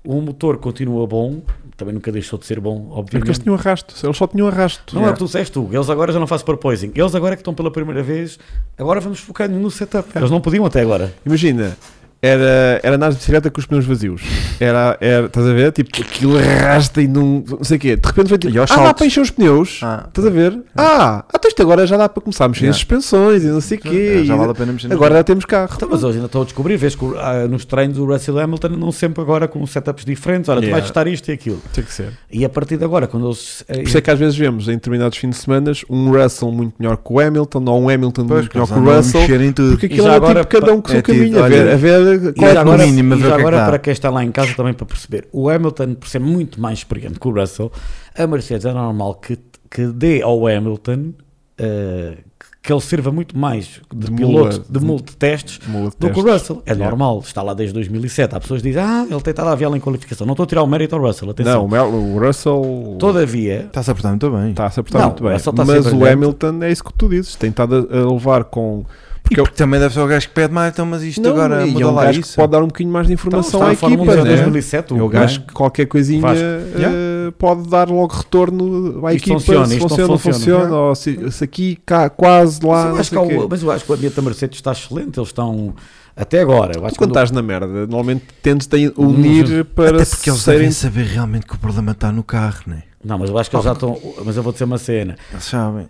[SPEAKER 3] o motor continua bom. Também nunca deixou de ser
[SPEAKER 2] É
[SPEAKER 3] bom,
[SPEAKER 2] porque eles
[SPEAKER 3] obviamente.
[SPEAKER 2] tinham arrasto, eles só tinham arrasto.
[SPEAKER 3] Não é o que tu disseste, tu. Eles agora já não fazem proposing. Eles agora é que estão pela primeira vez. Agora vamos focar no setup.
[SPEAKER 1] É.
[SPEAKER 3] Eles não podiam até agora.
[SPEAKER 2] Imagina, era, era andar de bicicleta com os pneus vazios. Era, era, estás a ver? Tipo, aquilo arrasta e não, não sei o quê. De repente foi tipo,
[SPEAKER 1] E
[SPEAKER 2] ah,
[SPEAKER 1] aos
[SPEAKER 2] dá
[SPEAKER 1] saltos.
[SPEAKER 2] para encher os pneus.
[SPEAKER 1] Ah.
[SPEAKER 2] Estás a ver? Ah, até isto agora já dá para começar a mexer
[SPEAKER 1] Yeah.
[SPEAKER 2] as suspensões e não sei o quê.
[SPEAKER 1] É, já
[SPEAKER 2] e-
[SPEAKER 1] vale a pena mexer no
[SPEAKER 2] agora já temos carro.
[SPEAKER 3] Então, mas hoje ainda estou a descobrir. Vês que ah, nos treinos o Russell Hamilton não sempre agora com setups diferentes. Olha, tu
[SPEAKER 2] Yeah.
[SPEAKER 3] vais testar isto e aquilo.
[SPEAKER 2] Tem que ser.
[SPEAKER 3] E a partir de agora, quando eles. eh,
[SPEAKER 2] Por isso é que às vezes vemos em determinados fins de semana um Russell muito melhor que o Hamilton ou um Hamilton
[SPEAKER 1] Pois,
[SPEAKER 2] muito melhor que
[SPEAKER 1] eles
[SPEAKER 2] o
[SPEAKER 1] andam a
[SPEAKER 2] Russell.
[SPEAKER 1] mexer em tudo.
[SPEAKER 2] Porque aquilo
[SPEAKER 3] E já
[SPEAKER 2] era
[SPEAKER 3] agora,
[SPEAKER 2] tipo cada um com o
[SPEAKER 1] pá,
[SPEAKER 2] seu
[SPEAKER 1] é
[SPEAKER 2] caminho,
[SPEAKER 1] tido,
[SPEAKER 2] a ver,
[SPEAKER 1] olha,
[SPEAKER 2] a ver qual
[SPEAKER 3] E
[SPEAKER 2] é
[SPEAKER 1] já
[SPEAKER 2] que
[SPEAKER 1] no
[SPEAKER 3] agora,
[SPEAKER 2] começa.
[SPEAKER 1] mínimo, a
[SPEAKER 3] e
[SPEAKER 1] ver o
[SPEAKER 3] já
[SPEAKER 1] que é que
[SPEAKER 3] agora
[SPEAKER 1] dá.
[SPEAKER 3] para quem está lá em casa também para perceber, o Hamilton, por ser muito mais experiente que o Russell, a Mercedes é normal que, que dê ao Hamilton eh, que ele sirva muito mais de,
[SPEAKER 2] De
[SPEAKER 3] piloto,
[SPEAKER 2] mula,
[SPEAKER 3] de
[SPEAKER 2] de-
[SPEAKER 3] multi testes
[SPEAKER 2] Mula de
[SPEAKER 3] do que o
[SPEAKER 2] testes.
[SPEAKER 3] Russell. É
[SPEAKER 2] Yeah.
[SPEAKER 3] normal, está lá desde 2007. Há pessoas que dizem, ah, ele tem estado a aviá-lo em qualificação. Não estou a tirar o mérito ao Russell,
[SPEAKER 2] Não,
[SPEAKER 3] atenção.
[SPEAKER 2] o Mel- o Russell
[SPEAKER 3] Todavia,
[SPEAKER 1] Está-se a portar muito bem.
[SPEAKER 2] está a se apertar
[SPEAKER 3] Não,
[SPEAKER 2] muito
[SPEAKER 3] o
[SPEAKER 2] bem.
[SPEAKER 3] Russell está a ser
[SPEAKER 2] mas o
[SPEAKER 3] brilhante.
[SPEAKER 2] Hamilton é isso que tu dizes, tem estado a, a levar com.
[SPEAKER 1] E porque também deve ser o gajo que pede mais, então, mas isto
[SPEAKER 2] Não,
[SPEAKER 1] agora
[SPEAKER 2] e é
[SPEAKER 1] muda
[SPEAKER 2] um
[SPEAKER 1] lá
[SPEAKER 2] gajo
[SPEAKER 1] isso.
[SPEAKER 2] que pode dar um bocadinho mais de
[SPEAKER 3] então,
[SPEAKER 2] informação
[SPEAKER 3] está
[SPEAKER 2] à
[SPEAKER 3] na Fórmula
[SPEAKER 2] equipa.
[SPEAKER 3] 1 desde
[SPEAKER 2] né?
[SPEAKER 3] 2007.
[SPEAKER 2] É o
[SPEAKER 3] não
[SPEAKER 2] gajo que qualquer coisinha
[SPEAKER 3] Vasco.
[SPEAKER 2] eh,
[SPEAKER 1] Yeah.
[SPEAKER 2] pode dar logo retorno à
[SPEAKER 3] Isto
[SPEAKER 2] equipa
[SPEAKER 3] funciona,
[SPEAKER 2] se
[SPEAKER 3] isto não
[SPEAKER 2] funciona ou não
[SPEAKER 3] funciona.
[SPEAKER 2] funciona,
[SPEAKER 1] Yeah.
[SPEAKER 2] ou se, se aqui, cá, quase lá.
[SPEAKER 3] mas, eu
[SPEAKER 2] não
[SPEAKER 3] acho que
[SPEAKER 2] sei o quê.
[SPEAKER 3] há o- mas eu acho que o ambiente da Mercedes está excelente. Eles estão, até agora, eu acho
[SPEAKER 2] Tu
[SPEAKER 3] que quando- Uhum.
[SPEAKER 2] quando estás na merda, normalmente tendes de unir para
[SPEAKER 1] Até porque eles
[SPEAKER 2] serem.
[SPEAKER 1] devem saber realmente que o problema está no carro, né?
[SPEAKER 3] Não, mas eu acho que eles já estão. Mas eu vou dizer uma cena.
[SPEAKER 1] Eles sabem.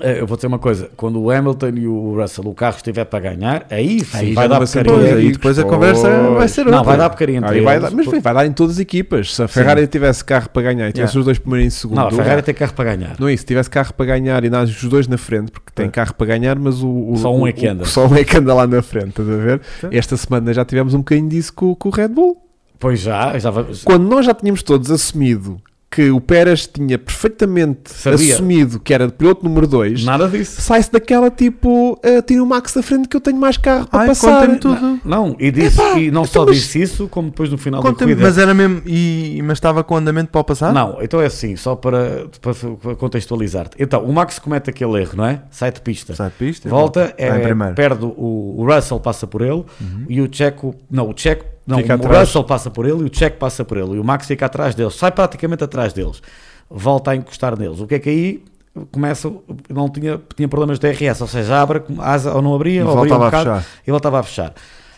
[SPEAKER 3] Eh, Eu vou dizer uma coisa. Quando o Hamilton e o Russell o carro estiver para ganhar, aí sim,
[SPEAKER 2] Aí
[SPEAKER 3] vai
[SPEAKER 2] já
[SPEAKER 3] dar
[SPEAKER 2] não vai ser
[SPEAKER 3] porcaria.
[SPEAKER 1] Pois,
[SPEAKER 2] Pois,
[SPEAKER 1] aí depois a
[SPEAKER 2] pois.
[SPEAKER 1] conversa vai ser outra.
[SPEAKER 3] Não, vai dar porcaria entre
[SPEAKER 2] Aí vai
[SPEAKER 3] eles.
[SPEAKER 2] dar, mas vai dar em todas as equipas. Se a Ferrari tivesse carro para ganhar e tivesse
[SPEAKER 1] Yeah.
[SPEAKER 2] os dois primeiros em segundo,
[SPEAKER 3] Não, a Ferrari tem carro para ganhar.
[SPEAKER 2] não é isso. Se tivesse carro para ganhar e nasce os dois na frente, porque tem
[SPEAKER 1] É.
[SPEAKER 2] carro para ganhar, mas o, o-
[SPEAKER 3] Só um é
[SPEAKER 2] o-
[SPEAKER 3] que anda.
[SPEAKER 2] o- só um é que anda lá na frente. Estás a ver?
[SPEAKER 1] Sim.
[SPEAKER 2] Esta semana já tivemos um bocadinho disso com, com o Red Bull.
[SPEAKER 3] Pois já, já vai-
[SPEAKER 2] Quando nós já tínhamos todos assumido que o Pérez tinha perfeitamente
[SPEAKER 3] Sabia.
[SPEAKER 2] assumido que era de piloto número 2,
[SPEAKER 3] Nada disso.
[SPEAKER 2] sai-se daquela tipo, ah, tira o Max da frente que eu tenho mais carro para
[SPEAKER 1] Ai,
[SPEAKER 2] passar.
[SPEAKER 1] contem-me tudo.
[SPEAKER 3] Não, e, disse,
[SPEAKER 2] Epá,
[SPEAKER 3] e não
[SPEAKER 2] então
[SPEAKER 3] só
[SPEAKER 2] mas- é
[SPEAKER 3] disse isso, como depois no final da
[SPEAKER 1] Contem-me,
[SPEAKER 3] corrida.
[SPEAKER 1] mas era mesmo. E, mas estava com andamento para o passar?
[SPEAKER 3] Não, então é assim, só para, para- para contextualizar-te. Então, o Max comete aquele erro, não é? Sai de pista.
[SPEAKER 1] Sai de pista. então.
[SPEAKER 3] Volta,
[SPEAKER 1] Vai em
[SPEAKER 3] é,
[SPEAKER 1] primeiro. Uhum.
[SPEAKER 3] perde o, o Russell, passa por ele e o Checo. Não, o Checo. Não,
[SPEAKER 2] Fica
[SPEAKER 3] o
[SPEAKER 2] atrás.
[SPEAKER 3] Russell passa por ele e o Checo passa por ele. E o Max fica atrás deles, sai praticamente atrás deles, volta a encostar neles. O que é que aí começa? Não tinha, tinha problemas de RS, ou seja, abre asa ou não abria,
[SPEAKER 1] E
[SPEAKER 3] ou abria um
[SPEAKER 1] voltava a
[SPEAKER 3] bocado
[SPEAKER 1] fechar.
[SPEAKER 3] e voltava a fechar.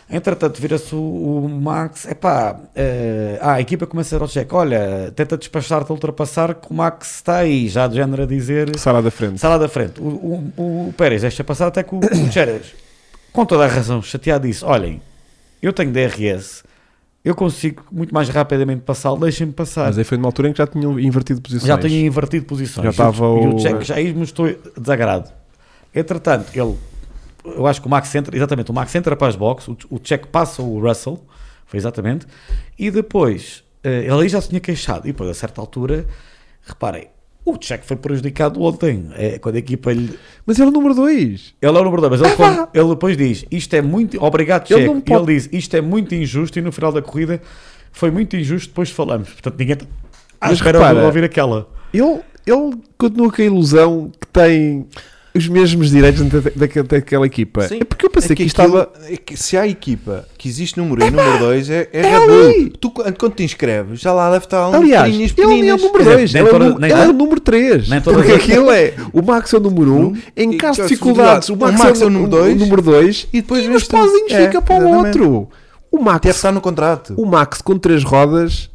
[SPEAKER 3] Entretanto, vira-se o, o Max, epá, eh, ah, a equipa começa a dizer ao Checo, olha, tenta despachar-te a ultrapassar que o Max está aí, já do género a dizer,
[SPEAKER 2] Sai lá da frente.
[SPEAKER 3] Está lá da frente. O, o, o Pérez deixa passar até que o, o Pérez, com toda a razão, chateado, disse: Olhem, eu tenho DRS, eu consigo muito mais rapidamente passá-lo, deixem-me passar.
[SPEAKER 2] Mas é aí foi numa altura em que já tinham invertido posições.
[SPEAKER 3] já tenho invertido posições.
[SPEAKER 2] Já estava
[SPEAKER 3] e o
[SPEAKER 2] o-
[SPEAKER 3] Checo já aí me estou desagrado. Entretanto, ele, eu acho que o Max entra, exatamente, o Max entra para as boxes, o, o Checo passa o Russell, foi exatamente, e depois eh, ele aí já se tinha queixado. E depois, a certa altura, reparem. O Checo foi prejudicado ontem, eh, quando a equipa lhe
[SPEAKER 2] Mas era o número 2.
[SPEAKER 3] ele é o número 2, mas ele,
[SPEAKER 2] Epá!
[SPEAKER 3] quando- ele depois diz: Isto é muito. Obrigado,
[SPEAKER 2] Ele
[SPEAKER 3] Checo.
[SPEAKER 2] não
[SPEAKER 3] E
[SPEAKER 2] pode-
[SPEAKER 3] ele diz: Isto é muito injusto. E no final da corrida foi muito injusto. Depois falamos. Portanto, ninguém. t- À
[SPEAKER 2] Mas
[SPEAKER 3] espera
[SPEAKER 2] repara-
[SPEAKER 3] de ouvir aquela.
[SPEAKER 2] Ele, ele continua com a ilusão que tem os mesmos direitos da, da- daquela equipa.
[SPEAKER 1] Sim.
[SPEAKER 2] É porque eu pensei
[SPEAKER 1] É
[SPEAKER 2] que,
[SPEAKER 1] que
[SPEAKER 2] isto
[SPEAKER 1] aquilo-
[SPEAKER 2] estava.
[SPEAKER 1] é que se há equipa que existe número 1 e número 2, é, é,
[SPEAKER 2] é
[SPEAKER 1] Red Bull.
[SPEAKER 2] ali.
[SPEAKER 1] Tu, quando quando te inscreves, já lá deve estar um
[SPEAKER 2] Aliás,
[SPEAKER 1] trinhas
[SPEAKER 2] ele é o
[SPEAKER 1] pequeninas.
[SPEAKER 2] número
[SPEAKER 3] Quer dizer,
[SPEAKER 2] 2,
[SPEAKER 3] nem
[SPEAKER 2] ele, é o
[SPEAKER 3] toda-
[SPEAKER 2] nu-
[SPEAKER 3] nem
[SPEAKER 2] ele é o
[SPEAKER 3] toda-
[SPEAKER 2] númilo 3.
[SPEAKER 3] nem todas
[SPEAKER 2] Porque
[SPEAKER 3] as-
[SPEAKER 2] aquilo é o Max é o número 1, um, em
[SPEAKER 1] E
[SPEAKER 2] caso de
[SPEAKER 1] as
[SPEAKER 2] dificuldades,
[SPEAKER 1] dificuldades,
[SPEAKER 2] o Max, é o número 2,
[SPEAKER 1] dois,
[SPEAKER 2] número dois,
[SPEAKER 1] e depois
[SPEAKER 2] nos
[SPEAKER 1] vês tu.
[SPEAKER 2] pauzinhos
[SPEAKER 1] É,
[SPEAKER 2] fica para o
[SPEAKER 1] exatamente.
[SPEAKER 2] outro. O
[SPEAKER 1] Deve
[SPEAKER 2] Max,
[SPEAKER 1] estar no contrato.
[SPEAKER 2] o Max com 3 rodas.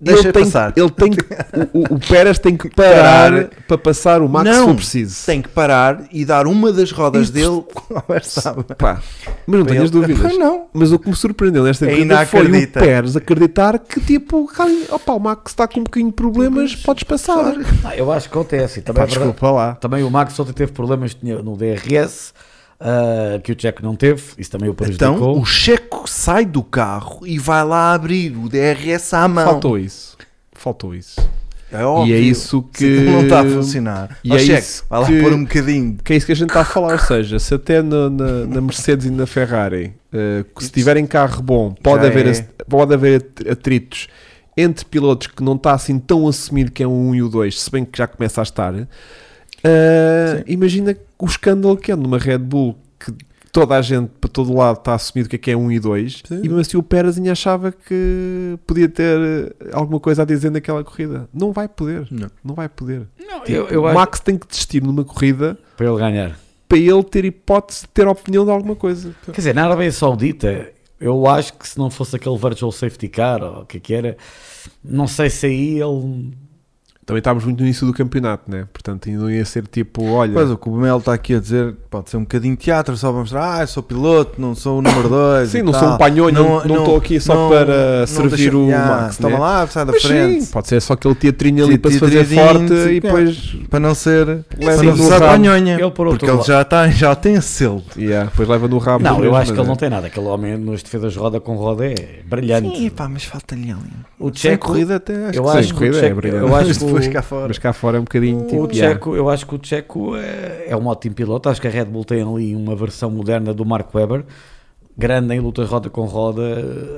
[SPEAKER 1] Deixa
[SPEAKER 2] ele tem,
[SPEAKER 1] passar.
[SPEAKER 2] Ele tem que- o, o- o Pérez tem que parar para passar o Max se for preciso.
[SPEAKER 1] Tem que parar e dar uma das rodas dele ao Verstappen.
[SPEAKER 2] Pá, mas não
[SPEAKER 1] Para
[SPEAKER 2] tenhas
[SPEAKER 1] ele-
[SPEAKER 2] dúvidas.
[SPEAKER 1] Pois não.
[SPEAKER 2] Mas o que me surpreendeu nesta
[SPEAKER 1] Ainda
[SPEAKER 2] corrida foi o
[SPEAKER 1] acredita.
[SPEAKER 2] Pérez acreditar que tipo, ali, opa, o Max está com um bocadinho de problemas, podes passar.
[SPEAKER 3] Ah, eu acho que ontem é assim. Também,
[SPEAKER 2] Pá,
[SPEAKER 3] é verdade.
[SPEAKER 2] desculpa lá.
[SPEAKER 3] também o Max ontem teve problemas tinha no DRS. ah, que o Checo não teve. Isso também o prejudicou.
[SPEAKER 1] Então o Checo sai do carro e vai lá abrir o DRS à mão.
[SPEAKER 2] Faltou isso. Faltou isso.
[SPEAKER 1] É óbvio.
[SPEAKER 2] E é isso que-
[SPEAKER 1] Aquilo Não está a funcionar.
[SPEAKER 2] E
[SPEAKER 1] Ó,
[SPEAKER 2] é
[SPEAKER 1] Checo,
[SPEAKER 2] isso
[SPEAKER 1] vai lá
[SPEAKER 2] que-
[SPEAKER 1] pôr um bocadinho.
[SPEAKER 2] Que é isso que a gente está a falar, ou seja, se até na, na- na Mercedes e na Ferrari, eh, se tiverem carro bom, pode
[SPEAKER 1] Já
[SPEAKER 2] haver,
[SPEAKER 1] é.
[SPEAKER 2] as- pode haver at- atritos entre pilotos que não está assim tão assumido que é o 1 e o 2, se bem que já começa a estar. eh, imagina o escândalo que é numa Red Bull que toda a gente para todo lado está assumido que é que é 1 e 2
[SPEAKER 1] Sim.
[SPEAKER 2] e mesmo assim o Pérez ainda achava que podia ter eh, alguma coisa a dizer naquela corrida. Não vai poder,
[SPEAKER 1] Não.
[SPEAKER 2] não vai poder.
[SPEAKER 3] Não, eu, eu
[SPEAKER 2] o
[SPEAKER 3] acho.
[SPEAKER 2] Max tem que desistir numa corrida
[SPEAKER 3] Para ele ganhar.
[SPEAKER 2] para ele ter hipótese de ter opinião de alguma coisa.
[SPEAKER 3] Quer dizer, na Arábia Saudita, eu acho que se não fosse aquele virtual safety car ou o que é que era, não sei se aí ele.
[SPEAKER 2] Também estávamos muito no início do campeonato, né? Portanto, ainda não ia ser tipo, olha,
[SPEAKER 1] Pois, o que o Mel está aqui a dizer pode ser um bocadinho de teatro, só para mostrar, ah, eu sou piloto, não sou o número 2.
[SPEAKER 2] sim, não sou um panhonho, não não estou aqui só para servir o Max, né?
[SPEAKER 1] Toma lá, sai da
[SPEAKER 2] Mas
[SPEAKER 1] frente.
[SPEAKER 2] sim, pode ser só aquele teatrinho ali para se fazer
[SPEAKER 1] Teatrinho,
[SPEAKER 2] forte
[SPEAKER 1] sim,
[SPEAKER 2] e
[SPEAKER 1] pá.
[SPEAKER 2] depois,
[SPEAKER 1] Para não ser.
[SPEAKER 2] Leva
[SPEAKER 1] para
[SPEAKER 2] no
[SPEAKER 1] não ser
[SPEAKER 2] rabo.
[SPEAKER 1] panhonha.
[SPEAKER 3] Ele, por outro
[SPEAKER 1] Porque ele
[SPEAKER 3] lado-
[SPEAKER 1] já
[SPEAKER 2] tá,
[SPEAKER 1] tem, já tem selo.
[SPEAKER 2] yeah, depois leva no rabo.
[SPEAKER 3] Não,
[SPEAKER 2] do
[SPEAKER 3] eu
[SPEAKER 2] mesmo,
[SPEAKER 3] acho que ele
[SPEAKER 2] né?
[SPEAKER 3] não tem nada. Aquele homem nos defesas roda com roda é brilhante.
[SPEAKER 1] Sim, pá, mas falta-lhe ali. um
[SPEAKER 3] o
[SPEAKER 1] Sem
[SPEAKER 3] Checo,
[SPEAKER 1] corrida até acho
[SPEAKER 3] eu
[SPEAKER 1] que
[SPEAKER 2] sim,
[SPEAKER 3] acho que o
[SPEAKER 2] corrida é
[SPEAKER 3] Checo,
[SPEAKER 2] brilhante.
[SPEAKER 3] eu acho
[SPEAKER 1] Mas
[SPEAKER 3] que
[SPEAKER 1] depois cá
[SPEAKER 3] o-
[SPEAKER 1] fora.
[SPEAKER 2] Mas cá fora é um bocadinho tipo,
[SPEAKER 3] o
[SPEAKER 2] yeah.
[SPEAKER 3] Checo, eu acho que o Checo é, é um ótimo piloto. Acho que a Red Bull tem ali uma versão moderna do Mark Webber, grande em luta roda com roda,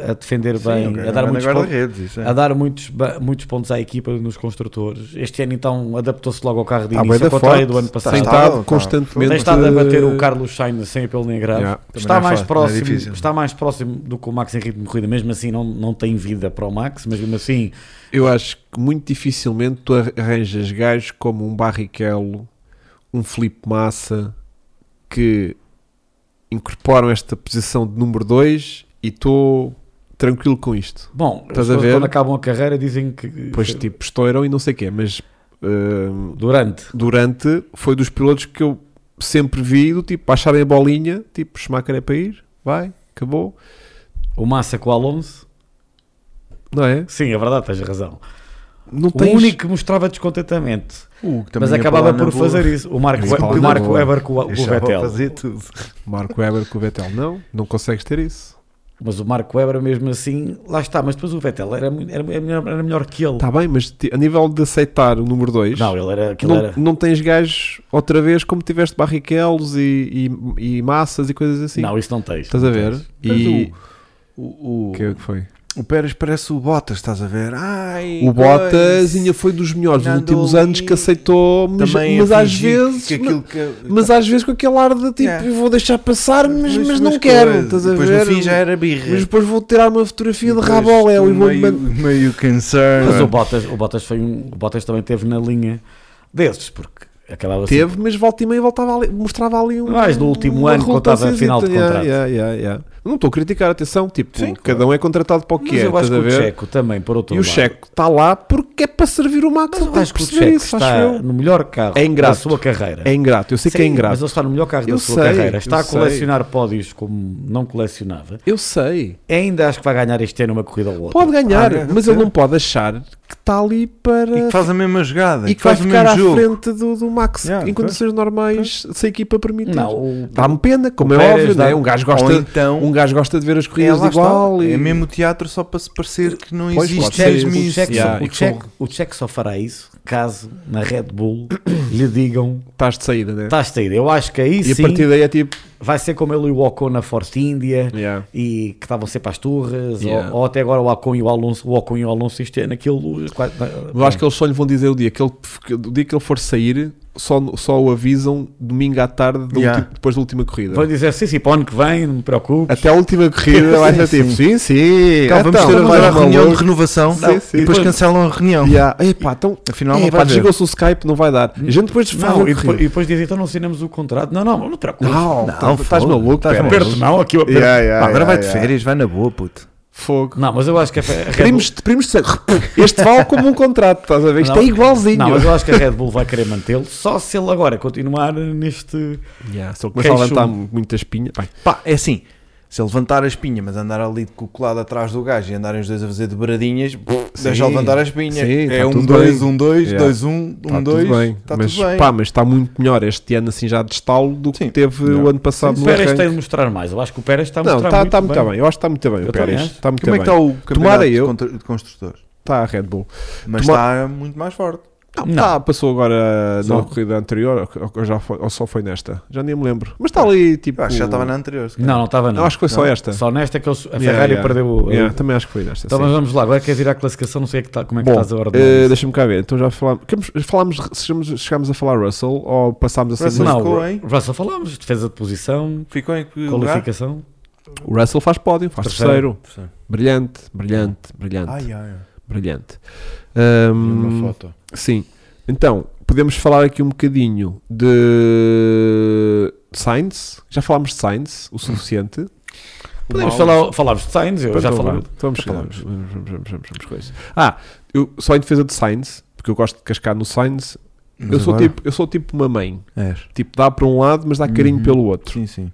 [SPEAKER 3] a defender bem, a
[SPEAKER 2] é
[SPEAKER 3] dar muitos pontos.
[SPEAKER 1] redes, isso é.
[SPEAKER 3] a dar muitos, ba- muitos pontos à equipa nos construtores. Este ano então adaptou-se logo ao carro de
[SPEAKER 2] Está
[SPEAKER 3] início,
[SPEAKER 2] Ah, Tá bué da
[SPEAKER 3] ao contrário
[SPEAKER 2] forte,
[SPEAKER 3] do ano
[SPEAKER 2] Tem
[SPEAKER 3] passado.
[SPEAKER 1] Sim,
[SPEAKER 3] Está,
[SPEAKER 1] está-
[SPEAKER 2] estado
[SPEAKER 1] tá.
[SPEAKER 2] constantemente.
[SPEAKER 3] tem estado a bater o Carlos Sainz sem apelo nem grave.
[SPEAKER 2] Yeah,
[SPEAKER 1] também
[SPEAKER 3] está,
[SPEAKER 1] não é
[SPEAKER 3] mais
[SPEAKER 1] fácil, não é
[SPEAKER 3] próximo,
[SPEAKER 1] difícil.
[SPEAKER 3] está mais próximo do que o Max em ritmo de corrida. Mesmo assim não, não tem vida para o Max, mas mesmo assim
[SPEAKER 2] Eu acho que muito dificilmente tu arranjas gajos como um Barrichello, um Felipe Massa, que incorporam esta posição de número 2 e estou tranquilo com isto.
[SPEAKER 3] Bom, as
[SPEAKER 2] Estás a
[SPEAKER 3] pessoas
[SPEAKER 2] ver?
[SPEAKER 3] quando acabam a carreira dizem que
[SPEAKER 2] Depois, tipo, estouram e não sei o quê, mas hum,
[SPEAKER 3] durante.
[SPEAKER 2] durante foi dos pilotos que eu sempre vi do tipo, baixarem a bolinha, tipo, Schumacher é para ir, vai, acabou,
[SPEAKER 3] O Massa com o Alonso,
[SPEAKER 2] não é?
[SPEAKER 3] sim, é verdade, tens razão.
[SPEAKER 2] Não
[SPEAKER 3] O
[SPEAKER 2] tens...
[SPEAKER 3] único que mostrava descontentamento,
[SPEAKER 1] Uh, que também
[SPEAKER 3] mas
[SPEAKER 1] ia
[SPEAKER 3] acabava
[SPEAKER 1] para lá
[SPEAKER 3] por
[SPEAKER 1] na boa.
[SPEAKER 3] fazer isso. O Marco,
[SPEAKER 2] Ia para lá
[SPEAKER 3] o
[SPEAKER 2] na
[SPEAKER 3] Marco
[SPEAKER 2] boa.
[SPEAKER 3] Weber com o com o
[SPEAKER 1] Deixava
[SPEAKER 3] Vettel.
[SPEAKER 1] fazer tudo.
[SPEAKER 2] Marco Weber com o Vettel, não, não consegues ter isso.
[SPEAKER 3] Mas o Marco Webber, mesmo assim, lá está. Mas depois o Vettel era, mu- era, era, melhor, era melhor que ele.
[SPEAKER 2] Está Tá bem, mas ti- a nível de aceitar o número 2,
[SPEAKER 3] Não, ele era. Aquilo
[SPEAKER 2] não,
[SPEAKER 3] era...
[SPEAKER 2] não tens gajos outra vez como tiveste barriquelos e, e- e massas e coisas assim.
[SPEAKER 3] Não, isso não tens.
[SPEAKER 2] Estás a ver? E
[SPEAKER 1] O, o,
[SPEAKER 2] o que é que foi?
[SPEAKER 1] o Pérez parece o Bottas, estás a ver? Ai,
[SPEAKER 2] O Bottas ainda foi dos melhores dos
[SPEAKER 1] Andou
[SPEAKER 2] últimos
[SPEAKER 1] ali.
[SPEAKER 2] anos que aceitou, mas,
[SPEAKER 1] também
[SPEAKER 2] mas
[SPEAKER 1] a
[SPEAKER 2] às
[SPEAKER 1] fingir
[SPEAKER 2] vezes.
[SPEAKER 1] que aquilo Tá. que- é
[SPEAKER 2] Mas às vezes com aquele ar de tipo,
[SPEAKER 1] Yeah.
[SPEAKER 2] eu vou deixar passar, mas, mas,
[SPEAKER 1] mas
[SPEAKER 2] não
[SPEAKER 1] coisa,
[SPEAKER 2] quero, estás a
[SPEAKER 1] depois
[SPEAKER 2] ver?
[SPEAKER 1] no fim já era birra.
[SPEAKER 2] Mas depois vou tirar uma fotografia de
[SPEAKER 1] Depois
[SPEAKER 2] rabo ao Léo e vou
[SPEAKER 1] meio, meio concern.
[SPEAKER 2] é?
[SPEAKER 3] Mas o Bottas, o Bottas, foi um, o Bottas também teve na linha desses, porque acabava assim.
[SPEAKER 2] Teve, mas volta e meia voltava ali, mostrava ali um.
[SPEAKER 3] Mais no último
[SPEAKER 2] uma
[SPEAKER 3] ano, quando estava
[SPEAKER 2] relutância.
[SPEAKER 3] final de
[SPEAKER 2] Yeah,
[SPEAKER 3] contrato.
[SPEAKER 2] yeah, yeah, yeah. Não estou a criticar, atenção, tipo,
[SPEAKER 1] Sim,
[SPEAKER 2] cada um é contratado para o
[SPEAKER 3] assim, Mas
[SPEAKER 2] que é,
[SPEAKER 3] eu acho
[SPEAKER 2] estás
[SPEAKER 3] que
[SPEAKER 2] a
[SPEAKER 3] o
[SPEAKER 2] ver?
[SPEAKER 3] Checo também, por outro
[SPEAKER 2] E o
[SPEAKER 3] lado.
[SPEAKER 2] Checo está lá porque é para servir o Max,
[SPEAKER 3] Mas eu
[SPEAKER 2] não tens
[SPEAKER 3] acho
[SPEAKER 2] que
[SPEAKER 3] que o
[SPEAKER 2] perceber
[SPEAKER 3] Checo
[SPEAKER 2] isso, acho
[SPEAKER 3] está
[SPEAKER 2] eu.
[SPEAKER 3] no melhor carro
[SPEAKER 2] É
[SPEAKER 3] da
[SPEAKER 2] ingrato.
[SPEAKER 3] sua carreira.
[SPEAKER 2] É ingrato, eu sei que é
[SPEAKER 3] Sim,
[SPEAKER 2] ingrato.
[SPEAKER 3] Mas ele está no melhor carro
[SPEAKER 2] Eu
[SPEAKER 3] da sua
[SPEAKER 2] sei,
[SPEAKER 3] carreira. Está
[SPEAKER 2] eu
[SPEAKER 3] a
[SPEAKER 2] sei.
[SPEAKER 3] colecionar pódios como não colecionava.
[SPEAKER 2] Eu sei.
[SPEAKER 3] Ainda acho que vai ganhar este ano uma corrida ou outra.
[SPEAKER 2] Pode ganhar,
[SPEAKER 1] Ah, não,
[SPEAKER 2] mas
[SPEAKER 1] não sei.
[SPEAKER 2] ele não pode achar que está ali
[SPEAKER 1] E
[SPEAKER 2] para.
[SPEAKER 1] que faz a mesma jogada.
[SPEAKER 2] E que vai
[SPEAKER 1] faz o
[SPEAKER 2] ficar à
[SPEAKER 1] mesmo jogo.
[SPEAKER 2] frente do, do Max
[SPEAKER 1] Yeah,
[SPEAKER 2] em
[SPEAKER 1] pois.
[SPEAKER 2] condições normais, se a equipa permitir.
[SPEAKER 3] Não, o-
[SPEAKER 2] Dá-me pena, como
[SPEAKER 3] o
[SPEAKER 2] é
[SPEAKER 3] Pérez
[SPEAKER 2] óbvio,
[SPEAKER 3] dá-
[SPEAKER 2] né? um, gajo gosta,
[SPEAKER 1] Ou então-
[SPEAKER 2] um gajo gosta de ver as corridas
[SPEAKER 1] É, lá
[SPEAKER 2] de igual.
[SPEAKER 1] está.
[SPEAKER 2] e-
[SPEAKER 1] É mesmo teatro só para se parecer que não
[SPEAKER 2] Pois,
[SPEAKER 1] existe
[SPEAKER 2] pode ser
[SPEAKER 1] mesmo
[SPEAKER 2] isso.
[SPEAKER 3] o
[SPEAKER 1] isso.
[SPEAKER 3] Checo,
[SPEAKER 2] Yeah,
[SPEAKER 3] só,
[SPEAKER 2] e
[SPEAKER 3] o,
[SPEAKER 2] que
[SPEAKER 3] Checo, o Checo só fará isso caso na Red Bull lhe digam
[SPEAKER 2] Estás de saída, né?
[SPEAKER 3] estás saída. Eu acho que aí
[SPEAKER 2] E a
[SPEAKER 3] Tá, sim
[SPEAKER 2] partir daí é tipo.
[SPEAKER 3] vai ser como ele e o Ocon na Force India
[SPEAKER 2] Yeah.
[SPEAKER 3] e que estavam sempre às turras
[SPEAKER 2] Yeah.
[SPEAKER 3] ou, ou até agora o Ocon e o Alonso o Ocon e o Alonso isto é naquilo quase-
[SPEAKER 2] Eu acho que eles só lhe vão dizer o dia que ele, que- o dia que ele for sair, só, só o avisam domingo à tarde, da
[SPEAKER 1] Yeah.
[SPEAKER 2] ulti- depois da última corrida.
[SPEAKER 3] vão dizer sim, sim, para o ano que vem não me preocupes
[SPEAKER 2] Até a última corrida vai ser
[SPEAKER 1] Sim,
[SPEAKER 2] tipo, sim, sim.
[SPEAKER 1] Então, vamos ter
[SPEAKER 2] mais
[SPEAKER 1] agora a
[SPEAKER 2] uma
[SPEAKER 1] reunião de
[SPEAKER 2] louca.
[SPEAKER 1] renovação
[SPEAKER 2] Não,
[SPEAKER 1] e
[SPEAKER 2] sim.
[SPEAKER 1] depois
[SPEAKER 3] Depois-
[SPEAKER 1] cancelam a reunião.
[SPEAKER 2] Yeah. Epá, então,
[SPEAKER 1] Afinal, não
[SPEAKER 2] epá,
[SPEAKER 1] vai ver.
[SPEAKER 2] desligou-se o Skype, não vai dar. A gente depois fala
[SPEAKER 3] não, e
[SPEAKER 2] a
[SPEAKER 3] depois, e
[SPEAKER 2] corrida.
[SPEAKER 3] depois dizem então não assinamos o contrato não, não, não me preocupes É
[SPEAKER 2] Não,
[SPEAKER 1] Não,
[SPEAKER 2] tá- estás
[SPEAKER 1] foda-se,
[SPEAKER 2] maluco,
[SPEAKER 1] estás
[SPEAKER 2] pera.
[SPEAKER 1] maluco.
[SPEAKER 3] aperto não, aqui o aperto
[SPEAKER 2] Yeah, yeah,
[SPEAKER 1] Pá, agora
[SPEAKER 2] yeah,
[SPEAKER 1] vai de
[SPEAKER 2] yeah.
[SPEAKER 1] férias, vai na boa, puto.
[SPEAKER 2] Fogo.
[SPEAKER 3] não, mas eu acho que a fe- a Red Bull-
[SPEAKER 2] Primos, primos de sangue. Este vale como um contrato, estás a ver? Isto
[SPEAKER 3] Não,
[SPEAKER 2] é igualzinho.
[SPEAKER 3] não, mas eu acho que a Red Bull vai querer mantê-lo só se ele agora continuar neste
[SPEAKER 2] Yeah, se ele começar a
[SPEAKER 3] Queixo.
[SPEAKER 2] levantar tá muita espinha. tá vai.
[SPEAKER 1] Pá, é assim. Se ele levantar a espinha, mas andar ali de cocolado atrás do gajo e andarem os dois a fazer dobradinhas, deixa ele levantar a espinha.
[SPEAKER 2] sim,
[SPEAKER 1] é
[SPEAKER 2] tá
[SPEAKER 1] um
[SPEAKER 2] tudo
[SPEAKER 1] 2,
[SPEAKER 2] bem.
[SPEAKER 1] um 2,
[SPEAKER 2] Yeah.
[SPEAKER 1] 2, 1,
[SPEAKER 2] Tá
[SPEAKER 1] 1, 2.
[SPEAKER 2] tudo bem.
[SPEAKER 1] Está
[SPEAKER 2] mas,
[SPEAKER 1] Um, tudo bem.
[SPEAKER 2] Pá, mas está muito melhor este ano, assim, já de estalo do que
[SPEAKER 1] Sim.
[SPEAKER 2] teve o
[SPEAKER 1] Yeah.
[SPEAKER 2] ano passado
[SPEAKER 3] o
[SPEAKER 2] no
[SPEAKER 3] Pérez
[SPEAKER 2] arranque.
[SPEAKER 3] tem de mostrar mais, eu acho que o Pérez está a
[SPEAKER 2] Tá Não,
[SPEAKER 3] mostrar
[SPEAKER 2] está
[SPEAKER 3] muito
[SPEAKER 2] tá muito bem. Eu acho que está muito bem.
[SPEAKER 3] Eu
[SPEAKER 2] o Pérez
[SPEAKER 3] também acho.
[SPEAKER 2] está muito
[SPEAKER 1] Como é
[SPEAKER 2] bem.
[SPEAKER 1] que está o campeonato
[SPEAKER 2] Tomara
[SPEAKER 1] de,
[SPEAKER 2] eu.
[SPEAKER 1] contra- de construtores?
[SPEAKER 2] Está a Red Bull.
[SPEAKER 1] Mas
[SPEAKER 2] Tomara-
[SPEAKER 1] está muito mais forte.
[SPEAKER 2] Não,
[SPEAKER 3] Não.
[SPEAKER 2] tá, passou agora
[SPEAKER 3] Só.
[SPEAKER 2] na corrida anterior ou, ou já foi- ou só foi nesta? Já nem me lembro. Mas está ali tipo.
[SPEAKER 1] Eu acho que já estava na anterior. se calhar.
[SPEAKER 3] Não, não estava não.
[SPEAKER 2] Não, acho que foi só
[SPEAKER 1] Não.
[SPEAKER 2] esta.
[SPEAKER 3] Só nesta que eles- a
[SPEAKER 2] Yeah,
[SPEAKER 3] Ferrari
[SPEAKER 2] yeah.
[SPEAKER 3] perdeu. eh,
[SPEAKER 2] Yeah, também acho que foi nesta.
[SPEAKER 3] Então
[SPEAKER 2] sim.
[SPEAKER 3] mas vamos lá, agora queres ir à classificação, não sei que tá- como é que
[SPEAKER 2] Bom,
[SPEAKER 3] estás a hora
[SPEAKER 2] eh, deixa-me cá ver. Então já falámos. queremos- falámos chegámos, chegámos a falar Russell ou passámos a
[SPEAKER 1] Russell
[SPEAKER 2] ser.
[SPEAKER 3] Não,
[SPEAKER 1] ficou, hein?
[SPEAKER 3] o Russell falámos, defesa de posição,
[SPEAKER 1] Ficou em que lugar?
[SPEAKER 3] qualificação.
[SPEAKER 2] O Russell faz pódio, faz terceiro.
[SPEAKER 3] Terceiro.
[SPEAKER 2] Brilhante, brilhante, brilhante,
[SPEAKER 1] Ai, ai, ai.
[SPEAKER 2] brilhante. Ahm,
[SPEAKER 1] Uma foto.
[SPEAKER 2] Sim. Então, podemos falar aqui um bocadinho de Sainz. Já falámos de Sainz o suficiente.
[SPEAKER 3] Podemos falar, falarmos de Sainz, eu já
[SPEAKER 2] Então,
[SPEAKER 3] falei.
[SPEAKER 2] vá, Vamos,
[SPEAKER 1] Já
[SPEAKER 2] vamos, vamos, vamos, vamos, vamos coisas. Ah, eu, só em defesa de Sainz, porque eu gosto de cascar no Sainz.
[SPEAKER 1] Mas
[SPEAKER 2] eu, sou
[SPEAKER 1] agora-
[SPEAKER 2] tipo, eu sou tipo uma mãe.
[SPEAKER 1] És.
[SPEAKER 2] Tipo, dá para um lado, mas dá carinho
[SPEAKER 1] Uhum.
[SPEAKER 2] pelo outro.
[SPEAKER 1] Sim, sim.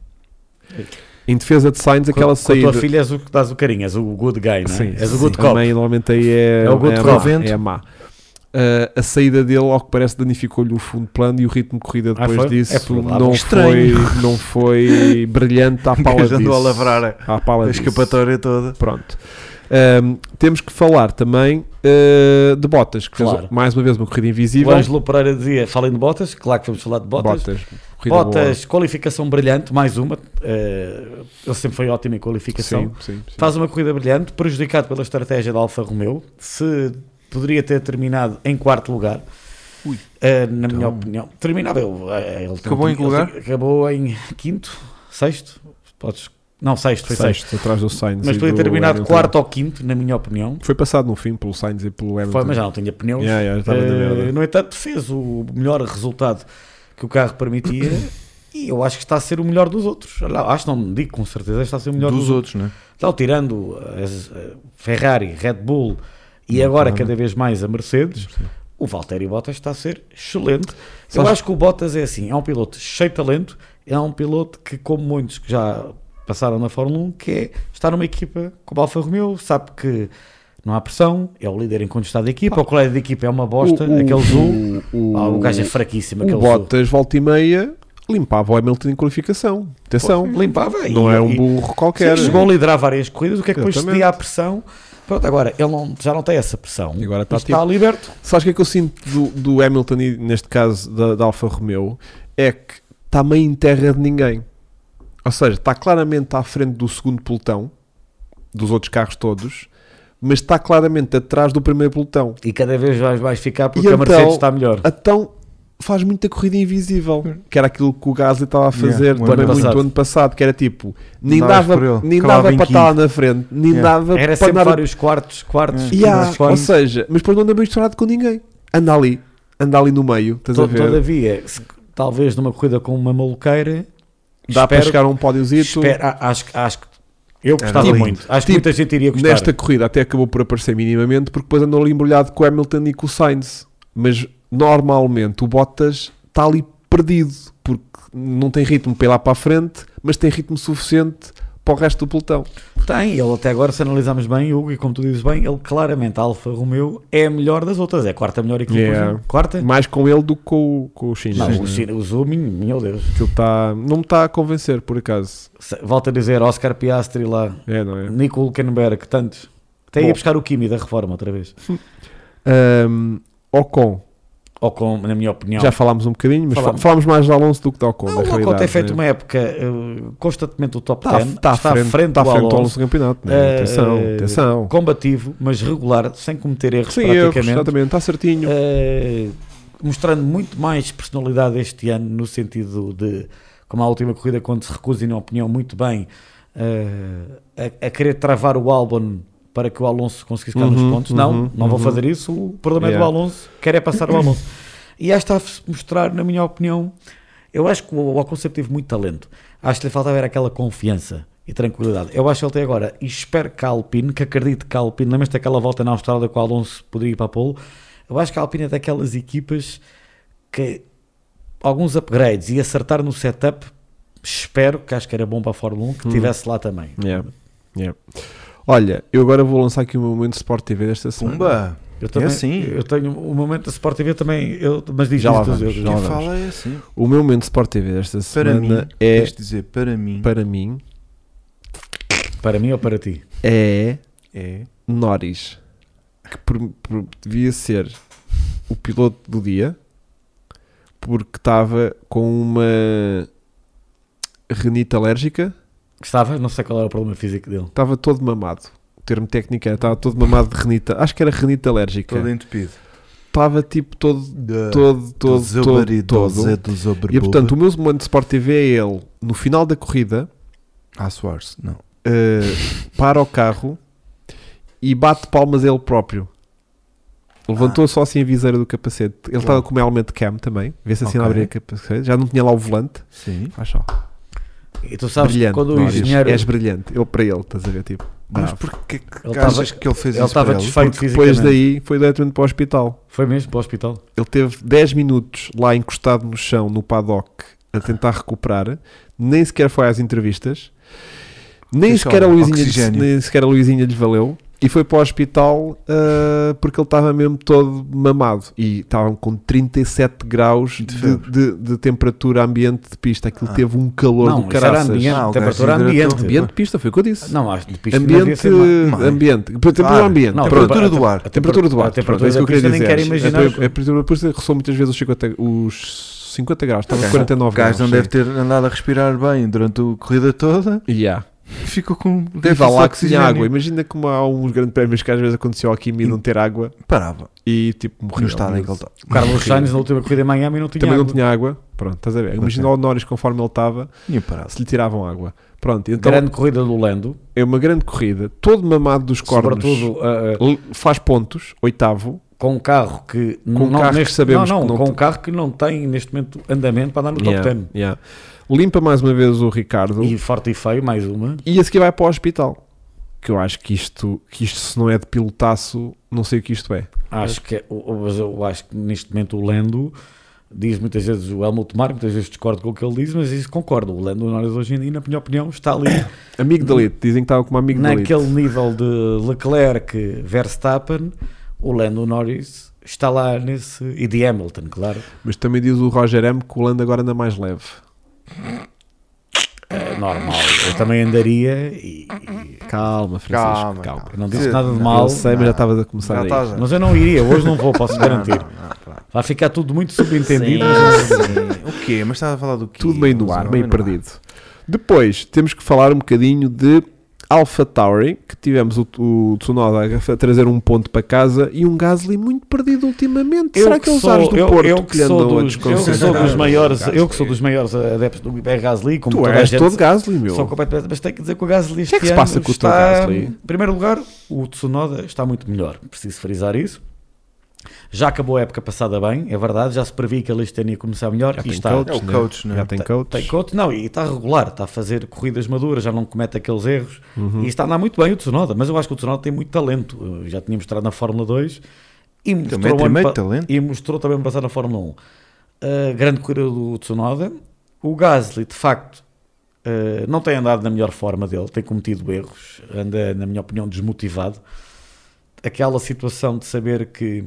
[SPEAKER 2] Em defesa de Sainz, aquela
[SPEAKER 3] com, com a
[SPEAKER 2] saída.
[SPEAKER 3] tua filha és o que dás o carinho, és o good guy, não é?
[SPEAKER 2] Sim,
[SPEAKER 3] és o
[SPEAKER 1] sim.
[SPEAKER 3] good
[SPEAKER 2] A
[SPEAKER 3] cop.
[SPEAKER 2] mãe normalmente aí é,
[SPEAKER 3] É o good
[SPEAKER 2] é,
[SPEAKER 3] cop.
[SPEAKER 2] má, é má. Ah, a saída dele, ao que parece, danificou-lhe o fundo de plano e o ritmo de corrida
[SPEAKER 3] Ah,
[SPEAKER 2] depois
[SPEAKER 3] foi? É
[SPEAKER 2] disso
[SPEAKER 3] provável.
[SPEAKER 2] não, foi,
[SPEAKER 1] Estranho.
[SPEAKER 2] não foi brilhante à pala
[SPEAKER 1] Gajo andou a
[SPEAKER 2] disso.
[SPEAKER 1] lavrar a-
[SPEAKER 2] À pala
[SPEAKER 1] a
[SPEAKER 2] disso.
[SPEAKER 1] escapatória toda.
[SPEAKER 2] Pronto. Ahm, temos que falar também ah, de Bottas, que fez
[SPEAKER 3] Claro.
[SPEAKER 2] mais uma vez uma corrida
[SPEAKER 3] O
[SPEAKER 2] invisível.
[SPEAKER 3] Ângelo Pereira dizia, falem de botas, claro que vamos falar de botas. Botas,
[SPEAKER 2] corrida
[SPEAKER 3] qualificação brilhante, mais uma. eh, ele sempre foi ótimo em
[SPEAKER 2] boa.
[SPEAKER 3] qualificação.
[SPEAKER 2] Sim, sim, sim.
[SPEAKER 3] Faz uma corrida brilhante, prejudicado pela estratégia da Alfa Romeo. Se poderia ter terminado em quarto lugar,
[SPEAKER 1] Ui.
[SPEAKER 3] eh, na minha opinião. Terminava eu. eh, ele
[SPEAKER 1] Acabou em que
[SPEAKER 3] ele-
[SPEAKER 1] lugar?
[SPEAKER 3] Acabou em quinto, sexto. Podes, não, sexto, foi sexto.
[SPEAKER 2] Sexto, atrás do Sainz.
[SPEAKER 3] Mas
[SPEAKER 2] e
[SPEAKER 3] podia
[SPEAKER 2] do
[SPEAKER 3] ter terminado
[SPEAKER 2] Hamilton.
[SPEAKER 3] quarto ou quinto, na minha opinião.
[SPEAKER 2] Foi passado no fim pelo Sainz e pelo Hamilton.
[SPEAKER 3] Foi, mas já não tinha pneus.
[SPEAKER 2] Yeah, yeah, estava na
[SPEAKER 3] Eh,
[SPEAKER 2] merda.
[SPEAKER 3] no entanto, fez o melhor resultado que o carro permitia. E eu acho que está a ser o melhor dos outros. Olha lá, Acho, não digo com certeza, está a ser o melhor
[SPEAKER 1] Dos
[SPEAKER 3] dos,
[SPEAKER 1] outros, né?
[SPEAKER 3] Então, tirando as, eh, Ferrari, Red Bull e agora cada vez mais a Mercedes, o Valtteri Bottas está a ser excelente. Eu
[SPEAKER 2] Sabes-
[SPEAKER 3] acho que o Bottas é assim, é um piloto cheio de talento, é um piloto que, como muitos que já passaram na Fórmula 1, que é estar numa equipa como a Alfa Romeo, sabe que não há pressão, é o líder incontestado da equipa, o colega de equipa é uma bosta, aquele azul,
[SPEAKER 2] o,
[SPEAKER 3] Ah, o gajo é fraquíssimo,
[SPEAKER 2] O
[SPEAKER 3] aquele azul.
[SPEAKER 2] Bottas volta e meia limpava o Hamilton em qualificação. Atenção,
[SPEAKER 3] Limpava e-
[SPEAKER 2] não é um
[SPEAKER 3] e-
[SPEAKER 2] burro qualquer.
[SPEAKER 3] Sim, chegou a liderar várias corridas, o que é que depois
[SPEAKER 2] Exatamente.
[SPEAKER 3] cedia à pressão? Pronto, agora ele não- já não tem essa pressão.
[SPEAKER 4] E agora está
[SPEAKER 3] está,
[SPEAKER 4] ativo.
[SPEAKER 3] liberto.
[SPEAKER 2] Sabes o que é que eu sinto do, do Hamilton e neste caso da, da Alfa Romeo? É que está meio em terra de ninguém. Ou seja, está claramente à frente do segundo pelotão, dos outros carros todos, mas está claramente atrás do primeiro pelotão.
[SPEAKER 3] E cada vez vais, vais ficar porque
[SPEAKER 2] E
[SPEAKER 3] a Mercedes
[SPEAKER 2] então-
[SPEAKER 3] está melhor.
[SPEAKER 2] Então faz muita corrida invisível, que era aquilo que o Gasly estava a fazer
[SPEAKER 1] Yeah, o ano
[SPEAKER 2] também muito
[SPEAKER 3] passado.
[SPEAKER 2] o ano passado, que era tipo, nem
[SPEAKER 1] Andavas
[SPEAKER 2] dava,
[SPEAKER 1] por ele,
[SPEAKER 2] nem
[SPEAKER 1] acabava
[SPEAKER 2] dava
[SPEAKER 1] em
[SPEAKER 2] para estar lá
[SPEAKER 1] quinto.
[SPEAKER 2] na frente, nem
[SPEAKER 1] Yeah.
[SPEAKER 2] dava
[SPEAKER 3] Era
[SPEAKER 2] para
[SPEAKER 3] sempre
[SPEAKER 2] andar
[SPEAKER 3] vários quartos, quartos,
[SPEAKER 1] Yeah.
[SPEAKER 2] E há,
[SPEAKER 3] quintos,
[SPEAKER 2] ou
[SPEAKER 3] quartos.
[SPEAKER 2] seja, mas depois não anda bem misturado com ninguém. Anda ali, anda ali no meio, estás a
[SPEAKER 3] To-
[SPEAKER 2] ver?
[SPEAKER 3] Todavia, se- talvez numa corrida com uma maluqueira,
[SPEAKER 2] Dá para
[SPEAKER 3] espero-
[SPEAKER 2] chegar a um pódiozito.
[SPEAKER 3] espero- a- acho, que- acho que eu gostava
[SPEAKER 4] lindo.
[SPEAKER 3] muito. Acho que
[SPEAKER 2] Tipo,
[SPEAKER 3] muita gente iria gostar.
[SPEAKER 2] Nesta corrida até acabou por aparecer minimamente, porque depois andou ali embrulhado com o Hamilton e com o Sainz. Mas normalmente o Bottas está ali perdido, porque não tem ritmo para ir lá para a frente, mas tem ritmo suficiente para o resto do pelotão.
[SPEAKER 3] Tem, ele até agora, se analisarmos bem, Hugo, e como tu dizes bem, ele claramente, a Alfa Romeo, é a melhor das outras. É a quarta melhor equipa.
[SPEAKER 2] Yeah.
[SPEAKER 3] Quarta?
[SPEAKER 2] Mais com ele do que com, o- com o Shinji.
[SPEAKER 3] Não,
[SPEAKER 2] Não,
[SPEAKER 3] o Ciro- o Zumi, meu Deus.
[SPEAKER 2] Aquilo está, não me está a convencer, por acaso.
[SPEAKER 3] Se- Volto a dizer, Oscar Piastri lá,
[SPEAKER 2] É, não é?
[SPEAKER 3] Nico Hulkenberg, tantos. Até
[SPEAKER 2] Bom.
[SPEAKER 3] ia buscar o Kimi da reforma outra vez.
[SPEAKER 2] Ahm, Ocon,
[SPEAKER 3] Ou com, na minha opinião.
[SPEAKER 2] já falámos um bocadinho, mas fa-
[SPEAKER 3] Falámos.
[SPEAKER 2] falámos, mais de Alonso do que de Ocon.
[SPEAKER 3] não,
[SPEAKER 2] na
[SPEAKER 3] o Ocon
[SPEAKER 2] realidade,
[SPEAKER 3] tem feito
[SPEAKER 2] né?
[SPEAKER 3] uma época eh, constantemente o top
[SPEAKER 2] Está,
[SPEAKER 3] 10.
[SPEAKER 2] está, tá à frente, está à
[SPEAKER 3] do
[SPEAKER 2] frente do
[SPEAKER 3] Alonso.
[SPEAKER 2] Alonso no campeonato. né?
[SPEAKER 3] Eh,
[SPEAKER 2] atenção,
[SPEAKER 3] eh,
[SPEAKER 2] atenção.
[SPEAKER 3] Combativo, mas regular, sem cometer erros
[SPEAKER 2] Sim, erros,
[SPEAKER 3] praticamente.
[SPEAKER 2] exatamente, está certinho.
[SPEAKER 1] É.
[SPEAKER 3] Eh, mostrando muito mais personalidade este ano, no sentido de, como a última corrida, quando se recusa, e na opinião, muito bem, eh, a, a querer travar o Albon para que o Alonso conseguisse ganhar
[SPEAKER 2] Uhum,
[SPEAKER 3] nos pontos. Não,
[SPEAKER 2] uhum,
[SPEAKER 3] não vou
[SPEAKER 2] uhum.
[SPEAKER 3] fazer isso. O problema é
[SPEAKER 2] Yeah.
[SPEAKER 3] do Alonso, quer é passar o Alonso. E acho que está a mostrar, na minha opinião, eu acho que o Ocon sempre teve muito talento. Acho que lhe faltava era aquela confiança e tranquilidade. Eu acho que ele tem agora, e espero que a Alpine, que acredito que a Alpine, lembras-te daquela volta na Austrália com o Alonso poderia ir para a polo? Eu acho que a Alpine é daquelas equipas que alguns upgrades e acertar no setup, espero, que acho que era bom para a Fórmula
[SPEAKER 2] Hum.
[SPEAKER 3] 1, que tivesse lá também.
[SPEAKER 2] Yeah, yeah. Olha, eu agora vou lançar aqui o meu momento de Sport TV desta semana.
[SPEAKER 1] Pumba!
[SPEAKER 2] É
[SPEAKER 3] Eu também,
[SPEAKER 1] assim.
[SPEAKER 3] eu tenho o momento da Sport TV também, eu, mas diz
[SPEAKER 2] Já
[SPEAKER 3] diz
[SPEAKER 2] lá
[SPEAKER 3] tu,
[SPEAKER 2] vamos,
[SPEAKER 3] eu-
[SPEAKER 2] já
[SPEAKER 1] Quem
[SPEAKER 2] lá vamos.
[SPEAKER 1] fala é assim.
[SPEAKER 2] O meu momento de Sport TV desta
[SPEAKER 1] Para mim,
[SPEAKER 2] semana é,
[SPEAKER 1] tens de dizer, para mim,
[SPEAKER 2] para mim,
[SPEAKER 3] Para mim ou para ti?
[SPEAKER 2] é
[SPEAKER 1] é.
[SPEAKER 2] Norris, que por- por- devia ser o piloto do dia, porque estava com uma renite alérgica,
[SPEAKER 3] Gostava? Não sei qual era o problema físico dele.
[SPEAKER 2] estava todo mamado. O termo técnico era, estava todo mamado de renita. Acho que era renite
[SPEAKER 1] Todo
[SPEAKER 2] alérgica.
[SPEAKER 1] entupido.
[SPEAKER 2] Estava tipo todo
[SPEAKER 1] Da-
[SPEAKER 2] todo, todo,
[SPEAKER 1] dos
[SPEAKER 2] todo,
[SPEAKER 1] albaridoses,
[SPEAKER 2] todo.
[SPEAKER 1] é dos albarbuba.
[SPEAKER 2] E portanto, o meu momento de Sport TV é ele, no final da corrida,
[SPEAKER 1] Ah, Soares, não.
[SPEAKER 2] eh, para o carro e bate palmas a ele próprio. Levantou só assim a viseira do capacete. Ele estava com uma helmet cam também, vê-se assim a
[SPEAKER 1] Ok.
[SPEAKER 2] abrir a capacete. Já não tinha lá o volante.
[SPEAKER 1] Sim.
[SPEAKER 2] Faz só.
[SPEAKER 3] E tu sabes
[SPEAKER 2] brilhante.
[SPEAKER 3] que quando o
[SPEAKER 2] Norris.
[SPEAKER 3] engenheiro.
[SPEAKER 2] És brilhante. Ele para ele, estás a ver? Tipo,
[SPEAKER 1] Mas
[SPEAKER 2] bravo.
[SPEAKER 1] porquê que
[SPEAKER 3] Ele
[SPEAKER 1] achas
[SPEAKER 3] tava-
[SPEAKER 1] que ele fez
[SPEAKER 3] ele
[SPEAKER 1] isso para
[SPEAKER 3] estava
[SPEAKER 1] ele?
[SPEAKER 3] desfeito
[SPEAKER 2] Depois
[SPEAKER 3] fisicamente.
[SPEAKER 2] daí foi diretamente para o hospital.
[SPEAKER 3] Foi mesmo para o hospital.
[SPEAKER 2] Ele teve 10 minutos lá encostado no chão, no paddock, a tentar recuperar. Nem sequer foi às entrevistas. Nem
[SPEAKER 1] Deixa
[SPEAKER 2] sequer, a
[SPEAKER 1] lá,
[SPEAKER 2] Luizinha lhe,
[SPEAKER 1] oxigénio.
[SPEAKER 2] nem sequer a Luizinha lhes valeu. E foi para o hospital ah, porque ele estava mesmo todo mamado. E estavam com 37 graus
[SPEAKER 1] De
[SPEAKER 2] de,
[SPEAKER 1] febre.
[SPEAKER 2] de- de temperatura ambiente de pista. Aquilo
[SPEAKER 1] Ah.
[SPEAKER 2] teve um calor
[SPEAKER 3] Não,
[SPEAKER 2] do
[SPEAKER 3] isso era
[SPEAKER 2] caraças.
[SPEAKER 3] ambiente,
[SPEAKER 1] Ah, o gajo
[SPEAKER 3] temperatura ambiente.
[SPEAKER 1] desidratou.
[SPEAKER 2] Ambiente de pista, foi o que eu disse.
[SPEAKER 3] Não, acho que de pista não devia
[SPEAKER 2] ambiente,
[SPEAKER 3] ser mais.
[SPEAKER 1] mais.
[SPEAKER 2] ambiente. Temperatura
[SPEAKER 1] Ah,
[SPEAKER 2] ambiente.
[SPEAKER 3] não,
[SPEAKER 2] Pronto.
[SPEAKER 1] Temperatura do ar.
[SPEAKER 3] A
[SPEAKER 2] A temperatura do ar.
[SPEAKER 3] A temperatura
[SPEAKER 2] pronto, é isso
[SPEAKER 3] da
[SPEAKER 2] que eu
[SPEAKER 3] pista
[SPEAKER 2] queria
[SPEAKER 3] nem quero
[SPEAKER 2] dizer.
[SPEAKER 3] imaginar.
[SPEAKER 2] A pe- A temperatura por isso ressou muitas vezes os 50, os 50 graus, estava
[SPEAKER 1] Ok.
[SPEAKER 2] 49
[SPEAKER 1] O gajo
[SPEAKER 2] graus.
[SPEAKER 1] não
[SPEAKER 2] sim.
[SPEAKER 1] deve ter andado a respirar bem durante a corrida toda.
[SPEAKER 2] Yeah.
[SPEAKER 1] Ficou com
[SPEAKER 2] Deve
[SPEAKER 1] déficit de
[SPEAKER 2] lá que tinha
[SPEAKER 1] oxigênio.
[SPEAKER 2] água. Imagina como há uns grandes prémios que às vezes aconteceu ao Kimi não ter água
[SPEAKER 1] Parava.
[SPEAKER 2] e tipo morreu.
[SPEAKER 1] No estado em
[SPEAKER 2] mas
[SPEAKER 1] que ele tá- estava.
[SPEAKER 3] O Carlos Sainz na última corrida em Miami não tinha.
[SPEAKER 2] Também não
[SPEAKER 3] água.
[SPEAKER 2] tinha água. Pronto, estás a ver? Imagina o Norris conforme ele estava,
[SPEAKER 1] Tinha parado.
[SPEAKER 2] se lhe tiravam água. Pronto, então
[SPEAKER 3] Grande corrida do Lando,
[SPEAKER 2] é uma grande corrida, todo mamado dos cornos.
[SPEAKER 3] sobretudo ah, ah,
[SPEAKER 2] L- Faz pontos, oitavo.
[SPEAKER 3] com um carro que
[SPEAKER 2] um
[SPEAKER 3] não,
[SPEAKER 2] carro que
[SPEAKER 3] neste-
[SPEAKER 2] sabemos
[SPEAKER 3] não, não,
[SPEAKER 2] que não
[SPEAKER 3] com
[SPEAKER 2] tem-
[SPEAKER 3] um carro que não tem neste momento andamento para andar no
[SPEAKER 2] Yeah,
[SPEAKER 3] top 10.
[SPEAKER 2] yeah. Limpa mais uma vez o Ricardo.
[SPEAKER 3] E forte e feio, mais uma.
[SPEAKER 2] e a seguir vai para o hospital. Que eu acho que isto, que isto se não é de pilotaço, não sei o que isto é.
[SPEAKER 3] Acho que, o- o- mas eu acho que neste momento o Lando diz muitas vezes o Helmut Marko, muitas vezes discordo com o que ele diz, mas isso concordo. O Lando Norris hoje em dia, na minha opinião, está ali
[SPEAKER 2] Amigdalite, dizem que estava com uma amigdalite.
[SPEAKER 3] naquele nível de Leclerc, Verstappen, o Lando Norris está lá nesse. E de Hamilton, claro.
[SPEAKER 2] Mas também diz o Roger M que o Lando agora anda mais leve.
[SPEAKER 3] É normal. Eu também andaria e. e-
[SPEAKER 2] Calma, Francisco.
[SPEAKER 4] Calma,
[SPEAKER 2] Calma.
[SPEAKER 4] calma.
[SPEAKER 3] Eu não disse
[SPEAKER 4] Sim,
[SPEAKER 3] nada de
[SPEAKER 2] Eu
[SPEAKER 3] mal.
[SPEAKER 2] sei, mas já estavas a começar
[SPEAKER 4] Já
[SPEAKER 2] aí.
[SPEAKER 4] estás a-
[SPEAKER 3] Mas é eu não iria, hoje não vou, posso
[SPEAKER 1] Ah,
[SPEAKER 3] garantir.
[SPEAKER 4] Não, não, pá.
[SPEAKER 3] Vai ficar tudo muito subentendido.
[SPEAKER 4] Sim, sim. O quê? Mas estás a falar do quê?
[SPEAKER 2] Tudo meio no
[SPEAKER 4] Mas
[SPEAKER 2] ar,
[SPEAKER 4] não, é
[SPEAKER 2] meio
[SPEAKER 4] no
[SPEAKER 2] perdido. Depois, temos que falar um bocadinho de Alpha Tauri, que tivemos o, o Tsunoda a trazer um ponto para casa e um Gasly muito perdido ultimamente.
[SPEAKER 3] Eu
[SPEAKER 2] Será que é os ares do
[SPEAKER 3] eu,
[SPEAKER 2] Porto
[SPEAKER 3] eu
[SPEAKER 2] que
[SPEAKER 3] que
[SPEAKER 2] lhe
[SPEAKER 3] sou
[SPEAKER 2] andam a
[SPEAKER 3] dos, eu que sou
[SPEAKER 2] desconcertar?
[SPEAKER 3] dos maiores, eu que sou
[SPEAKER 4] Gasly.
[SPEAKER 3] dos maiores adeptos do Iber Gasly, como
[SPEAKER 2] Tu
[SPEAKER 3] toda a
[SPEAKER 2] és
[SPEAKER 3] gente
[SPEAKER 2] todo Gasly, meu.
[SPEAKER 3] Sou completamente, mas tenho que dizer que o Gasly este
[SPEAKER 2] que é que se
[SPEAKER 3] ano
[SPEAKER 2] passa com o teu
[SPEAKER 3] está,
[SPEAKER 2] Gasly?
[SPEAKER 3] Em primeiro lugar, o Tsunoda está muito melhor, preciso frisar isso. Já acabou a época passada bem, é verdade, já se previa que ele este ano ia começar melhor
[SPEAKER 2] Já
[SPEAKER 3] e
[SPEAKER 2] tem
[SPEAKER 3] está.
[SPEAKER 2] coach,
[SPEAKER 1] É o
[SPEAKER 2] né?
[SPEAKER 1] coach, né?
[SPEAKER 2] Já tem coach.
[SPEAKER 3] Tem coach, não, e está regular, está a fazer corridas maduras, já não comete aqueles erros e está a andar muito bem o Tsunoda, mas eu acho que o Tsunoda tem muito talento, Eu já tinha mostrado na Fórmula 2 e mostrou,
[SPEAKER 4] tem
[SPEAKER 3] o ano
[SPEAKER 4] meio
[SPEAKER 3] pa-
[SPEAKER 4] talento.
[SPEAKER 3] E mostrou também passar na Fórmula 1. A grande corrida do Tsunoda, o Gasly de facto eh, não tem andado na melhor forma dele, tem cometido erros, anda na minha opinião desmotivado. Aquela situação de saber que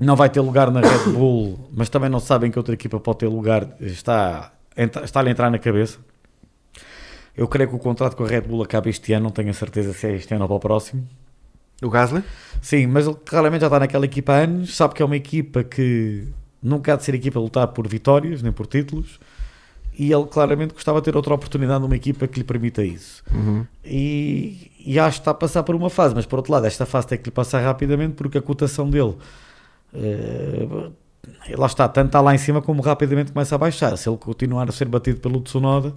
[SPEAKER 3] não vai ter lugar na Red Bull, mas também não sabem que outra equipa pode ter lugar, está, entra- está-lhe a entrar na cabeça. Eu creio que o contrato com a Red Bull acaba este ano, não tenho a certeza se é este ano ou para o próximo.
[SPEAKER 4] O Gasly?
[SPEAKER 3] Sim, mas ele claramente já está naquela equipa há anos, sabe que é uma equipa que nunca há de ser equipa a lutar por vitórias nem por títulos. E ele claramente gostava de ter outra oportunidade numa equipa que lhe permita isso. E, e acho que está a passar por uma fase, mas por outro lado, esta fase tem que lhe passar rapidamente porque a cotação dele eh, lá está, tanto está lá em cima como rapidamente começa a baixar. Se ele continuar a ser batido pelo Tsunoda,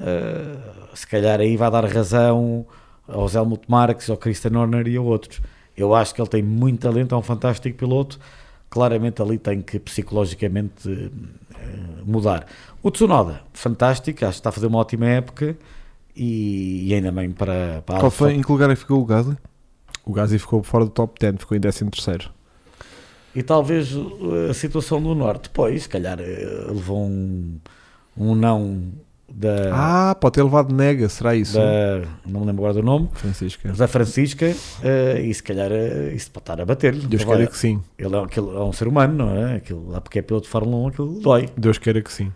[SPEAKER 3] eh, se calhar aí vai dar razão aos Helmut Marques, ao Christian Horner e a outros. Eu acho que ele tem muito talento, é um fantástico piloto. Claramente ali tem que psicologicamente eh, mudar. O Tsunoda, fantástico, acho que está a fazer uma ótima época e, e ainda bem para, para a
[SPEAKER 1] Qual
[SPEAKER 3] Alfa.
[SPEAKER 1] foi, em que lugar é que ficou o Gasly?
[SPEAKER 2] O Gasly ficou fora do top 10, ficou em 13º.
[SPEAKER 3] E talvez uh, a situação do Norte, pois, se calhar uh, levou um, um não da,
[SPEAKER 2] Ah, pode ter levado nega, será isso?
[SPEAKER 3] É. da- Não me lembro agora do nome,
[SPEAKER 2] Francisca.
[SPEAKER 3] da Francisca, uh, e se calhar uh, isso pode estar a bater-lhe.
[SPEAKER 2] Deus
[SPEAKER 3] Vai,
[SPEAKER 2] queira que sim.
[SPEAKER 3] Ele é, aquilo é um ser humano, não é? Aquilo, lá porque é piloto de Fórmula 1, aquilo dói.
[SPEAKER 2] Deus queira que sim.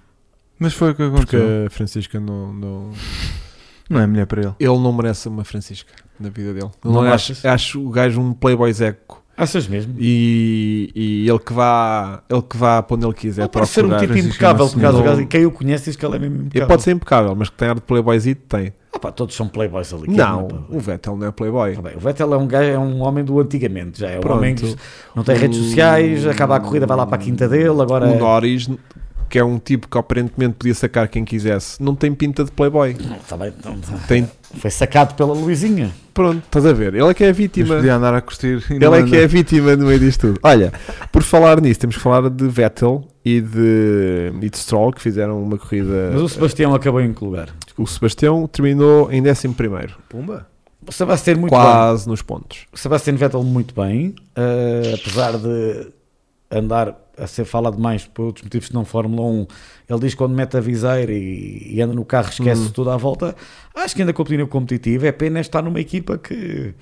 [SPEAKER 1] Mas foi o que
[SPEAKER 2] Porque
[SPEAKER 1] aconteceu.
[SPEAKER 2] a Francisca não, não-
[SPEAKER 1] Não é mulher para ele.
[SPEAKER 2] Ele não merece uma Francisca na vida dele.
[SPEAKER 3] Não
[SPEAKER 2] Não é? acho,
[SPEAKER 3] achas?
[SPEAKER 2] acho o gajo um playboy zeco.
[SPEAKER 3] Achas mesmo?
[SPEAKER 2] E, e ele que vá ele que vá para onde ele quiser
[SPEAKER 3] ele pode ser um
[SPEAKER 2] procurar.
[SPEAKER 3] tipo
[SPEAKER 1] Francisca
[SPEAKER 3] impecável, por causa do
[SPEAKER 2] Não-
[SPEAKER 3] gajo. Quem o conhece diz que ele é mesmo
[SPEAKER 2] Ele
[SPEAKER 3] impecável.
[SPEAKER 2] pode ser impecável, mas que tem ar de playboyzito, tem.
[SPEAKER 3] Ah pá, todos são playboys ali. que
[SPEAKER 2] não,
[SPEAKER 3] é, pá.
[SPEAKER 2] o Vettel não é playboy.
[SPEAKER 3] Tá bem, o Vettel é um gajo, é um homem do antigamente, já é um
[SPEAKER 2] Pronto.
[SPEAKER 3] homem que não tem redes sociais, acaba a corrida, vai lá para a quinta dele, agora é-
[SPEAKER 2] O Norris, que é um tipo que aparentemente podia sacar quem quisesse, não tem pinta de playboy.
[SPEAKER 3] Tá bem, então,
[SPEAKER 2] Tem,
[SPEAKER 3] foi sacado pela Luizinha.
[SPEAKER 2] pronto, estás a ver? Ele é que é a
[SPEAKER 1] Mas
[SPEAKER 2] vítima.
[SPEAKER 1] podia andar a curtir. e não
[SPEAKER 2] Ele é que é a
[SPEAKER 1] anda.
[SPEAKER 2] vítima no meio disto tudo. Olha, por falar nisso, temos que falar de Vettel e de, e de Stroll, que fizeram uma corrida.
[SPEAKER 3] Mas o Sebastião acabou em que lugar?
[SPEAKER 2] O Sebastião terminou em 11,
[SPEAKER 4] Pumba.
[SPEAKER 3] O Sebastião muito bem.
[SPEAKER 2] quase nos pontos.
[SPEAKER 3] O Sebastian Vettel muito bem, eh, apesar de andar a ser falado mais por outros motivos que não Fórmula 1, ele diz que quando mete a viseira e, e anda no carro esquece tudo à volta, acho que ainda continua competitivo, é pena estar numa equipa que,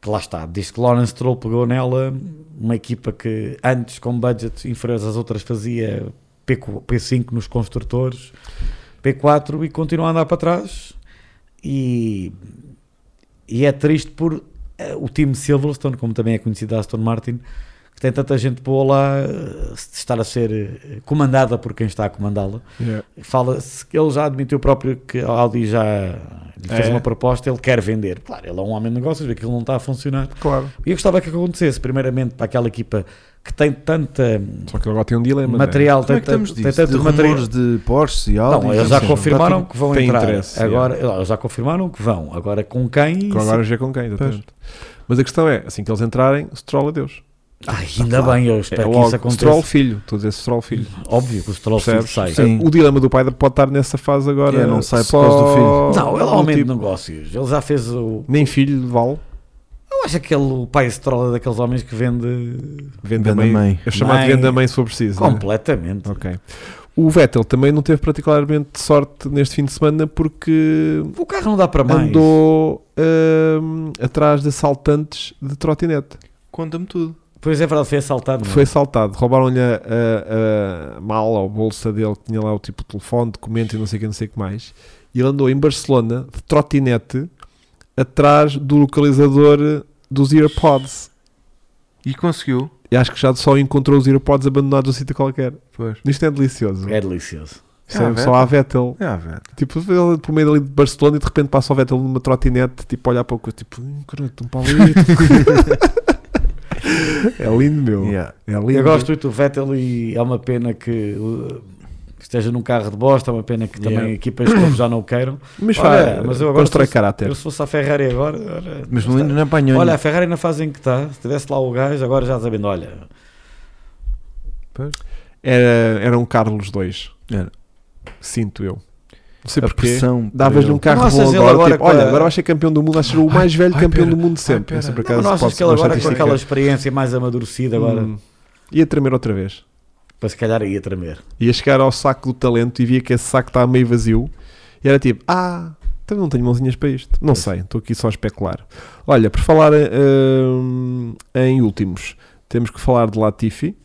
[SPEAKER 3] que lá está, diz que Lawrence Stroll pegou nela, uma equipa que antes com budgets inferiores às outras fazia P4 P5 nos construtores, P4 e continua a andar para trás e, e é triste por eh, o time Silverstone, como também é conhecido a Aston Martin, que tem tanta gente boa lá, eh, estar a ser eh, comandada por quem está a comandá-la. Fala-se que ele já admitiu próprio que a Audi já lhe fez
[SPEAKER 2] É.
[SPEAKER 3] uma proposta, ele quer vender. Claro, ele é um homem de negócios, vê que ele não está a funcionar.
[SPEAKER 2] Claro.
[SPEAKER 3] E eu gostava que acontecesse, primeiramente, para aquela equipa que tem tanta hum,
[SPEAKER 2] Só que ele agora tem um dilema. não é?
[SPEAKER 3] material,
[SPEAKER 1] Como
[SPEAKER 3] tem,
[SPEAKER 1] é que estamos
[SPEAKER 3] tanto- tem
[SPEAKER 1] disso? De
[SPEAKER 3] tanto material.
[SPEAKER 1] rumores de Porsche e assim Audi.
[SPEAKER 3] Não, eles já
[SPEAKER 1] Sim.
[SPEAKER 2] Tá
[SPEAKER 3] confirmaram
[SPEAKER 2] tudo-
[SPEAKER 3] que vão
[SPEAKER 2] tem
[SPEAKER 3] entrar.
[SPEAKER 2] interesse,
[SPEAKER 3] agora, eles já confirmaram que vão. Agora com quem?
[SPEAKER 2] Com agora já é com quem, exatamente. Mas a questão é, assim que eles entrarem, Stroll adeus.
[SPEAKER 3] Ai, Ah, ainda bem, eu
[SPEAKER 2] É
[SPEAKER 3] espero que isso
[SPEAKER 2] logo,
[SPEAKER 3] aconteça.
[SPEAKER 2] Stroll filho, estou a dizer Stroll filho.
[SPEAKER 3] Óbvio que o Stroll
[SPEAKER 2] Percebes?
[SPEAKER 3] sai.
[SPEAKER 1] Sim.
[SPEAKER 2] O dilema do pai pode estar nessa fase agora.
[SPEAKER 1] É, não sai por
[SPEAKER 2] só
[SPEAKER 1] causa do filho.
[SPEAKER 3] Não, ele é
[SPEAKER 2] do
[SPEAKER 3] um homem de
[SPEAKER 2] tipo,
[SPEAKER 3] negócios. Ele já fez o.
[SPEAKER 2] Nem filho vale.
[SPEAKER 3] Eu acho aquele pai Stroll é daqueles homens que vende
[SPEAKER 2] Venda,
[SPEAKER 1] Venda
[SPEAKER 2] mãe.
[SPEAKER 1] mãe.
[SPEAKER 2] Eu chamar de
[SPEAKER 3] Mãe.
[SPEAKER 2] venda mãe se for preciso. né?
[SPEAKER 3] completamente.
[SPEAKER 2] Ok. O Vettel também não teve particularmente sorte neste fim de semana porque
[SPEAKER 3] O carro não dá para mais.
[SPEAKER 2] andou hum, atrás de assaltantes de trotinete.
[SPEAKER 4] Conta-me tudo.
[SPEAKER 3] Pois é verdade, foi assaltado. não é?
[SPEAKER 2] Foi assaltado, roubaram-lhe a, a- a mala ou bolsa dele, que tinha lá o tipo de telefone, documento e não sei o que, não sei o que mais. E ele andou em Barcelona de trotinete atrás do localizador dos AirPods.
[SPEAKER 4] E conseguiu.
[SPEAKER 2] E acho que já só encontrou os AirPods abandonados num sítio qualquer.
[SPEAKER 4] Pois.
[SPEAKER 2] Isto é delicioso.
[SPEAKER 3] É delicioso.
[SPEAKER 2] Isto
[SPEAKER 4] É a
[SPEAKER 2] é só
[SPEAKER 4] Vettel.
[SPEAKER 2] a Vettel.
[SPEAKER 4] É, velho.
[SPEAKER 2] Tipo, ele por meio ali de Barcelona e de repente passa o Vettel numa trotinete, tipo, a olhar para o coisa, tipo, "Hum, caralho, um palito. é lindo, meu.
[SPEAKER 4] Yeah.
[SPEAKER 2] É lindo.
[SPEAKER 3] Eu gosto muito do Vettel e é uma pena que uh, esteja num carro de bosta, é uma pena que também
[SPEAKER 2] Yeah.
[SPEAKER 3] equipas como já não o queiram.
[SPEAKER 2] Mas,
[SPEAKER 3] Olha,
[SPEAKER 2] pá,
[SPEAKER 3] mas eu agora
[SPEAKER 2] constrói
[SPEAKER 3] sou-
[SPEAKER 2] caráter.
[SPEAKER 3] Eu se fosse a Ferrari agora... Olha,
[SPEAKER 1] Mas
[SPEAKER 2] é
[SPEAKER 3] não está-
[SPEAKER 1] Melinda não apanhou.
[SPEAKER 3] Olha, a
[SPEAKER 1] Olha,
[SPEAKER 3] Ferrari na fase em que está, se tivesse lá o gajo, agora já sabendo, olha,
[SPEAKER 2] Era, era um Carlos 2.
[SPEAKER 1] Era.
[SPEAKER 2] Sinto eu. Não sei
[SPEAKER 1] a
[SPEAKER 2] porquê.
[SPEAKER 1] pressão. para
[SPEAKER 2] Davas-lhe
[SPEAKER 1] ele.
[SPEAKER 2] um carro
[SPEAKER 3] Não
[SPEAKER 2] bom
[SPEAKER 3] achas ele
[SPEAKER 2] agora,
[SPEAKER 3] agora
[SPEAKER 2] tipo,
[SPEAKER 3] com a-
[SPEAKER 2] olha, agora vais ser campeão do mundo, vais ser o mais velho campeão do mundo de sempre.
[SPEAKER 4] pera.
[SPEAKER 2] Isso, por
[SPEAKER 4] Não,
[SPEAKER 2] acaso,
[SPEAKER 3] não achas
[SPEAKER 2] pode
[SPEAKER 3] que
[SPEAKER 2] ser
[SPEAKER 3] ele
[SPEAKER 2] uma
[SPEAKER 3] agora com
[SPEAKER 2] estatística.
[SPEAKER 3] aquela experiência mais amadurecida agora,
[SPEAKER 2] Hum. Ia tremer outra vez.
[SPEAKER 3] para se calhar ia tremer.
[SPEAKER 2] Ia chegar ao saco do talento e via que esse saco estava meio vazio. E era tipo, ah, então não tenho mãozinhas para isto. Não sei, estou aqui só a especular. Olha, por falar hum, em últimos, temos que falar de Latifi,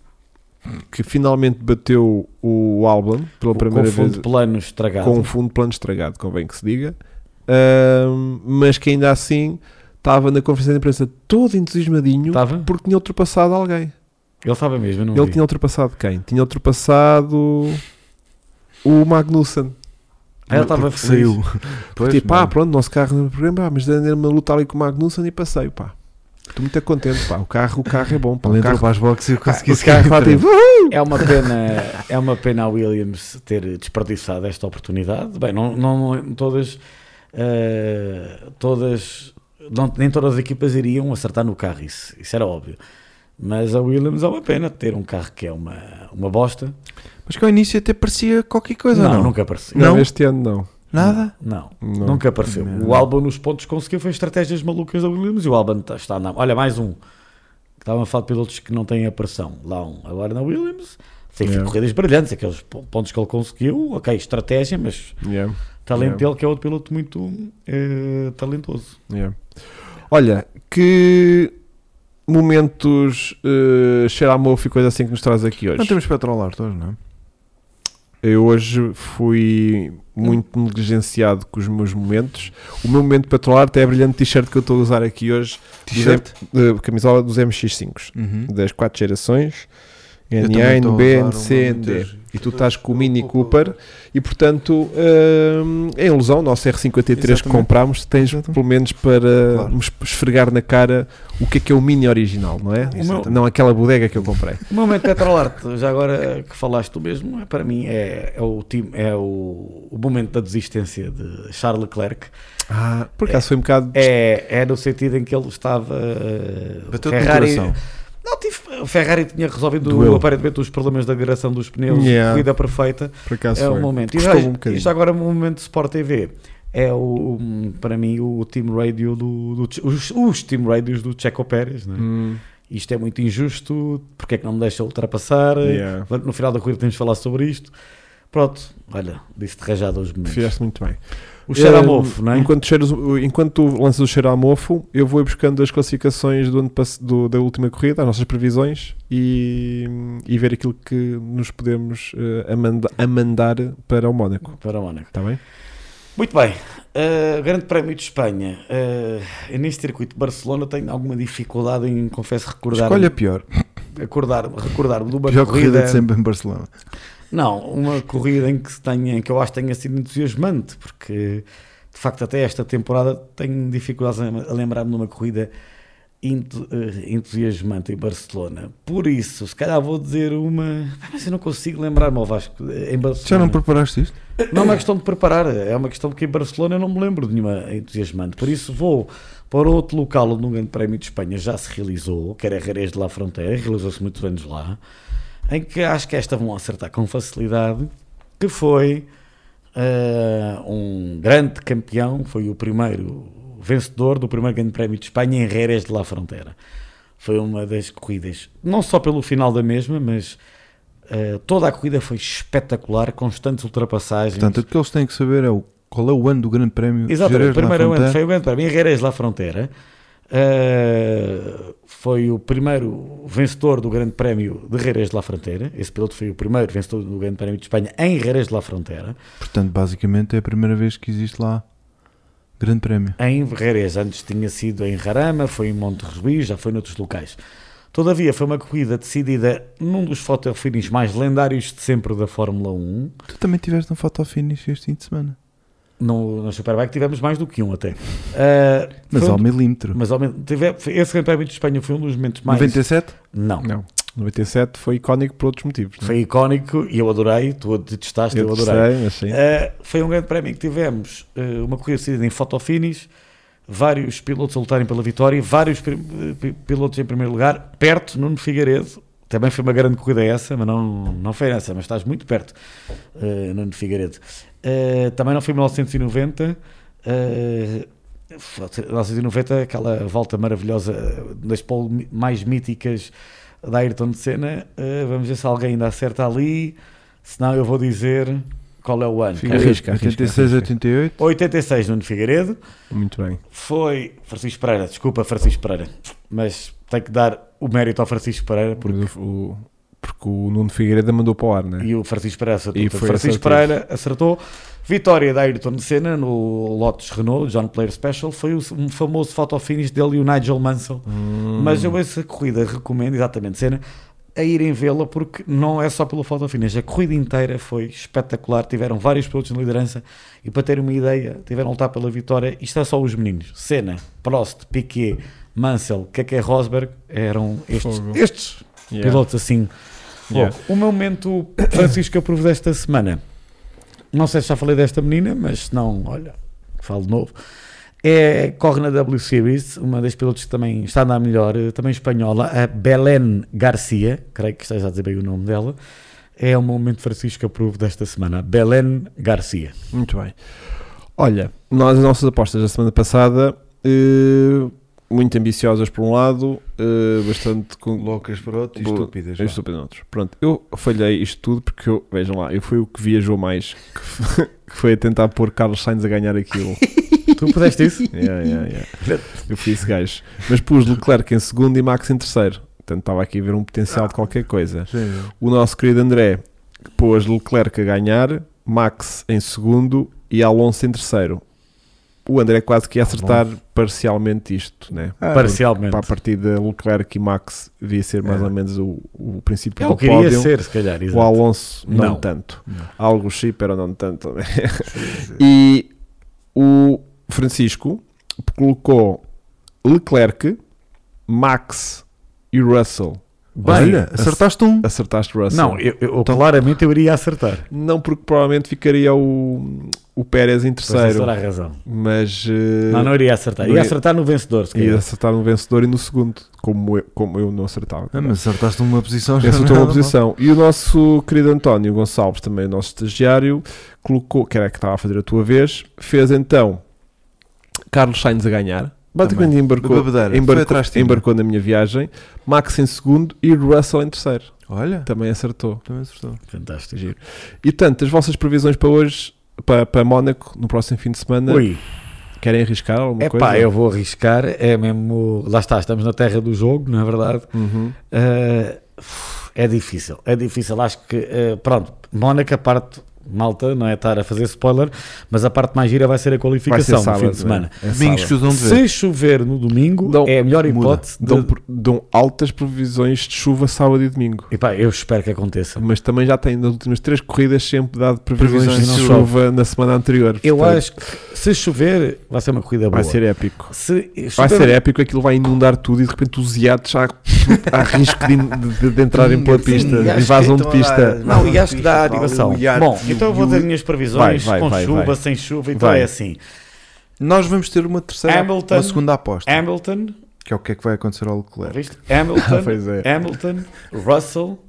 [SPEAKER 2] que finalmente bateu o álbum pela primeira
[SPEAKER 3] com o fundo
[SPEAKER 2] vez.
[SPEAKER 3] de plano estragado.
[SPEAKER 2] com um fundo de plano estragado, convém que se diga, Ahm, mas que ainda assim estava na conferência de imprensa todo entusiasmadinho
[SPEAKER 3] Estava?
[SPEAKER 2] porque tinha ultrapassado alguém.
[SPEAKER 3] Ele estava mesmo, eu não
[SPEAKER 2] Ele
[SPEAKER 3] vi.
[SPEAKER 2] tinha ultrapassado quem? Tinha ultrapassado o Magnussen.
[SPEAKER 3] Ah, ele estava feliz.
[SPEAKER 1] tipo, Saiu. Pois,
[SPEAKER 2] tipo,
[SPEAKER 1] não.
[SPEAKER 2] ah, pronto, nosso carro não é problema, ah, mas andei uma luta ali com o Magnussen e passei, pá. Estou muito contente, pá. O carro, o carro é bom, pá.
[SPEAKER 1] Ele
[SPEAKER 2] O
[SPEAKER 1] entrou
[SPEAKER 2] carro,
[SPEAKER 1] para as boxes e eu
[SPEAKER 2] pá,
[SPEAKER 1] consegui
[SPEAKER 2] o carro lá
[SPEAKER 1] sair.
[SPEAKER 2] teve,
[SPEAKER 3] É uma pena, é uma pena a Williams ter desperdiçado esta oportunidade. Bem, não, não todas, eh, todas, não- nem todas as equipas iriam acertar no carro, isso, isso era óbvio. Mas a Williams é uma pena ter um carro que é uma, uma bosta.
[SPEAKER 1] Mas que ao início até parecia qualquer coisa,
[SPEAKER 3] não,
[SPEAKER 1] não?
[SPEAKER 3] nunca apareceu.
[SPEAKER 2] é, não,
[SPEAKER 1] Não?
[SPEAKER 2] este ano não.
[SPEAKER 1] Nada?
[SPEAKER 3] Não,
[SPEAKER 2] Não.
[SPEAKER 3] nunca apareceu.
[SPEAKER 1] Não.
[SPEAKER 3] O álbum nos pontos que conseguiu foi estratégias malucas da Williams e o álbum está, está na. Olha, mais um. Estavam a falar de pilotos que não têm a pressão. Lá um, agora na Williams. Tem
[SPEAKER 2] Yeah.
[SPEAKER 3] corridas brilhantes, aqueles po- pontos que ele conseguiu. Ok, estratégia, mas
[SPEAKER 2] Yeah.
[SPEAKER 3] talento
[SPEAKER 2] Yeah.
[SPEAKER 3] dele que é outro piloto muito eh, talentoso.
[SPEAKER 2] Yeah. Olha, que momentos uh, cheira a mofo e coisa assim que nos traz aqui hoje.
[SPEAKER 1] Não temos para trollar todos, não é?
[SPEAKER 2] Eu hoje fui muito negligenciado com os meus momentos. O meu momento para trollar até é a brilhante t-shirt que eu estou a usar aqui hoje,
[SPEAKER 1] T-shirt?
[SPEAKER 2] de camisola dos MX5,
[SPEAKER 1] Uhum.
[SPEAKER 2] das quatro gerações,
[SPEAKER 1] Eu também
[SPEAKER 2] NA,
[SPEAKER 1] estou a um
[SPEAKER 2] NB,
[SPEAKER 1] usar
[SPEAKER 2] NC,
[SPEAKER 1] uma
[SPEAKER 2] ND.
[SPEAKER 1] muito-
[SPEAKER 2] E tu estás com o Mini Cooper e portanto hum, é ilusão, o nosso R53 que
[SPEAKER 1] Exatamente.
[SPEAKER 2] comprámos, tens
[SPEAKER 1] Exatamente.
[SPEAKER 2] pelo menos para
[SPEAKER 1] Claro.
[SPEAKER 2] me esp- esfregar na cara o que é que é o Mini original, não é?
[SPEAKER 3] O meu-
[SPEAKER 2] Exatamente. Não aquela bodega que eu comprei.
[SPEAKER 3] O meu momento Petrolarte, já agora que falaste tu mesmo, é, para mim é, é o time, é o, o momento da desistência de Charles Leclerc.
[SPEAKER 2] Ah, por acaso foi um bocado.
[SPEAKER 3] É, é no sentido em que ele estava. eh,
[SPEAKER 1] Bateu-te no
[SPEAKER 3] Ferrari-
[SPEAKER 1] coração.
[SPEAKER 3] Não, tive, o Ferrari tinha resolvido
[SPEAKER 2] Doeu.
[SPEAKER 3] aparentemente os problemas da direção dos pneus,
[SPEAKER 2] Yeah.
[SPEAKER 3] corrida perfeita.
[SPEAKER 2] Por acaso
[SPEAKER 3] é
[SPEAKER 2] foi.
[SPEAKER 3] o momento. E já,
[SPEAKER 2] Custou um bocadinho.
[SPEAKER 3] e já agora o momento de Sport TV. É o, o- para mim o team radio do, do Che- os, os team radios do Checo Pérez. Né?
[SPEAKER 2] Hum,
[SPEAKER 3] Isto é muito injusto. Porque é que não me deixa ultrapassar?
[SPEAKER 2] yeah.
[SPEAKER 3] No final da corrida temos de falar sobre isto. Pronto, olha, disse-te rajado aos momentos.
[SPEAKER 2] Fizeste muito bem.
[SPEAKER 3] O cheiro a
[SPEAKER 2] Eh,
[SPEAKER 3] mofo, não é?
[SPEAKER 2] Enquanto, cheiras, enquanto tu lanças o cheiro a mofo, eu vou ir buscando as classificações do ano pass- do- da última corrida, as nossas previsões e, e ver aquilo que nos podemos eh, amanda- amandar para o Mónaco.
[SPEAKER 3] Para o Mónaco.
[SPEAKER 2] Está bem?
[SPEAKER 3] Muito bem, Uh, Grande Prémio de Espanha. Uh, eu neste circuito de Barcelona tenho alguma dificuldade em, confesso, recordar
[SPEAKER 1] Escolha pior.
[SPEAKER 3] acordar, recordar-me de uma
[SPEAKER 1] Pior corrida
[SPEAKER 3] corrida.
[SPEAKER 1] de sempre em Barcelona.
[SPEAKER 3] Não, uma corrida em que, se tenha, em que eu acho que tenha sido entusiasmante, porque de facto até esta temporada tenho dificuldades a a lembrar-me de uma corrida entu- eh, entusiasmante em Barcelona. Por isso, se calhar vou dizer uma. Ah, Mas eu não consigo lembrar-me ao Vasco eh, em Barcelona.
[SPEAKER 1] Já não preparaste isto?
[SPEAKER 3] Não é uma questão de preparar, é uma questão que em Barcelona eu não me lembro de nenhuma entusiasmante. Por isso vou para outro local onde um grande prémio de Espanha já se realizou, que era Jerez de la Fronteira, realizou-se muitos anos lá, em que acho que esta vão acertar com facilidade, que foi ah, um grande campeão, foi o primeiro vencedor do primeiro grande prémio de Espanha em Jerez de la Fronteira. Foi uma das corridas, não só pelo final da mesma, mas Uh, toda a corrida foi espetacular, constantes ultrapassagens.
[SPEAKER 1] Portanto, o que eles têm que saber é o, qual é o ano do Grande Prémio.
[SPEAKER 3] Exatamente,
[SPEAKER 1] Jerez na
[SPEAKER 3] primeiro ano
[SPEAKER 1] fronteira.
[SPEAKER 3] foi o grande para mim, Reyes La Frontera. Uh, foi o primeiro vencedor do Grande Prémio de Reyes de La Frontera. Esse piloto foi o primeiro vencedor do Grande Prémio de Espanha em Reyes de La Frontera.
[SPEAKER 1] Portanto, basicamente é a primeira vez que existe lá Grande Prémio.
[SPEAKER 3] Em Reyes, antes tinha sido em Rarama, foi em Monte Ruiz, já foi noutros locais. Todavia, foi uma corrida decidida num dos photo finish mais lendários de sempre da Fórmula 1.
[SPEAKER 1] Tu também tiveste um foto finish este fim de semana.
[SPEAKER 3] No, no Superbike tivemos mais do que um até. Ah,
[SPEAKER 1] Mas
[SPEAKER 3] foi um-
[SPEAKER 1] ao milímetro.
[SPEAKER 3] mas ao mesmo- tive- esse Grande Prémio de Espanha foi um dos momentos mais.
[SPEAKER 1] 97?
[SPEAKER 3] Não.
[SPEAKER 2] Não. 97 foi icónico por outros motivos. não é?
[SPEAKER 3] Foi icónico e eu adorei. Tu a detestaste, eu, adorei.
[SPEAKER 2] sei, mas sim.
[SPEAKER 3] Uh, foi um grande prémio que tivemos uh, uma corrida decidida em fotofinish, vários pilotos a lutarem pela vitória, vários prim- eh, pi- pilotos em primeiro lugar, perto, Nuno Figueiredo. Também foi uma grande corrida essa, mas não, não foi essa, mas estás muito perto, uh, Nuno Figueiredo. Uh, também não foi 1990. uh, 1990, é aquela volta maravilhosa uh, das pole mi- mais míticas da Ayrton de Senna. Uh, vamos ver se alguém ainda acerta ali. Senão eu vou dizer qual é o ano.
[SPEAKER 2] Fica- Arrisca, arrisca,
[SPEAKER 1] 86,
[SPEAKER 2] arrisca.
[SPEAKER 1] 88?
[SPEAKER 3] 86, Nuno Figueiredo.
[SPEAKER 2] Muito bem.
[SPEAKER 3] Foi Francisco Pereira, desculpa Francisco Pereira, mas tenho que dar o mérito ao Francisco Pereira porque,
[SPEAKER 2] Mas o- o- porque o Nuno Figueiredo mandou para o ar, né?
[SPEAKER 3] e o Francisco Pereira acertou.
[SPEAKER 2] E
[SPEAKER 3] Portanto,
[SPEAKER 2] foi
[SPEAKER 3] Francisco
[SPEAKER 2] assertivo.
[SPEAKER 3] Pereira acertou. Vitória da Ayrton de Senna no Lotus Renault, John Player Special, foi o- um famoso photo finish dele e o Nigel Mansell.
[SPEAKER 2] Hum,
[SPEAKER 3] Mas eu essa corrida recomendo, exatamente, Senna, a irem vê-la porque não é só pelo photo finish, a corrida inteira foi espetacular, tiveram vários pilotos na liderança e para terem uma ideia, tiveram a lutar pela vitória, isto é só os meninos, Senna, Prost, Piquet, Mansell, Keke Rosberg, eram estes,
[SPEAKER 2] Fogo.
[SPEAKER 3] estes
[SPEAKER 2] Yeah.
[SPEAKER 3] pilotos assim.
[SPEAKER 2] Yeah.
[SPEAKER 3] Bom, O meu momento, Francisco, que eu provo desta semana, não sei se já falei desta menina, mas se não, olha, falo de novo. É, corre na W Series, uma das pilotos que também está a andar melhor, eh, também espanhola, a Belén Garcia, creio que esteja a dizer bem o nome dela. É o meu momento Francisco que eu provo desta semana, Belén Garcia.
[SPEAKER 2] Muito bem. Olha, nós as nossas apostas da semana passada, eh, muito ambiciosas por um lado, eh, bastante com,
[SPEAKER 1] Loucas para outro e
[SPEAKER 2] Boa.
[SPEAKER 1] estúpidas.
[SPEAKER 2] Eu
[SPEAKER 1] vá.
[SPEAKER 2] estou pensando noutros. Pronto, eu falhei isto tudo porque eu, vejam lá, eu fui o que viajou mais, que f- que foi a tentar pôr Carlos Sainz a ganhar aquilo.
[SPEAKER 3] Tu puseste isso?
[SPEAKER 2] Yeah, yeah, yeah. Eu fui esse gajo. Mas pus Leclerc em segundo e Max em terceiro. Portanto, estava aqui a ver um potencial de qualquer coisa.
[SPEAKER 1] Sim.
[SPEAKER 2] O nosso querido André pôs Leclerc a ganhar, Max em segundo e Alonso em terceiro. O André quase que ia acertar parcialmente isto, né?
[SPEAKER 1] Ah,
[SPEAKER 3] Parcialmente.
[SPEAKER 2] Para a partida Leclerc e Max devia ser mais
[SPEAKER 1] É.
[SPEAKER 2] ou menos o, o princípio
[SPEAKER 3] É
[SPEAKER 2] do
[SPEAKER 3] o que iria
[SPEAKER 2] pódio.
[SPEAKER 3] ser, se calhar.
[SPEAKER 2] O
[SPEAKER 3] exato.
[SPEAKER 2] Alonso, não,
[SPEAKER 3] Não.
[SPEAKER 2] tanto.
[SPEAKER 1] Não.
[SPEAKER 2] Algo era não tanto. né? e o Francisco colocou Leclerc, Max e Russell.
[SPEAKER 3] Bem,
[SPEAKER 1] Olha, acertaste um.
[SPEAKER 2] Acertaste Russell?
[SPEAKER 3] Não, eu, eu- claramente eu iria acertar.
[SPEAKER 2] Não, porque provavelmente ficaria o, o Pérez em terceiro.
[SPEAKER 3] Terceiro. a razão.
[SPEAKER 2] Mas eh,
[SPEAKER 3] Não, não iria acertar.
[SPEAKER 2] não
[SPEAKER 3] Ia
[SPEAKER 2] ia-
[SPEAKER 3] acertar no vencedor, se
[SPEAKER 2] ia
[SPEAKER 3] calhar.
[SPEAKER 2] acertar no vencedor e no segundo, como eu, como eu não acertava.
[SPEAKER 1] Ah, mas acertaste uma posição. já
[SPEAKER 2] Essa
[SPEAKER 1] não é
[SPEAKER 2] estou uma
[SPEAKER 1] nada mal.
[SPEAKER 2] posição. E o nosso querido António Gonçalves, também o nosso estagiário, colocou, que era que estava a fazer a tua vez, fez então Carlos Sainz a ganhar. Basicamente embarcou,
[SPEAKER 1] Babadeira, foi
[SPEAKER 2] embarcou,
[SPEAKER 1] atrás de ti, é?
[SPEAKER 2] embarcou na minha viagem, Max em segundo e Russell em terceiro.
[SPEAKER 1] Olha,
[SPEAKER 2] Também acertou.
[SPEAKER 1] também acertou.
[SPEAKER 3] Fantástico.
[SPEAKER 2] Giro. E portanto, as vossas previsões para hoje, para, para Mónaco, no próximo fim de semana,
[SPEAKER 3] Ui,
[SPEAKER 2] querem arriscar alguma
[SPEAKER 3] é
[SPEAKER 2] coisa?
[SPEAKER 3] pá, eu vou arriscar. É mesmo. Lá está, estamos na terra do jogo, não é verdade?
[SPEAKER 2] Uhum.
[SPEAKER 3] Eh, é difícil, é difícil. Acho que, eh, pronto, Mónaco, a parte malta, não é estar a fazer spoiler, mas a parte mais gira vai ser a
[SPEAKER 2] Vai ser
[SPEAKER 3] qualificação no fim
[SPEAKER 2] sábado,
[SPEAKER 3] de semana.
[SPEAKER 2] é? É
[SPEAKER 1] Domingos
[SPEAKER 2] sábado.
[SPEAKER 1] que usam de ver.
[SPEAKER 3] Se chover no domingo,
[SPEAKER 2] Dão-
[SPEAKER 3] é a melhor
[SPEAKER 1] muda.
[SPEAKER 3] hipótese. De...
[SPEAKER 2] Dão, por- dão altas previsões de chuva sábado e domingo.
[SPEAKER 3] Epá, eu espero que aconteça.
[SPEAKER 2] mas também já tem nas últimas três corridas sempre dado previsões,
[SPEAKER 1] Previsões
[SPEAKER 2] de
[SPEAKER 1] de
[SPEAKER 2] chuva na semana anterior.
[SPEAKER 3] Eu
[SPEAKER 2] Portanto,
[SPEAKER 3] acho que se chover, vai ser uma corrida
[SPEAKER 2] vai
[SPEAKER 3] boa.
[SPEAKER 2] ser épico.
[SPEAKER 3] Se
[SPEAKER 2] Vai
[SPEAKER 3] chover-
[SPEAKER 2] ser épico, aquilo vai inundar tudo e de repente os iates há, há risco de, de- de entrarem pela
[SPEAKER 1] Sim,
[SPEAKER 2] pista,
[SPEAKER 1] acho que
[SPEAKER 2] invasão de
[SPEAKER 1] estão a
[SPEAKER 2] pista.
[SPEAKER 1] dar- um
[SPEAKER 3] Não, e acho que dá a animação.
[SPEAKER 1] O iate
[SPEAKER 3] Bom,
[SPEAKER 1] e o-
[SPEAKER 3] então eu vou
[SPEAKER 1] e o-
[SPEAKER 3] dar as minhas previsões
[SPEAKER 2] Vai, vai,
[SPEAKER 3] com
[SPEAKER 2] vai,
[SPEAKER 3] chuva,
[SPEAKER 2] vai.
[SPEAKER 3] sem chuva, então
[SPEAKER 2] Vai.
[SPEAKER 3] é assim.
[SPEAKER 1] Nós vamos ter uma terceira,
[SPEAKER 3] Hamilton.
[SPEAKER 1] uma segunda aposta.
[SPEAKER 3] Hamilton,
[SPEAKER 1] Que é o que é que vai acontecer ao Leclerc.
[SPEAKER 3] viste? Hamilton,
[SPEAKER 2] pois é.
[SPEAKER 3] Hamilton, Russell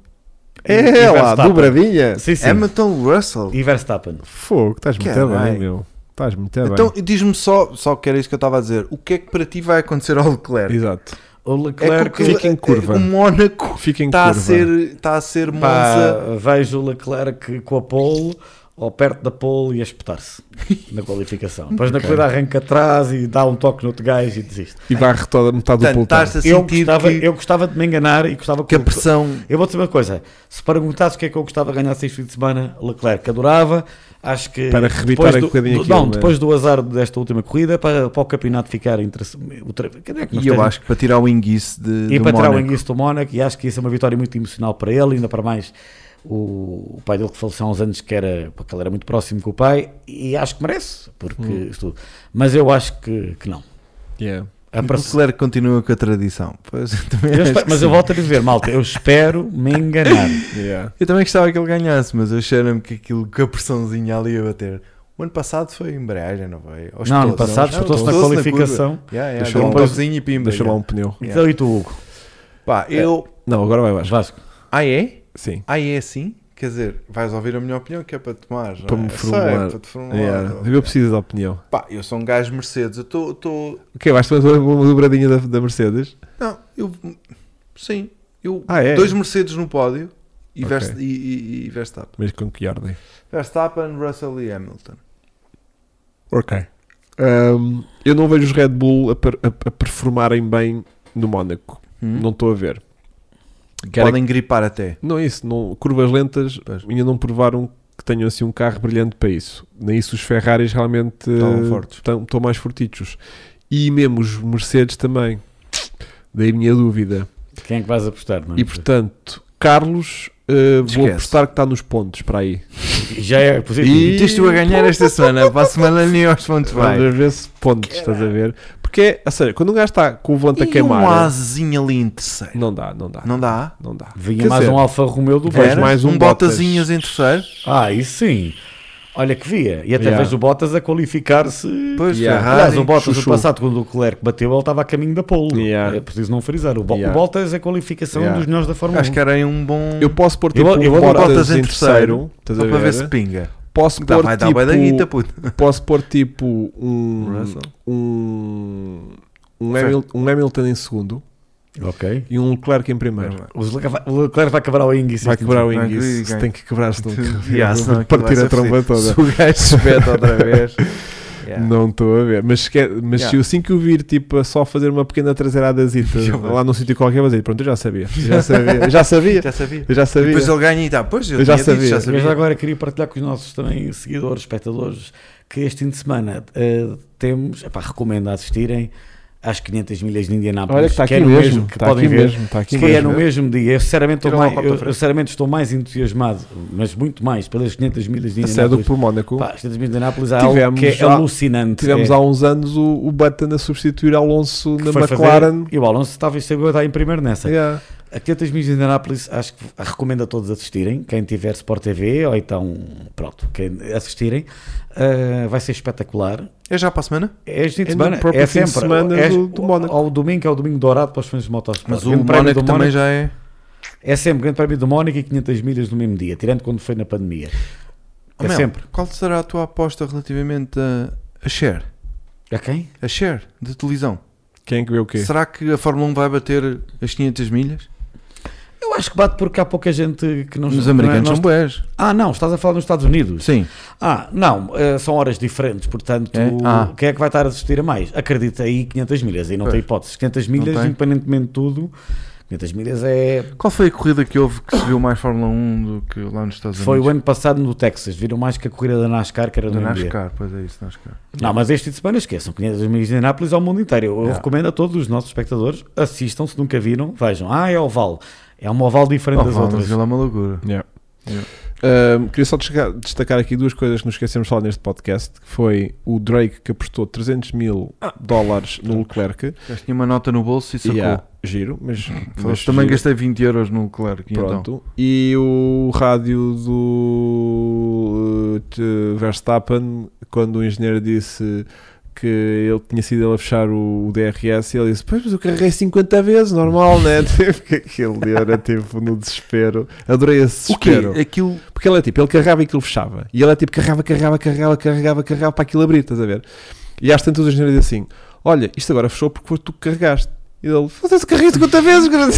[SPEAKER 3] e-
[SPEAKER 2] É,
[SPEAKER 3] e
[SPEAKER 2] lá,
[SPEAKER 3] Verstappen.
[SPEAKER 2] dobradinha.
[SPEAKER 3] Sim, sim.
[SPEAKER 1] Hamilton Russell.
[SPEAKER 3] E Verstappen.
[SPEAKER 2] Fogo, estás muito
[SPEAKER 1] Carai.
[SPEAKER 2] bem, meu. Estás muito
[SPEAKER 1] Então
[SPEAKER 2] bem.
[SPEAKER 1] diz-me só, só que era isso que eu estava a dizer. O que é que para ti vai acontecer ao Leclerc?
[SPEAKER 2] Exato.
[SPEAKER 3] O
[SPEAKER 1] É
[SPEAKER 3] Leclerc.
[SPEAKER 1] que o-
[SPEAKER 2] Fica em
[SPEAKER 1] é-
[SPEAKER 2] curva.
[SPEAKER 1] O Mónaco
[SPEAKER 2] Fica em
[SPEAKER 1] está a
[SPEAKER 2] curva.
[SPEAKER 1] ser, está a ser Monza.
[SPEAKER 3] Pá, vejo o Leclerc com a pole, ou perto da pole e a espetar-se na qualificação. Depois na corrida arranca atrás e dá um toque no outro gajo e desiste.
[SPEAKER 2] E vai retoda metade
[SPEAKER 1] Portanto,
[SPEAKER 2] do pelotão.
[SPEAKER 1] estás a
[SPEAKER 3] Eu
[SPEAKER 1] sentir
[SPEAKER 3] gostava,
[SPEAKER 1] que,
[SPEAKER 3] eu gostava de me enganar e gostava
[SPEAKER 1] que a
[SPEAKER 3] o-
[SPEAKER 1] pressão.
[SPEAKER 3] Eu vou-te dizer uma coisa: se perguntasses o que é que eu gostava de ganhar seis fins de semana, Leclerc adorava. Acho que.
[SPEAKER 2] Para
[SPEAKER 3] depois
[SPEAKER 2] arrebitar um
[SPEAKER 3] do,
[SPEAKER 2] bocadinho
[SPEAKER 3] do-
[SPEAKER 2] aquilo,
[SPEAKER 3] Não,
[SPEAKER 1] é?
[SPEAKER 2] né?
[SPEAKER 3] depois do azar desta última corrida, para, para o campeonato ficar interessante. É que nós
[SPEAKER 1] E eu
[SPEAKER 3] temos-
[SPEAKER 1] acho que para tirar o enguice de.
[SPEAKER 3] e
[SPEAKER 1] do
[SPEAKER 3] para tirar o
[SPEAKER 1] Mónaco.
[SPEAKER 3] Anguiço do Mónaco, e acho que isso é uma vitória muito emocional para ele, ainda para mais o, o pai dele que faleceu há uns anos, que era, porque ele era muito próximo com o pai, e acho que merece, porque
[SPEAKER 1] Hum.
[SPEAKER 3] isto- mas eu acho que, que não.
[SPEAKER 2] Yeah.
[SPEAKER 3] A
[SPEAKER 1] O
[SPEAKER 3] press-
[SPEAKER 1] Leclerc continua com a tradição. Pois, eu, também
[SPEAKER 3] eu
[SPEAKER 1] acho
[SPEAKER 3] espero-
[SPEAKER 1] que
[SPEAKER 3] mas
[SPEAKER 1] sim.
[SPEAKER 3] eu volto a dizer, malta, eu espero me enganar.
[SPEAKER 2] Yeah.
[SPEAKER 1] Eu também gostava que ele ganhasse, mas eu cheiro-me que aquilo com a pressãozinha ali a bater. O ano passado foi embreagem, não foi? Ou
[SPEAKER 3] não,
[SPEAKER 1] espetou-se,
[SPEAKER 3] ano passado
[SPEAKER 1] Não,
[SPEAKER 3] disputou-se na
[SPEAKER 1] espetou-se curva.
[SPEAKER 3] qualificação.
[SPEAKER 1] Yeah, yeah,
[SPEAKER 2] Deixou
[SPEAKER 1] deu
[SPEAKER 2] lá
[SPEAKER 1] um
[SPEAKER 2] um-
[SPEAKER 1] pauzinho e pimba.
[SPEAKER 2] Deixa lá um É. pneu.
[SPEAKER 3] Então e tu, Hugo?
[SPEAKER 1] Pá, eu.
[SPEAKER 2] Não, agora vai baixo.
[SPEAKER 3] Vasco.
[SPEAKER 1] Ah, é?
[SPEAKER 2] Sim.
[SPEAKER 1] Ah, é assim? Quer dizer, vais ouvir a minha opinião que é para tomar.
[SPEAKER 2] Para me formular.
[SPEAKER 1] para te formular.
[SPEAKER 2] Yeah. Eu preciso da opinião.
[SPEAKER 1] Pá, eu sou um gajo Mercedes. Eu estou.
[SPEAKER 2] O que Vais ter uma dobradinha da, da Mercedes?
[SPEAKER 1] Não, eu. Sim. Eu,
[SPEAKER 2] Ah, é?
[SPEAKER 1] Dois Mercedes no pódio e,
[SPEAKER 2] Ok.
[SPEAKER 1] Verst- e- e- e Verstappen.
[SPEAKER 2] Mas com que ordem?
[SPEAKER 1] Verstappen, Russell e Hamilton.
[SPEAKER 2] Ok. Ahm, eu não vejo os Red Bull a, per- a- a performarem bem no Mónaco.
[SPEAKER 1] Hum?
[SPEAKER 2] Não estou a ver. Querem-
[SPEAKER 1] Podem gripar até.
[SPEAKER 2] Não é isso. Não, curvas lentas
[SPEAKER 1] Pois.
[SPEAKER 2] ainda não provaram que tenham assim um carro brilhante para isso. Nem isso os Ferraris realmente
[SPEAKER 1] Estão
[SPEAKER 2] eh,
[SPEAKER 1] fortes.
[SPEAKER 2] estão- estão mais fortichos. E mesmo os Mercedes também. Daí a minha dúvida.
[SPEAKER 3] Quem é que vais apostar? Mano?
[SPEAKER 2] E portanto, Carlos, eh, vou
[SPEAKER 1] Esquece.
[SPEAKER 2] apostar que está nos pontos para aí.
[SPEAKER 3] Já é positivo.
[SPEAKER 1] E tens tu a ganhar esta semana, para a semana nem aos pontos
[SPEAKER 2] Vamos
[SPEAKER 1] vai.
[SPEAKER 2] a ver se pontos, estás a ver? Porque, é- a sério, quando um gajo está com o volante a
[SPEAKER 1] E um
[SPEAKER 2] queimar,
[SPEAKER 1] asinho ali em terceiro.
[SPEAKER 2] não dá, não dá,
[SPEAKER 1] Não dá?
[SPEAKER 2] não dá.
[SPEAKER 3] Vinha
[SPEAKER 2] Quer
[SPEAKER 3] mais
[SPEAKER 2] dizer,
[SPEAKER 3] um Alfa Romeo do
[SPEAKER 2] Depois
[SPEAKER 1] Era?
[SPEAKER 3] Vasco.
[SPEAKER 2] mais um Bottas.
[SPEAKER 1] botazinhas em terceiro?
[SPEAKER 3] Ah, isso sim. Olha que via. E até
[SPEAKER 2] Yeah.
[SPEAKER 3] vejo o Bottas a qualificar-se
[SPEAKER 1] Pois,
[SPEAKER 2] Yeah. um
[SPEAKER 3] Aliás,
[SPEAKER 1] Ferrari.
[SPEAKER 3] o Bottas no
[SPEAKER 2] chuchu.
[SPEAKER 3] passado, quando o Leclerc bateu, ele estava a caminho da pole.
[SPEAKER 2] Yeah.
[SPEAKER 3] É preciso não frisar. O, Bo
[SPEAKER 2] Yeah.
[SPEAKER 3] o Bottas é a qualificação
[SPEAKER 2] Yeah.
[SPEAKER 3] dos melhores da Fórmula 1.
[SPEAKER 1] Acho que era aí um bom.
[SPEAKER 2] Eu posso pôr
[SPEAKER 3] Eu
[SPEAKER 2] tipo
[SPEAKER 3] vou- eu vou
[SPEAKER 2] um
[SPEAKER 3] pôr
[SPEAKER 2] Bottas,
[SPEAKER 1] Bottas
[SPEAKER 2] em terceiro, estás
[SPEAKER 1] só
[SPEAKER 2] a
[SPEAKER 1] para ver
[SPEAKER 2] ver?
[SPEAKER 1] se pinga.
[SPEAKER 2] Posso
[SPEAKER 1] Dá,
[SPEAKER 2] pôr
[SPEAKER 1] vai dar
[SPEAKER 2] tipo,
[SPEAKER 1] bué da guita, puto.
[SPEAKER 2] posso pôr tipo um
[SPEAKER 1] Russell.
[SPEAKER 2] um um, Hamil- um Hamilton em segundo
[SPEAKER 3] Ok.
[SPEAKER 2] e um Leclerc em primeiro.
[SPEAKER 3] O Leclerc vai- O Leclerc vai quebrar o é Inguiz.
[SPEAKER 2] Vai quebrar o
[SPEAKER 1] É, Vai
[SPEAKER 2] Inguiz,
[SPEAKER 1] que-
[SPEAKER 2] tem que quebrar se não
[SPEAKER 1] Yeah, senão
[SPEAKER 2] quebrar.
[SPEAKER 1] aquilo vai
[SPEAKER 2] Partir
[SPEAKER 1] ser
[SPEAKER 2] a tromba
[SPEAKER 1] fodido.
[SPEAKER 2] toda.
[SPEAKER 1] Se o gajo se espeta outra vez. Yeah.
[SPEAKER 2] Não estou a ver, mas, se quer- mas
[SPEAKER 1] É. Yeah.
[SPEAKER 2] se eu assim que o vir, tipo, a só fazer uma pequena traseiradazita
[SPEAKER 1] Já vai.
[SPEAKER 2] lá num sítio qualquer, vou dizer, pronto, eu já sabia, já sabia, eu já sabia,
[SPEAKER 1] Já sabia.
[SPEAKER 2] eu já sabia.
[SPEAKER 1] Depois ele ganha e dá. Pois, eu,
[SPEAKER 2] Eu já
[SPEAKER 1] tinha dito,
[SPEAKER 2] sabia.
[SPEAKER 1] já
[SPEAKER 2] Eu
[SPEAKER 3] Mas
[SPEAKER 1] sabia.
[SPEAKER 3] agora queria partilhar com os nossos também seguidores, espectadores, que este fim de semana eh, temos, epá, recomendo assistirem às 500 milhas de Indianápolis.
[SPEAKER 2] Olha que está aqui
[SPEAKER 3] é no
[SPEAKER 2] mesmo,
[SPEAKER 3] que
[SPEAKER 2] está
[SPEAKER 3] podem
[SPEAKER 2] aqui
[SPEAKER 3] ver.
[SPEAKER 2] mesmo, está aqui
[SPEAKER 3] que é no
[SPEAKER 2] mesmo.
[SPEAKER 3] mesmo dia. Eu sinceramente, estou
[SPEAKER 1] Tira lá o
[SPEAKER 3] mais,
[SPEAKER 1] copo da
[SPEAKER 3] eu,
[SPEAKER 1] frente.
[SPEAKER 3] sinceramente estou mais entusiasmado, mas muito mais, pelas 500 milhas de
[SPEAKER 2] A
[SPEAKER 1] né,
[SPEAKER 2] sério, é do
[SPEAKER 3] Indianápolis.
[SPEAKER 2] que por Mónaco.
[SPEAKER 3] Pá, as 500 milhas de Indianápolis há algo
[SPEAKER 2] Tivemos
[SPEAKER 3] que é
[SPEAKER 2] há-
[SPEAKER 3] alucinante.
[SPEAKER 2] Tivemos
[SPEAKER 3] é.
[SPEAKER 2] há uns anos o, o Button a substituir Alonso
[SPEAKER 3] que
[SPEAKER 2] na
[SPEAKER 3] foi fazer-
[SPEAKER 2] McLaren. É.
[SPEAKER 3] E o Alonso talvez saiba estar em primeiro nessa.
[SPEAKER 2] Yeah.
[SPEAKER 3] A 500 milhas de Indianapolis, acho que recomendo a todos assistirem. Quem tiver Sport TV, ou então, pronto, quem assistirem, ah, vai ser espetacular.
[SPEAKER 1] É já para a semana?
[SPEAKER 3] É este fim de
[SPEAKER 2] É no
[SPEAKER 3] semana,
[SPEAKER 2] próprio
[SPEAKER 3] é
[SPEAKER 2] fim de
[SPEAKER 3] sempre.
[SPEAKER 2] semana
[SPEAKER 3] é,
[SPEAKER 2] do- do Mónaco.
[SPEAKER 3] Ao domingo, é o domingo dourado para os fãs de motorsport.
[SPEAKER 1] Mas o
[SPEAKER 3] Grande Prémio
[SPEAKER 1] Mónaco
[SPEAKER 3] do
[SPEAKER 1] também
[SPEAKER 3] Mónaco
[SPEAKER 1] já é.
[SPEAKER 3] É sempre Grande Prémio do Mónaco e 500 milhas no mesmo dia, tirando quando foi na pandemia.
[SPEAKER 1] Oh,
[SPEAKER 3] É
[SPEAKER 1] Mel,
[SPEAKER 3] sempre.
[SPEAKER 1] Qual será a tua aposta relativamente a, a share?
[SPEAKER 3] A quem?
[SPEAKER 1] A share de televisão?
[SPEAKER 2] Quem é que vê o quê?
[SPEAKER 1] Será que a Fórmula 1 vai bater as 500 milhas?
[SPEAKER 3] Eu acho que bate porque há pouca gente que não
[SPEAKER 1] Os
[SPEAKER 3] não é-
[SPEAKER 1] americanos
[SPEAKER 3] nós-
[SPEAKER 1] são boés.
[SPEAKER 3] Ah, não, estás a falar nos Estados Unidos.
[SPEAKER 1] Sim.
[SPEAKER 3] Ah, não, eh, são horas diferentes, portanto,
[SPEAKER 1] É? Ah.
[SPEAKER 3] quem é que vai estar a assistir a mais? Acredita aí 500 milhas, aí não
[SPEAKER 1] Pois.
[SPEAKER 3] tem hipótese. 500 milhas,
[SPEAKER 1] tem.
[SPEAKER 3] independentemente de tudo, 500 milhas é.
[SPEAKER 1] Qual foi a corrida que houve que se viu mais Fórmula 1 do que lá nos Estados
[SPEAKER 3] Foi o
[SPEAKER 1] Unidos?
[SPEAKER 3] ano passado no Texas, viram mais que a corrida da NASCAR, que era no
[SPEAKER 1] da
[SPEAKER 3] NASCAR.
[SPEAKER 1] NASCAR, pois é isso, NASCAR.
[SPEAKER 3] Não, mas este fim de semana esqueçam, 500 milhas de Anápolis ao mundo inteiro. Eu, eu
[SPEAKER 1] Yeah.
[SPEAKER 3] recomendo a todos os nossos espectadores, assistam, se nunca viram, vejam. Ah, é oval. É um oval diferente
[SPEAKER 1] Oh,
[SPEAKER 3] das
[SPEAKER 1] vamos,
[SPEAKER 3] outras.
[SPEAKER 1] aquilo é uma loucura.
[SPEAKER 2] Yeah.
[SPEAKER 1] Yeah.
[SPEAKER 2] Um, queria só destacar, destacar aqui duas coisas que nos esquecemos de falar neste podcast, que foi o Drake que apostou 300 mil
[SPEAKER 1] Ah.
[SPEAKER 2] dólares no Leclerc.
[SPEAKER 1] Já tinha uma nota no bolso e sacou.
[SPEAKER 2] Yeah, Giro, mas, mas
[SPEAKER 1] Foda-se, também
[SPEAKER 2] giro.
[SPEAKER 1] gastei 20 euros no Leclerc. e Então.
[SPEAKER 2] Pronto. E o rádio do uh, de Verstappen, quando o engenheiro disse que ele tinha sido ele a fechar o, o DRS, ele disse: Pois, mas eu carreguei 50 vezes, normal, né? Porque aquele era tipo no desespero. Adorei esse
[SPEAKER 1] O quê?
[SPEAKER 2] desespero.
[SPEAKER 1] Aquilo.
[SPEAKER 2] Porque ele é tipo, ele carregava e aquilo fechava. E ele é tipo, carregava, carregava, carregava, carregava, carregava para aquilo abrir, estás a ver? E às tantas o engenheiro diz assim: Olha, isto agora fechou porque foste tu que carregaste. E ele, foda-se, carreguei 50 vezes, caralho."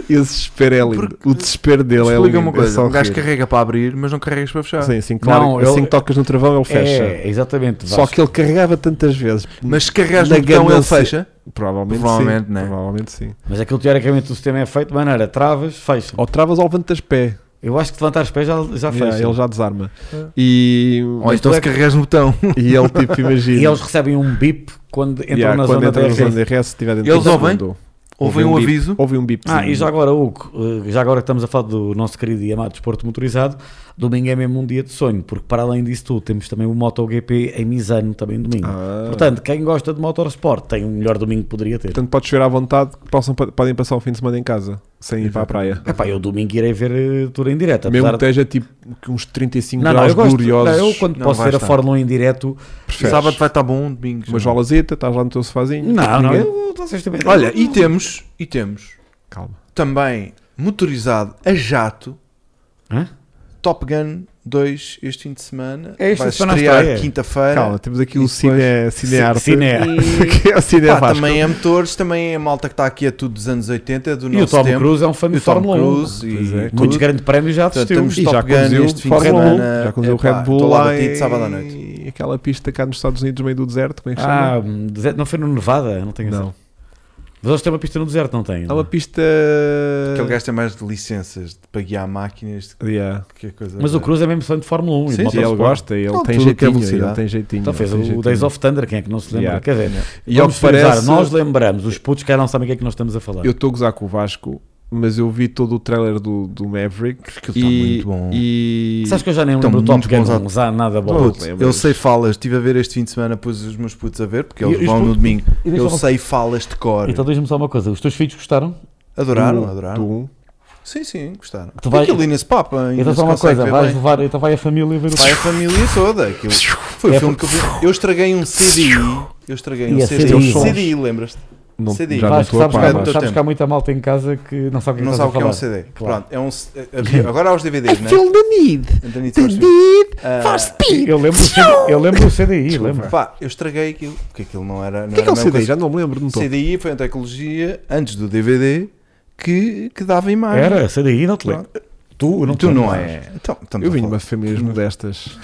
[SPEAKER 2] Esse desespero é lindo.
[SPEAKER 1] Porque-
[SPEAKER 2] o desespero dele é lindo.
[SPEAKER 1] Explica uma
[SPEAKER 2] é
[SPEAKER 1] coisa:
[SPEAKER 2] só
[SPEAKER 1] o gajo
[SPEAKER 2] rir.
[SPEAKER 1] carrega para abrir, mas não carregas para fechar.
[SPEAKER 2] Sim, assim, claro,
[SPEAKER 3] Não,
[SPEAKER 2] assim
[SPEAKER 3] ele-
[SPEAKER 2] que tocas no travão ele fecha.
[SPEAKER 3] É, exatamente.
[SPEAKER 2] Só
[SPEAKER 3] Vasco.
[SPEAKER 2] que ele carregava tantas vezes.
[SPEAKER 1] Mas se carregares
[SPEAKER 2] Na
[SPEAKER 1] no botão, ele
[SPEAKER 2] ganância.
[SPEAKER 1] fecha.
[SPEAKER 2] Provavelmente,
[SPEAKER 1] Provavelmente,
[SPEAKER 2] sim.
[SPEAKER 1] né?
[SPEAKER 2] Provavelmente sim.
[SPEAKER 3] Mas aquilo teoricamente o sistema é feito de maneira travas, fecha.
[SPEAKER 2] Ou travas ou levantas pé.
[SPEAKER 3] Eu acho que levantar os pés já, já fecha.
[SPEAKER 2] Oh. Yeah, ele já desarma.
[SPEAKER 1] É.
[SPEAKER 2] E,
[SPEAKER 1] Ou então se carregares no botão.
[SPEAKER 2] e ele tipo, imagina.
[SPEAKER 3] E eles recebem um bip quando entram
[SPEAKER 2] Yeah,
[SPEAKER 3] na
[SPEAKER 2] quando
[SPEAKER 3] zona
[SPEAKER 2] entra
[SPEAKER 3] da
[SPEAKER 2] na zona
[SPEAKER 3] RS.
[SPEAKER 2] de RS, se tiver dentro
[SPEAKER 1] Eles
[SPEAKER 2] do
[SPEAKER 1] ouvem?
[SPEAKER 2] mundo.
[SPEAKER 1] Houve um
[SPEAKER 2] bip.
[SPEAKER 1] aviso.
[SPEAKER 2] Houve um bip.
[SPEAKER 3] Ah,
[SPEAKER 2] sim.
[SPEAKER 3] e já agora, Hugo, eh, já agora que estamos a falar do nosso querido e amado desporto motorizado, domingo é mesmo um dia de sonho, porque para além disso tudo, temos também o MotoGP em Misano, também domingo.
[SPEAKER 2] Ah.
[SPEAKER 3] um. Portanto, quem gosta de motorsport tem o melhor domingo que poderia ter.
[SPEAKER 2] Portanto, podes chorar à vontade, que possam, podem passar o fim de semana em casa, sem ir para a praia.
[SPEAKER 3] Epá, eu domingo irei ver eh, tudo em direto,
[SPEAKER 2] Mesmo
[SPEAKER 3] apesar
[SPEAKER 2] que
[SPEAKER 3] de...
[SPEAKER 2] esteja tipo que uns 35
[SPEAKER 3] Não, não,
[SPEAKER 2] graus
[SPEAKER 3] eu gosto, não,
[SPEAKER 2] gloriosos,
[SPEAKER 3] eu quando
[SPEAKER 1] Não
[SPEAKER 3] posso
[SPEAKER 1] vai
[SPEAKER 3] ver a
[SPEAKER 1] estar.
[SPEAKER 3] Fórmula 1 em direto,
[SPEAKER 2] Preferes?
[SPEAKER 1] Sábado vai estar bom, domingo. já
[SPEAKER 2] uma
[SPEAKER 1] não.
[SPEAKER 2] jolazita, estás lá no teu sofazinho.
[SPEAKER 3] não, não, tá
[SPEAKER 2] ninguém-
[SPEAKER 3] eu, vocês também...
[SPEAKER 1] Olha, e temos, e temos
[SPEAKER 2] Calma.
[SPEAKER 1] também motorizado a jato
[SPEAKER 3] Hã?
[SPEAKER 1] Top Gun 2 este fim de semana.
[SPEAKER 3] É este
[SPEAKER 1] vai
[SPEAKER 3] fim de semana a
[SPEAKER 1] estrear
[SPEAKER 3] estreia.
[SPEAKER 2] Calma,
[SPEAKER 1] quinta-feira.
[SPEAKER 2] temos aqui
[SPEAKER 1] E
[SPEAKER 2] o
[SPEAKER 1] depois-
[SPEAKER 2] cine, cinearte.
[SPEAKER 3] é Cine-
[SPEAKER 2] que é o cine
[SPEAKER 1] Pá,
[SPEAKER 2] Vasco.
[SPEAKER 1] também é motores, também é malta que está aqui a tudo dos anos 80, do
[SPEAKER 3] E o
[SPEAKER 1] nosso
[SPEAKER 3] Tom
[SPEAKER 1] tempo.
[SPEAKER 3] Cruise é um fã
[SPEAKER 1] E
[SPEAKER 3] de
[SPEAKER 1] o Tom
[SPEAKER 3] Fórmula 1.
[SPEAKER 1] Cruise
[SPEAKER 2] Pois é.
[SPEAKER 1] e tudo.
[SPEAKER 3] Muitos grandes prémios já
[SPEAKER 1] Portanto,
[SPEAKER 3] assistiu.
[SPEAKER 1] temos
[SPEAKER 2] E já
[SPEAKER 1] Top Gun
[SPEAKER 2] conduziu
[SPEAKER 1] este fim de
[SPEAKER 2] Fórmula 1,
[SPEAKER 1] semana.
[SPEAKER 2] já conduziu o
[SPEAKER 1] Epá,
[SPEAKER 2] Red Bull
[SPEAKER 1] estou
[SPEAKER 2] lá
[SPEAKER 1] abatido sábado à noite.
[SPEAKER 2] E aquela pista cá nos Estados Unidos, no meio do deserto, como é que
[SPEAKER 3] Ah,
[SPEAKER 2] chama?
[SPEAKER 3] deserto- não foi no Nevada? Não tenho a
[SPEAKER 2] não.
[SPEAKER 3] Mas eles têm uma pista no deserto, não têm?
[SPEAKER 2] É uma pista...
[SPEAKER 1] Aquele gajo tem mais de licenças de para guiar máquinas de
[SPEAKER 2] Yeah.
[SPEAKER 1] qualquer coisa.
[SPEAKER 3] Mas o Cruz é mesmo fã de Fórmula 1 e de
[SPEAKER 2] Sim, sim, ele
[SPEAKER 3] motorsport.
[SPEAKER 2] gosta, ele
[SPEAKER 1] Não,
[SPEAKER 2] tem
[SPEAKER 1] tudo que é
[SPEAKER 2] jeitinho, ele
[SPEAKER 1] velocidade.
[SPEAKER 2] tem jeitinho.
[SPEAKER 3] Então fez
[SPEAKER 2] ele tem
[SPEAKER 3] o Days
[SPEAKER 2] jeitinho.
[SPEAKER 3] of Thunder, quem é que não se
[SPEAKER 2] Yeah.
[SPEAKER 3] lembra? Quer ver?
[SPEAKER 2] E ao
[SPEAKER 3] Vamos
[SPEAKER 2] que parece,
[SPEAKER 3] frisar, nós lembramos, os putos que já não sabem o que é que nós estamos a falar.
[SPEAKER 2] eu estou a gozar com o Vasco, mas eu vi todo o trailer do, do Maverick
[SPEAKER 1] Aquilo está
[SPEAKER 2] e,
[SPEAKER 1] muito bom.
[SPEAKER 2] e
[SPEAKER 3] Sabes que eu já nem
[SPEAKER 1] Estão
[SPEAKER 3] lembro do Top
[SPEAKER 1] muito
[SPEAKER 3] Gun,
[SPEAKER 1] bons
[SPEAKER 3] não há nada bom.
[SPEAKER 1] Puto,
[SPEAKER 2] Não lembro.
[SPEAKER 1] eu sei falas, estive a ver este fim de semana, pus os meus putos a ver, porque
[SPEAKER 3] E-
[SPEAKER 1] eles
[SPEAKER 3] e os
[SPEAKER 1] vão no
[SPEAKER 3] putos-
[SPEAKER 1] domingo.
[SPEAKER 3] e
[SPEAKER 1] Eu
[SPEAKER 3] deixa-me-
[SPEAKER 1] sei falas de cor.
[SPEAKER 3] Então diz-me só uma coisa, os teus filhos gostaram?
[SPEAKER 1] Adoraram,
[SPEAKER 2] do-
[SPEAKER 1] adoraram.
[SPEAKER 2] do um.
[SPEAKER 1] Sim, sim, gostaram.
[SPEAKER 3] Tu vai-
[SPEAKER 1] Aquilo Inês Papa. ainda
[SPEAKER 3] Então
[SPEAKER 1] se
[SPEAKER 3] só uma
[SPEAKER 1] consegue
[SPEAKER 3] coisa,
[SPEAKER 1] ver
[SPEAKER 3] vais
[SPEAKER 1] bem.
[SPEAKER 3] levar, então vai a família ver o
[SPEAKER 1] Vai a família toda. Aquilo. Foi
[SPEAKER 3] É
[SPEAKER 1] o filme que eu vi. Eu estraguei um CD. Eu estraguei
[SPEAKER 3] E
[SPEAKER 1] um
[SPEAKER 3] a
[SPEAKER 1] CD.
[SPEAKER 3] CD.
[SPEAKER 1] CD, lembras-te?
[SPEAKER 2] Não,
[SPEAKER 1] CD.
[SPEAKER 2] já não
[SPEAKER 3] Vasco,
[SPEAKER 2] estou a
[SPEAKER 3] sabes,
[SPEAKER 2] par.
[SPEAKER 1] Vai
[SPEAKER 3] que, há-
[SPEAKER 1] do
[SPEAKER 2] Vasco.
[SPEAKER 1] teu
[SPEAKER 3] sabes que
[SPEAKER 1] tempo.
[SPEAKER 3] há muita malta em casa que não sabe o que
[SPEAKER 1] Não
[SPEAKER 3] estás a
[SPEAKER 1] sabe o que é um
[SPEAKER 3] falar.
[SPEAKER 1] CD.
[SPEAKER 3] Claro.
[SPEAKER 1] Pronto, é um. c- havia- Agora há os
[SPEAKER 2] É
[SPEAKER 1] DVDs, né? Feel the need. The need for speed. Ah,
[SPEAKER 3] Eu lembro, do CD eu lembro do CDI, lembro.
[SPEAKER 1] Pá, eu estraguei aquilo. Porque aquilo não era. Não
[SPEAKER 2] O que é que é
[SPEAKER 1] era
[SPEAKER 2] o
[SPEAKER 1] a mesma
[SPEAKER 2] CD?
[SPEAKER 1] coisa.
[SPEAKER 2] Já não me lembro, não estou.
[SPEAKER 1] CDI foi uma tecnologia antes do DVD que, que dava imagem.
[SPEAKER 3] Era, CDI, não te lembro. Tu, não te
[SPEAKER 1] Tu não
[SPEAKER 3] lembras.
[SPEAKER 1] é. Então, estamos
[SPEAKER 2] Eu
[SPEAKER 1] a
[SPEAKER 2] vim de
[SPEAKER 1] falar.
[SPEAKER 2] umas famílias modestas.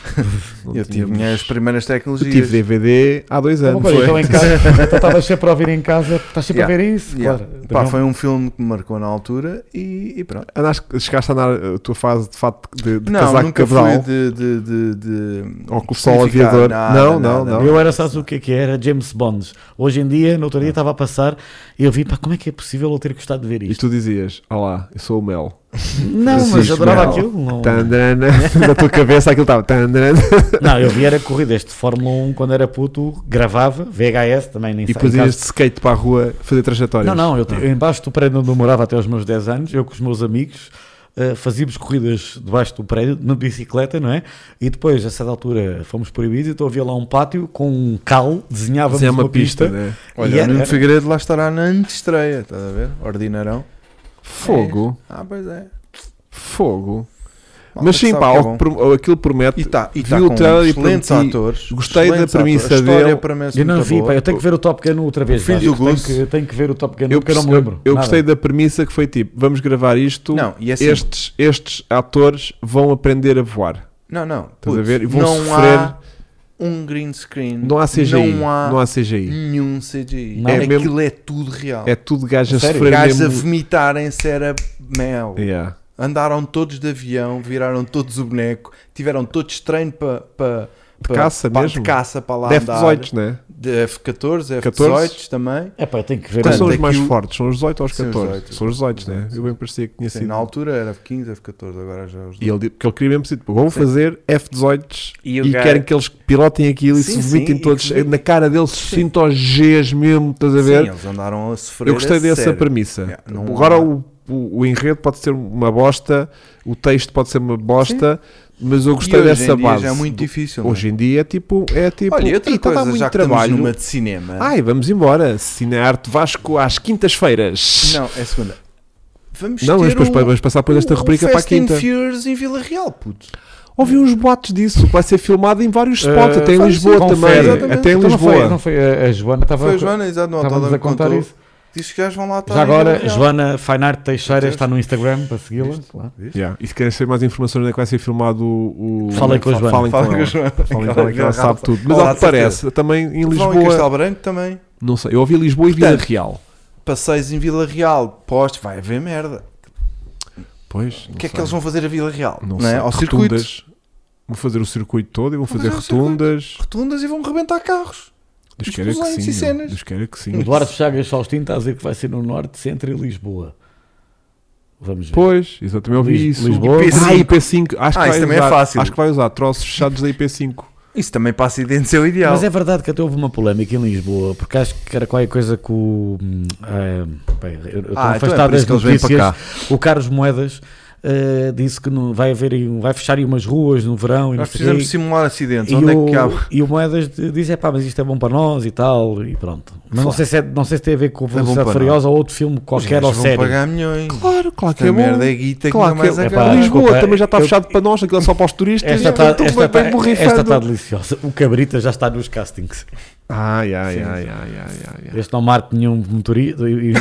[SPEAKER 2] Não
[SPEAKER 1] Eu tive
[SPEAKER 2] tínhamos-
[SPEAKER 1] minhas primeiras
[SPEAKER 2] Eu
[SPEAKER 1] tecnologias.
[SPEAKER 2] tive DVD há dois
[SPEAKER 3] Então,
[SPEAKER 2] anos.
[SPEAKER 3] coisa,
[SPEAKER 2] Foi.
[SPEAKER 1] é
[SPEAKER 3] então em casa, então estavas sempre a ouvir em casa, estás sempre a
[SPEAKER 1] Yeah.
[SPEAKER 3] ver isso,
[SPEAKER 1] Yeah.
[SPEAKER 3] claro. Então,
[SPEAKER 1] Pá,
[SPEAKER 3] Não-
[SPEAKER 1] foi um filme que me marcou na altura e, e pronto.
[SPEAKER 2] Andaste, chegaste a andar a tua fase de fato de, de
[SPEAKER 1] não,
[SPEAKER 2] casaco
[SPEAKER 1] nunca
[SPEAKER 2] cabral
[SPEAKER 1] fui de. de, de, de-
[SPEAKER 2] ou com o sol
[SPEAKER 1] Significar
[SPEAKER 2] aviador.
[SPEAKER 1] nada,
[SPEAKER 2] não,
[SPEAKER 1] nada,
[SPEAKER 2] não, não.
[SPEAKER 3] Eu era, sabes o que é que era? James Bonds. Hoje em dia, no outro
[SPEAKER 1] Ah.
[SPEAKER 3] dia estava a passar e eu vi, pá, como é que é possível eu ter gostado de ver
[SPEAKER 2] E
[SPEAKER 3] isto?
[SPEAKER 2] tu dizias: Olá, eu sou o Mel.
[SPEAKER 3] Não, mas
[SPEAKER 2] Francisco
[SPEAKER 3] adorava
[SPEAKER 2] Mel.
[SPEAKER 3] aquilo. Não,
[SPEAKER 2] Tandarana. Na tua cabeça aquilo estava. Tandarana.
[SPEAKER 3] não, eu vi era corridas de Fórmula 1 quando era puto, gravava, VHS também, nem
[SPEAKER 2] E
[SPEAKER 3] sei.
[SPEAKER 2] depois
[SPEAKER 3] em
[SPEAKER 2] ias
[SPEAKER 3] casa-
[SPEAKER 2] de skate para a rua fazer trajetórias.
[SPEAKER 3] Não, não, eu, eu embaixo do prédio onde eu morava até aos meus 10 anos, eu com os meus amigos eh, fazíamos corridas debaixo do prédio, de bicicleta, não é? E depois, a certa altura, fomos proibidos, então havia lá um pátio com um cal, desenhávamos
[SPEAKER 2] Fazer é
[SPEAKER 3] uma,
[SPEAKER 2] uma pista,
[SPEAKER 3] pista.
[SPEAKER 2] né?
[SPEAKER 1] Olha,
[SPEAKER 3] E
[SPEAKER 1] o
[SPEAKER 3] era-
[SPEAKER 1] Nuno Figueiredo lá estará na antestreia, estás a ver? Ordinarão.
[SPEAKER 2] Fogo.
[SPEAKER 1] Ah, pois é.
[SPEAKER 2] Fogo.
[SPEAKER 1] Malta
[SPEAKER 2] Mas
[SPEAKER 1] que
[SPEAKER 2] sim,
[SPEAKER 1] sabe
[SPEAKER 2] pá,
[SPEAKER 1] que é
[SPEAKER 2] algo
[SPEAKER 1] bom.
[SPEAKER 2] que pro- aquilo promete.
[SPEAKER 1] E está e
[SPEAKER 2] vi
[SPEAKER 1] tá
[SPEAKER 2] o
[SPEAKER 1] com
[SPEAKER 2] trailer e
[SPEAKER 1] excelentes
[SPEAKER 2] prometi-
[SPEAKER 1] atores.
[SPEAKER 2] gostei da
[SPEAKER 1] excelentes
[SPEAKER 2] premissa
[SPEAKER 1] atores. A história é
[SPEAKER 2] dele.
[SPEAKER 1] parece
[SPEAKER 3] Eu não
[SPEAKER 1] muito
[SPEAKER 3] vi,
[SPEAKER 1] boa.
[SPEAKER 3] pá, eu tenho que ver o Top Gun outra vez.
[SPEAKER 1] Filho
[SPEAKER 3] Vasco.
[SPEAKER 1] do Gus.
[SPEAKER 3] Tenho que, tenho que ver o Top Gun,
[SPEAKER 2] Eu,
[SPEAKER 3] porque eu não me
[SPEAKER 2] perce-
[SPEAKER 3] lembro.
[SPEAKER 2] eu
[SPEAKER 3] nada.
[SPEAKER 2] gostei da premissa que foi tipo: vamos gravar isto,
[SPEAKER 1] Não, e é assim.
[SPEAKER 2] estes, estes atores vão aprender a voar.
[SPEAKER 1] Não, não.
[SPEAKER 2] Estás a
[SPEAKER 1] Putz,
[SPEAKER 2] ver? E vão
[SPEAKER 1] não
[SPEAKER 2] sofrer.
[SPEAKER 1] há um green screen.
[SPEAKER 2] Não há CGI.
[SPEAKER 1] Não há,
[SPEAKER 2] CGI.
[SPEAKER 1] nenhum CGI.
[SPEAKER 3] Não.
[SPEAKER 1] É
[SPEAKER 2] É
[SPEAKER 1] Aquilo
[SPEAKER 2] mesmo-
[SPEAKER 1] é tudo real.
[SPEAKER 2] É tudo gajo a
[SPEAKER 3] Sério?
[SPEAKER 2] sofrer
[SPEAKER 1] Gajos a
[SPEAKER 2] mesmo.
[SPEAKER 1] vomitarem-se era mel.
[SPEAKER 2] Yeah.
[SPEAKER 1] Andaram todos de avião, viraram todos o boneco, tiveram todos treino para. Pa, pa-
[SPEAKER 2] caça
[SPEAKER 1] pa- De
[SPEAKER 2] mesmo?
[SPEAKER 1] caça para lá andar.
[SPEAKER 2] Def-18, né?
[SPEAKER 1] De F-14, F-18
[SPEAKER 2] 14?
[SPEAKER 1] também.
[SPEAKER 3] É pá, eu tenho que ver.
[SPEAKER 2] Quais são
[SPEAKER 3] o-
[SPEAKER 2] os mais
[SPEAKER 1] aquilo-
[SPEAKER 2] fortes? São os 18 ou os
[SPEAKER 1] Sim, os
[SPEAKER 2] 14?
[SPEAKER 1] 18.
[SPEAKER 2] São os 18, né?
[SPEAKER 1] Sim,
[SPEAKER 2] Eu bem parecia que tinha
[SPEAKER 1] Sim,
[SPEAKER 2] sido.
[SPEAKER 1] na altura era F-15, F-14, agora já os
[SPEAKER 2] E ele, porque ele queria mesmo dizer, tipo, vão fazer F-18
[SPEAKER 1] E
[SPEAKER 2] e,
[SPEAKER 1] o gajo-
[SPEAKER 2] querem que eles pilotem aquilo e
[SPEAKER 1] Sim,
[SPEAKER 2] se vomitem
[SPEAKER 1] sim, e
[SPEAKER 2] todos.
[SPEAKER 1] que-
[SPEAKER 2] Na cara deles se sinto aos Gs mesmo, estás a ver?
[SPEAKER 1] Sim, eles andaram a sofrer.
[SPEAKER 2] Eu gostei
[SPEAKER 1] a
[SPEAKER 2] dessa
[SPEAKER 1] sério.
[SPEAKER 2] premissa. Tipo,
[SPEAKER 1] Yeah, não
[SPEAKER 2] Agora
[SPEAKER 1] há-
[SPEAKER 2] o, o, o enredo pode ser uma bosta, o texto pode ser uma bosta, mas eu gostei
[SPEAKER 1] E hoje em
[SPEAKER 2] dessa
[SPEAKER 1] dia
[SPEAKER 2] base.
[SPEAKER 1] Já é muito
[SPEAKER 2] Do-
[SPEAKER 1] difícil. não é?
[SPEAKER 2] Hoje em dia é tipo. É tipo
[SPEAKER 1] Olha, e outra
[SPEAKER 2] "Ih, tá a dar
[SPEAKER 1] coisa,
[SPEAKER 2] muito
[SPEAKER 1] já que
[SPEAKER 2] trabalho.
[SPEAKER 1] estamos numa de cinema.
[SPEAKER 2] É. Ai, vamos embora. Cinearte Vasco às quintas-feiras.
[SPEAKER 1] Não, é segunda. Vamos
[SPEAKER 2] Não,
[SPEAKER 1] ter
[SPEAKER 2] mas depois
[SPEAKER 1] o-
[SPEAKER 2] vamos passar por esta
[SPEAKER 1] o
[SPEAKER 2] rubrica para a
[SPEAKER 1] Fast
[SPEAKER 2] quinta.
[SPEAKER 1] and Furious em Vila Real, puto.
[SPEAKER 2] Ouvi uns boatos disso, que vai ser filmado em vários spots,
[SPEAKER 3] Eh,
[SPEAKER 2] até em
[SPEAKER 3] faz-
[SPEAKER 2] Lisboa
[SPEAKER 3] confere.
[SPEAKER 2] também.
[SPEAKER 1] Exatamente.
[SPEAKER 2] Até em
[SPEAKER 3] Então não foi-
[SPEAKER 2] Lisboa.
[SPEAKER 3] Não foi, a, a Joana, estava
[SPEAKER 1] Foi
[SPEAKER 3] a-
[SPEAKER 1] a Joana, exato, no
[SPEAKER 3] estava-nos
[SPEAKER 1] autódromo
[SPEAKER 3] a contar
[SPEAKER 1] contou.
[SPEAKER 3] isso.
[SPEAKER 1] Diz que já vão lá estar.
[SPEAKER 3] Já
[SPEAKER 1] em
[SPEAKER 3] agora,
[SPEAKER 1] Vila Real.
[SPEAKER 3] Joana Feinart Teixeira
[SPEAKER 1] Viste?
[SPEAKER 3] está no Instagram para segui-la. claro.
[SPEAKER 2] Yeah. E se querem saber mais informações onde é que vai ser filmado o. o-
[SPEAKER 3] Falem com a Joana.
[SPEAKER 2] Falem com
[SPEAKER 1] Fala com a
[SPEAKER 2] ela.
[SPEAKER 1] Joana.
[SPEAKER 2] Falem então, com ela que ela sabe tudo. Mas
[SPEAKER 1] Olá,
[SPEAKER 2] ao que
[SPEAKER 1] de certeza.
[SPEAKER 2] parece, também em
[SPEAKER 1] Vão em
[SPEAKER 2] Lisboa.
[SPEAKER 1] Castelo Branco também.
[SPEAKER 2] Não sei, eu ouvi Lisboa e Vila
[SPEAKER 1] Portanto,
[SPEAKER 2] Real.
[SPEAKER 1] Passeios em Vila Real, postos, vai haver merda.
[SPEAKER 2] Pois. não
[SPEAKER 1] O que é que
[SPEAKER 2] sei.
[SPEAKER 1] eles vão fazer a Vila Real?
[SPEAKER 2] Não
[SPEAKER 1] Não,
[SPEAKER 2] sei.
[SPEAKER 1] é? Ao circuito.
[SPEAKER 2] rotundas. Vão fazer o circuito todo e vão fazer
[SPEAKER 1] fazer o circuito.
[SPEAKER 2] rotundas.
[SPEAKER 1] Rotundas e vão rebentar carros.
[SPEAKER 2] Deus queira que
[SPEAKER 1] Explosões
[SPEAKER 2] sim.
[SPEAKER 1] e
[SPEAKER 2] meu.
[SPEAKER 1] cenas.
[SPEAKER 2] Deus queira que sim.
[SPEAKER 3] O Eduardo Chagas Faustino está a dizer que vai ser no Norte, Centro e Lisboa. Vamos ver.
[SPEAKER 2] Pois, exatamente, eu ouvi
[SPEAKER 3] Lis-
[SPEAKER 2] isso.
[SPEAKER 3] Lisboa.
[SPEAKER 2] Ah, IP5. Acho
[SPEAKER 1] Ah,
[SPEAKER 2] que
[SPEAKER 1] isso
[SPEAKER 2] vai
[SPEAKER 1] também é
[SPEAKER 2] usar-
[SPEAKER 1] fácil.
[SPEAKER 2] Acho que vai usar troços fechados da IP5.
[SPEAKER 1] Isso também para acidentes é o ideal.
[SPEAKER 3] Mas é verdade que até houve uma polémica em Lisboa, porque acho que era qualquer coisa que o. hum, ah, bem, eu- eu
[SPEAKER 1] Ah, então
[SPEAKER 3] estou
[SPEAKER 1] é por
[SPEAKER 3] afastado das
[SPEAKER 1] isso que eles vêm para
[SPEAKER 3] notícias. O Carlos Moedas ah, disse que não, vai, haver, aí um- vai fechar aí umas ruas no verão e não
[SPEAKER 1] Nós
[SPEAKER 3] sei o
[SPEAKER 1] precisamos
[SPEAKER 3] quê.
[SPEAKER 1] simular acidentes.
[SPEAKER 3] E
[SPEAKER 1] Onde
[SPEAKER 3] o,
[SPEAKER 1] é que há?
[SPEAKER 3] e o Moedas de- diz: é pá, mas isto é bom para nós e tal, e pronto. Mas não sei, se é- não sei se tem a ver com Velocidade
[SPEAKER 1] para
[SPEAKER 3] Furiosa ou outro filme
[SPEAKER 1] Os
[SPEAKER 3] qualquer ou
[SPEAKER 1] gajos vão
[SPEAKER 3] série.
[SPEAKER 1] pagar milhões.
[SPEAKER 2] Claro, claro
[SPEAKER 1] Esta merda é guita que
[SPEAKER 2] Claro
[SPEAKER 1] não
[SPEAKER 2] que
[SPEAKER 1] mais
[SPEAKER 2] é-
[SPEAKER 3] Epá,
[SPEAKER 1] acaba.
[SPEAKER 2] Lisboa
[SPEAKER 3] desculpa,
[SPEAKER 2] também já está
[SPEAKER 3] eu-
[SPEAKER 2] fechado para nós, aquilo é só para os turistas.
[SPEAKER 3] Esta
[SPEAKER 2] e
[SPEAKER 3] está
[SPEAKER 2] tu
[SPEAKER 3] esta
[SPEAKER 2] vai-
[SPEAKER 3] tá-
[SPEAKER 2] vai borrifando.
[SPEAKER 3] esta tá deliciosa. O Cabrita já está nos castings.
[SPEAKER 2] Ai, ai, ai, ai, ai, ai, ai.
[SPEAKER 3] Este é não marca nenhum motorista um e e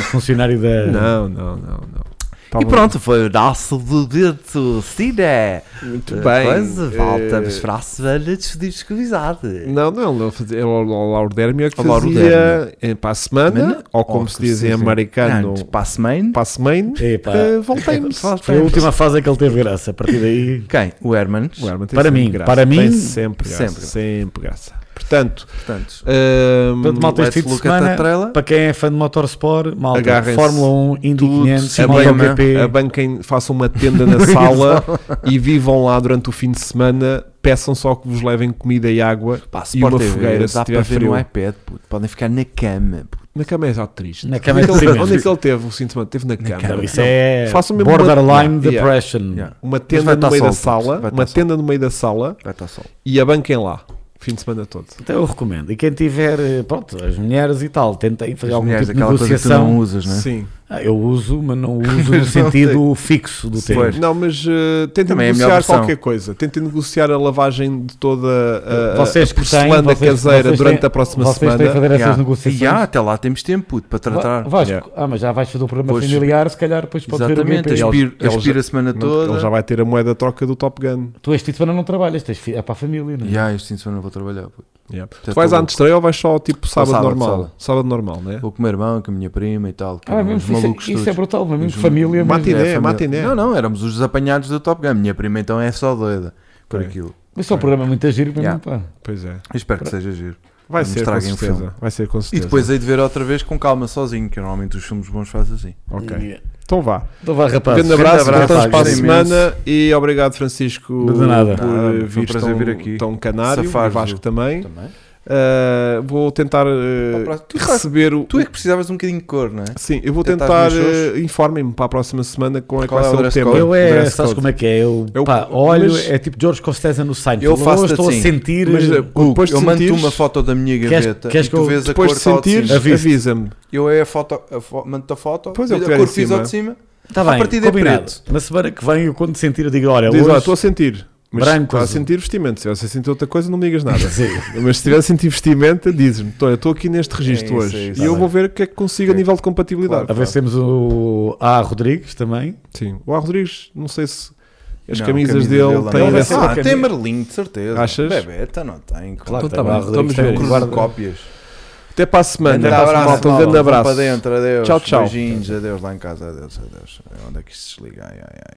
[SPEAKER 3] funcionário da.
[SPEAKER 2] Não, não, não, não. Tá
[SPEAKER 1] E
[SPEAKER 2] bom.
[SPEAKER 1] pronto, foi o nosso dedito Cine.
[SPEAKER 2] Muito bem.
[SPEAKER 1] Depois voltamos
[SPEAKER 2] Eh,
[SPEAKER 1] para Eh, a semana despedimos com amizade.
[SPEAKER 2] Não, não, ele fazia, era o Laudérmio é que
[SPEAKER 1] O Lauro
[SPEAKER 2] fazia eh, para a semana,
[SPEAKER 1] Semana? Oh,
[SPEAKER 2] ou como
[SPEAKER 1] Ou
[SPEAKER 2] se diz em
[SPEAKER 1] dizem-
[SPEAKER 2] americano,
[SPEAKER 1] Não, Para a semana.
[SPEAKER 2] para a semana,
[SPEAKER 3] Epá.
[SPEAKER 2] eh, voltei-me.
[SPEAKER 3] Foi a última fase em que ele teve graça. A partir daí.
[SPEAKER 1] Quem? O Hermans.
[SPEAKER 2] O Herman tem
[SPEAKER 3] Para
[SPEAKER 2] sempre
[SPEAKER 3] mim,
[SPEAKER 2] graça.
[SPEAKER 3] para
[SPEAKER 2] Tem
[SPEAKER 3] mim,
[SPEAKER 2] sempre graça,
[SPEAKER 1] sempre
[SPEAKER 2] sempre,
[SPEAKER 1] graça.
[SPEAKER 2] graça. Portanto,
[SPEAKER 1] Portanto,
[SPEAKER 2] hum,
[SPEAKER 3] Portanto, malta, este
[SPEAKER 1] Let's
[SPEAKER 3] fim
[SPEAKER 1] look
[SPEAKER 3] de
[SPEAKER 1] at
[SPEAKER 3] semana,
[SPEAKER 1] the trailer.
[SPEAKER 3] para quem é fã de Motorsport, malta,
[SPEAKER 2] Agarrem-se.
[SPEAKER 3] Fórmula 1, Indy
[SPEAKER 1] Tudo, É
[SPEAKER 3] 500,
[SPEAKER 1] a
[SPEAKER 3] MotoGP,
[SPEAKER 2] a banquem, façam uma tenda na sala e vivam lá durante o fim de semana. Peçam só que vos levem comida e água
[SPEAKER 1] pá,
[SPEAKER 2] e uma
[SPEAKER 1] Sport TV,
[SPEAKER 2] fogueira se
[SPEAKER 1] dá para
[SPEAKER 2] tiver
[SPEAKER 1] ver é?
[SPEAKER 2] frio.
[SPEAKER 1] no iPad, puto. Podem ficar na cama, puto.
[SPEAKER 2] Na cama é já triste.
[SPEAKER 3] na cama de
[SPEAKER 2] Onde é que ele-
[SPEAKER 3] cima.
[SPEAKER 2] onde é que ele teve o fim de semana? Teve na cama.
[SPEAKER 3] Não, Isso é
[SPEAKER 2] Façam mesmo uma-
[SPEAKER 3] borderline
[SPEAKER 2] Yeah, yeah.
[SPEAKER 3] depression.
[SPEAKER 1] Yeah.
[SPEAKER 2] Uma
[SPEAKER 1] vai
[SPEAKER 2] tenda no
[SPEAKER 1] estar
[SPEAKER 2] meio da
[SPEAKER 1] sol, puto.
[SPEAKER 2] sala,
[SPEAKER 1] Vai
[SPEAKER 2] uma
[SPEAKER 1] estar sol.
[SPEAKER 2] tenda no meio da sala
[SPEAKER 1] Vai estar sol.
[SPEAKER 2] e abanquem lá. Fim de semana todo.
[SPEAKER 3] Então eu recomendo. E quem tiver, eh, pronto, as mulheres e tal, tentem fazer
[SPEAKER 1] As
[SPEAKER 3] algum
[SPEAKER 1] mulheres,
[SPEAKER 3] tipo de
[SPEAKER 1] aquela coisa que tu
[SPEAKER 3] negociação.
[SPEAKER 1] não usas, né?
[SPEAKER 2] Sim.
[SPEAKER 3] Ah, eu uso, mas não uso
[SPEAKER 1] Mas
[SPEAKER 3] no
[SPEAKER 1] não
[SPEAKER 3] sentido fixo do
[SPEAKER 1] Sim.
[SPEAKER 3] termo.
[SPEAKER 1] Pois.
[SPEAKER 2] Não, mas eh, tentem
[SPEAKER 1] Também é a melhor
[SPEAKER 2] negociar
[SPEAKER 1] versão.
[SPEAKER 2] qualquer coisa. Tentem negociar a lavagem de toda eh, a, a-
[SPEAKER 3] Vocês
[SPEAKER 2] a
[SPEAKER 3] que têm,
[SPEAKER 2] porcelana
[SPEAKER 3] vocês-
[SPEAKER 2] caseira
[SPEAKER 3] vocês
[SPEAKER 2] durante
[SPEAKER 3] têm-
[SPEAKER 2] a próxima
[SPEAKER 3] vocês têm que
[SPEAKER 2] semana.
[SPEAKER 3] fazer essas
[SPEAKER 1] Yeah.
[SPEAKER 3] negociações.
[SPEAKER 1] E há, até lá temos tempo, puto, para tratar.
[SPEAKER 3] Va- Vasco,
[SPEAKER 2] Yeah.
[SPEAKER 3] ah, mas já vais fazer o programa
[SPEAKER 1] Pois.
[SPEAKER 3] familiar, se calhar depois pode ver o
[SPEAKER 1] Exatamente,
[SPEAKER 3] GP.
[SPEAKER 2] aspira-
[SPEAKER 1] aspiro,
[SPEAKER 2] Ele- ele
[SPEAKER 1] aspiro
[SPEAKER 2] já-
[SPEAKER 1] a semana
[SPEAKER 2] Não,
[SPEAKER 1] toda.
[SPEAKER 2] Ele já vai ter a moeda troca do Top Gun.
[SPEAKER 3] Tu este fim de semana não trabalhas, tens fi- é para a família, não é?
[SPEAKER 1] Ya, este fim de semana vou trabalhar, puto.
[SPEAKER 2] Yeah.
[SPEAKER 1] Já
[SPEAKER 2] Tu vais
[SPEAKER 1] tô
[SPEAKER 2] à antestreia ou vais só tipo sábado,
[SPEAKER 1] sábado,
[SPEAKER 2] normal?
[SPEAKER 1] sábado.
[SPEAKER 2] Sábado, normal, né?
[SPEAKER 1] Vou com o meu irmão, com a minha prima e tal. que
[SPEAKER 3] Ah,
[SPEAKER 1] eram
[SPEAKER 3] mesmo,
[SPEAKER 1] uns
[SPEAKER 3] isso,
[SPEAKER 1] malucos
[SPEAKER 3] é, isso é
[SPEAKER 1] todos.
[SPEAKER 3] brutal, mas mesmo
[SPEAKER 1] Os-
[SPEAKER 3] família, mas,
[SPEAKER 2] Matiné,
[SPEAKER 1] a família.
[SPEAKER 2] matiné.
[SPEAKER 1] Não, não, éramos os apanhados do Top Gun. Minha prima então é só doida por
[SPEAKER 2] Ok.
[SPEAKER 1] aquilo.
[SPEAKER 3] mas é um programa muito giro para
[SPEAKER 1] Yeah.
[SPEAKER 3] mim, pá.
[SPEAKER 2] Pois é.
[SPEAKER 1] Eu espero que seja giro.
[SPEAKER 2] Vai
[SPEAKER 1] Não
[SPEAKER 2] ser, com
[SPEAKER 1] estraguem o
[SPEAKER 2] certeza.
[SPEAKER 1] um filme.
[SPEAKER 2] vai ser com
[SPEAKER 1] E
[SPEAKER 2] certeza.
[SPEAKER 1] depois é hei de ver outra vez com calma sozinho, que normalmente os filmes bons fazem assim.
[SPEAKER 2] Ok. Então vá.
[SPEAKER 3] Então vá, rapaz.
[SPEAKER 2] grande abraço,
[SPEAKER 1] abraço,
[SPEAKER 2] voltamos para a
[SPEAKER 1] gostei
[SPEAKER 2] semana e obrigado Francisco
[SPEAKER 3] De nada.
[SPEAKER 2] por eh,
[SPEAKER 1] Nada, foi um
[SPEAKER 2] vir,
[SPEAKER 1] prazer
[SPEAKER 2] tão,
[SPEAKER 1] vir aqui.
[SPEAKER 2] tão canário e
[SPEAKER 1] Safares,
[SPEAKER 2] Vasco
[SPEAKER 1] viu?
[SPEAKER 2] também.
[SPEAKER 1] Também.
[SPEAKER 2] Ah, vou tentar ah,
[SPEAKER 1] Ao próximo. Tu sabes-
[SPEAKER 2] receber o,
[SPEAKER 1] Tu é que precisavas de um bocadinho de cor, não é?
[SPEAKER 2] Sim, eu vou
[SPEAKER 1] Tentar
[SPEAKER 2] tentar.
[SPEAKER 1] ver shows.
[SPEAKER 2] eh, Informem-me para a próxima semana qual é que
[SPEAKER 1] Qual
[SPEAKER 2] vai
[SPEAKER 1] é o
[SPEAKER 2] ser o
[SPEAKER 1] dress
[SPEAKER 2] tema.
[SPEAKER 1] code?
[SPEAKER 3] Eu
[SPEAKER 2] O
[SPEAKER 3] é,
[SPEAKER 2] dress
[SPEAKER 3] sabes
[SPEAKER 2] code.
[SPEAKER 3] como é que é? Eu,
[SPEAKER 2] Eu-
[SPEAKER 3] pá, olho,
[SPEAKER 2] mas-
[SPEAKER 3] é tipo George Costanza no Seinfeld.
[SPEAKER 1] Eu faço
[SPEAKER 3] Hoje estou
[SPEAKER 1] assim,
[SPEAKER 3] a sentir.
[SPEAKER 2] mas,
[SPEAKER 3] eh,
[SPEAKER 2] eh,
[SPEAKER 1] Hugo,
[SPEAKER 2] depois de
[SPEAKER 1] eu mando-te
[SPEAKER 2] sentires-
[SPEAKER 1] uma foto da minha
[SPEAKER 3] Queres-
[SPEAKER 1] gaveta
[SPEAKER 3] queres
[SPEAKER 1] e
[SPEAKER 3] que
[SPEAKER 1] tu
[SPEAKER 3] eu-
[SPEAKER 1] vês a cor
[SPEAKER 2] Depois de
[SPEAKER 1] só de
[SPEAKER 2] sentires,
[SPEAKER 1] cima.
[SPEAKER 3] Aviso-te.
[SPEAKER 2] avisa-me.
[SPEAKER 1] Eu é a foto, a fo- mando-te a foto,
[SPEAKER 2] Pois é, o que
[SPEAKER 1] a
[SPEAKER 2] tiver
[SPEAKER 1] cor
[SPEAKER 2] em
[SPEAKER 1] fiz
[SPEAKER 2] cima.
[SPEAKER 1] ao de cima.
[SPEAKER 3] Está
[SPEAKER 1] a
[SPEAKER 3] Tá bem,
[SPEAKER 1] partir de
[SPEAKER 3] combinado.
[SPEAKER 1] preto.
[SPEAKER 3] Na semana que vem, eu quando sentir, eu digo:
[SPEAKER 1] É
[SPEAKER 3] olha,
[SPEAKER 2] Diz lá,
[SPEAKER 3] hoje.
[SPEAKER 2] estou a sentir. Mas
[SPEAKER 3] Branco,
[SPEAKER 2] está a
[SPEAKER 3] azul.
[SPEAKER 2] sentir vestimento. Se você sentir outra coisa, não me digas nada.
[SPEAKER 3] Sim.
[SPEAKER 2] Mas se tiver a sentir vestimento, dizes-me. Olha, estou aqui neste registro
[SPEAKER 1] É isso,
[SPEAKER 2] hoje.
[SPEAKER 1] é isso.
[SPEAKER 2] e
[SPEAKER 1] Tá
[SPEAKER 2] eu
[SPEAKER 1] bem.
[SPEAKER 2] vou ver o que é que consigo a
[SPEAKER 1] Ok.
[SPEAKER 2] nível de compatibilidade.
[SPEAKER 3] A ver se
[SPEAKER 2] Claro.
[SPEAKER 3] temos o A. Rodrigues também.
[SPEAKER 2] Sim. O A. Rodrigues, não sei se as
[SPEAKER 1] Não,
[SPEAKER 2] camisas
[SPEAKER 1] camisa
[SPEAKER 2] dele
[SPEAKER 1] não
[SPEAKER 2] têm
[SPEAKER 1] tem.
[SPEAKER 2] essa.
[SPEAKER 1] Ah,
[SPEAKER 2] cami-
[SPEAKER 1] tem Merlin, de certeza.
[SPEAKER 2] Achas?
[SPEAKER 1] Bebeta não tem.
[SPEAKER 3] Claro que
[SPEAKER 2] Então tá bem,
[SPEAKER 3] tem, o A. Rodrigues
[SPEAKER 2] estamos bem.
[SPEAKER 3] tem um
[SPEAKER 1] Cruzo
[SPEAKER 3] guarda-
[SPEAKER 1] de cópias.
[SPEAKER 2] Até para a semana.
[SPEAKER 1] Grande
[SPEAKER 2] Até para a semana,
[SPEAKER 1] abraço,
[SPEAKER 2] malta. Um grande
[SPEAKER 1] malta. Vão
[SPEAKER 2] abraço.
[SPEAKER 1] Para dentro, adeus.
[SPEAKER 2] Tchau, tchau.
[SPEAKER 1] Beijinhos, adeus lá em casa, adeus, adeus. Onde é que isto se desliga? Ai, ai, ai.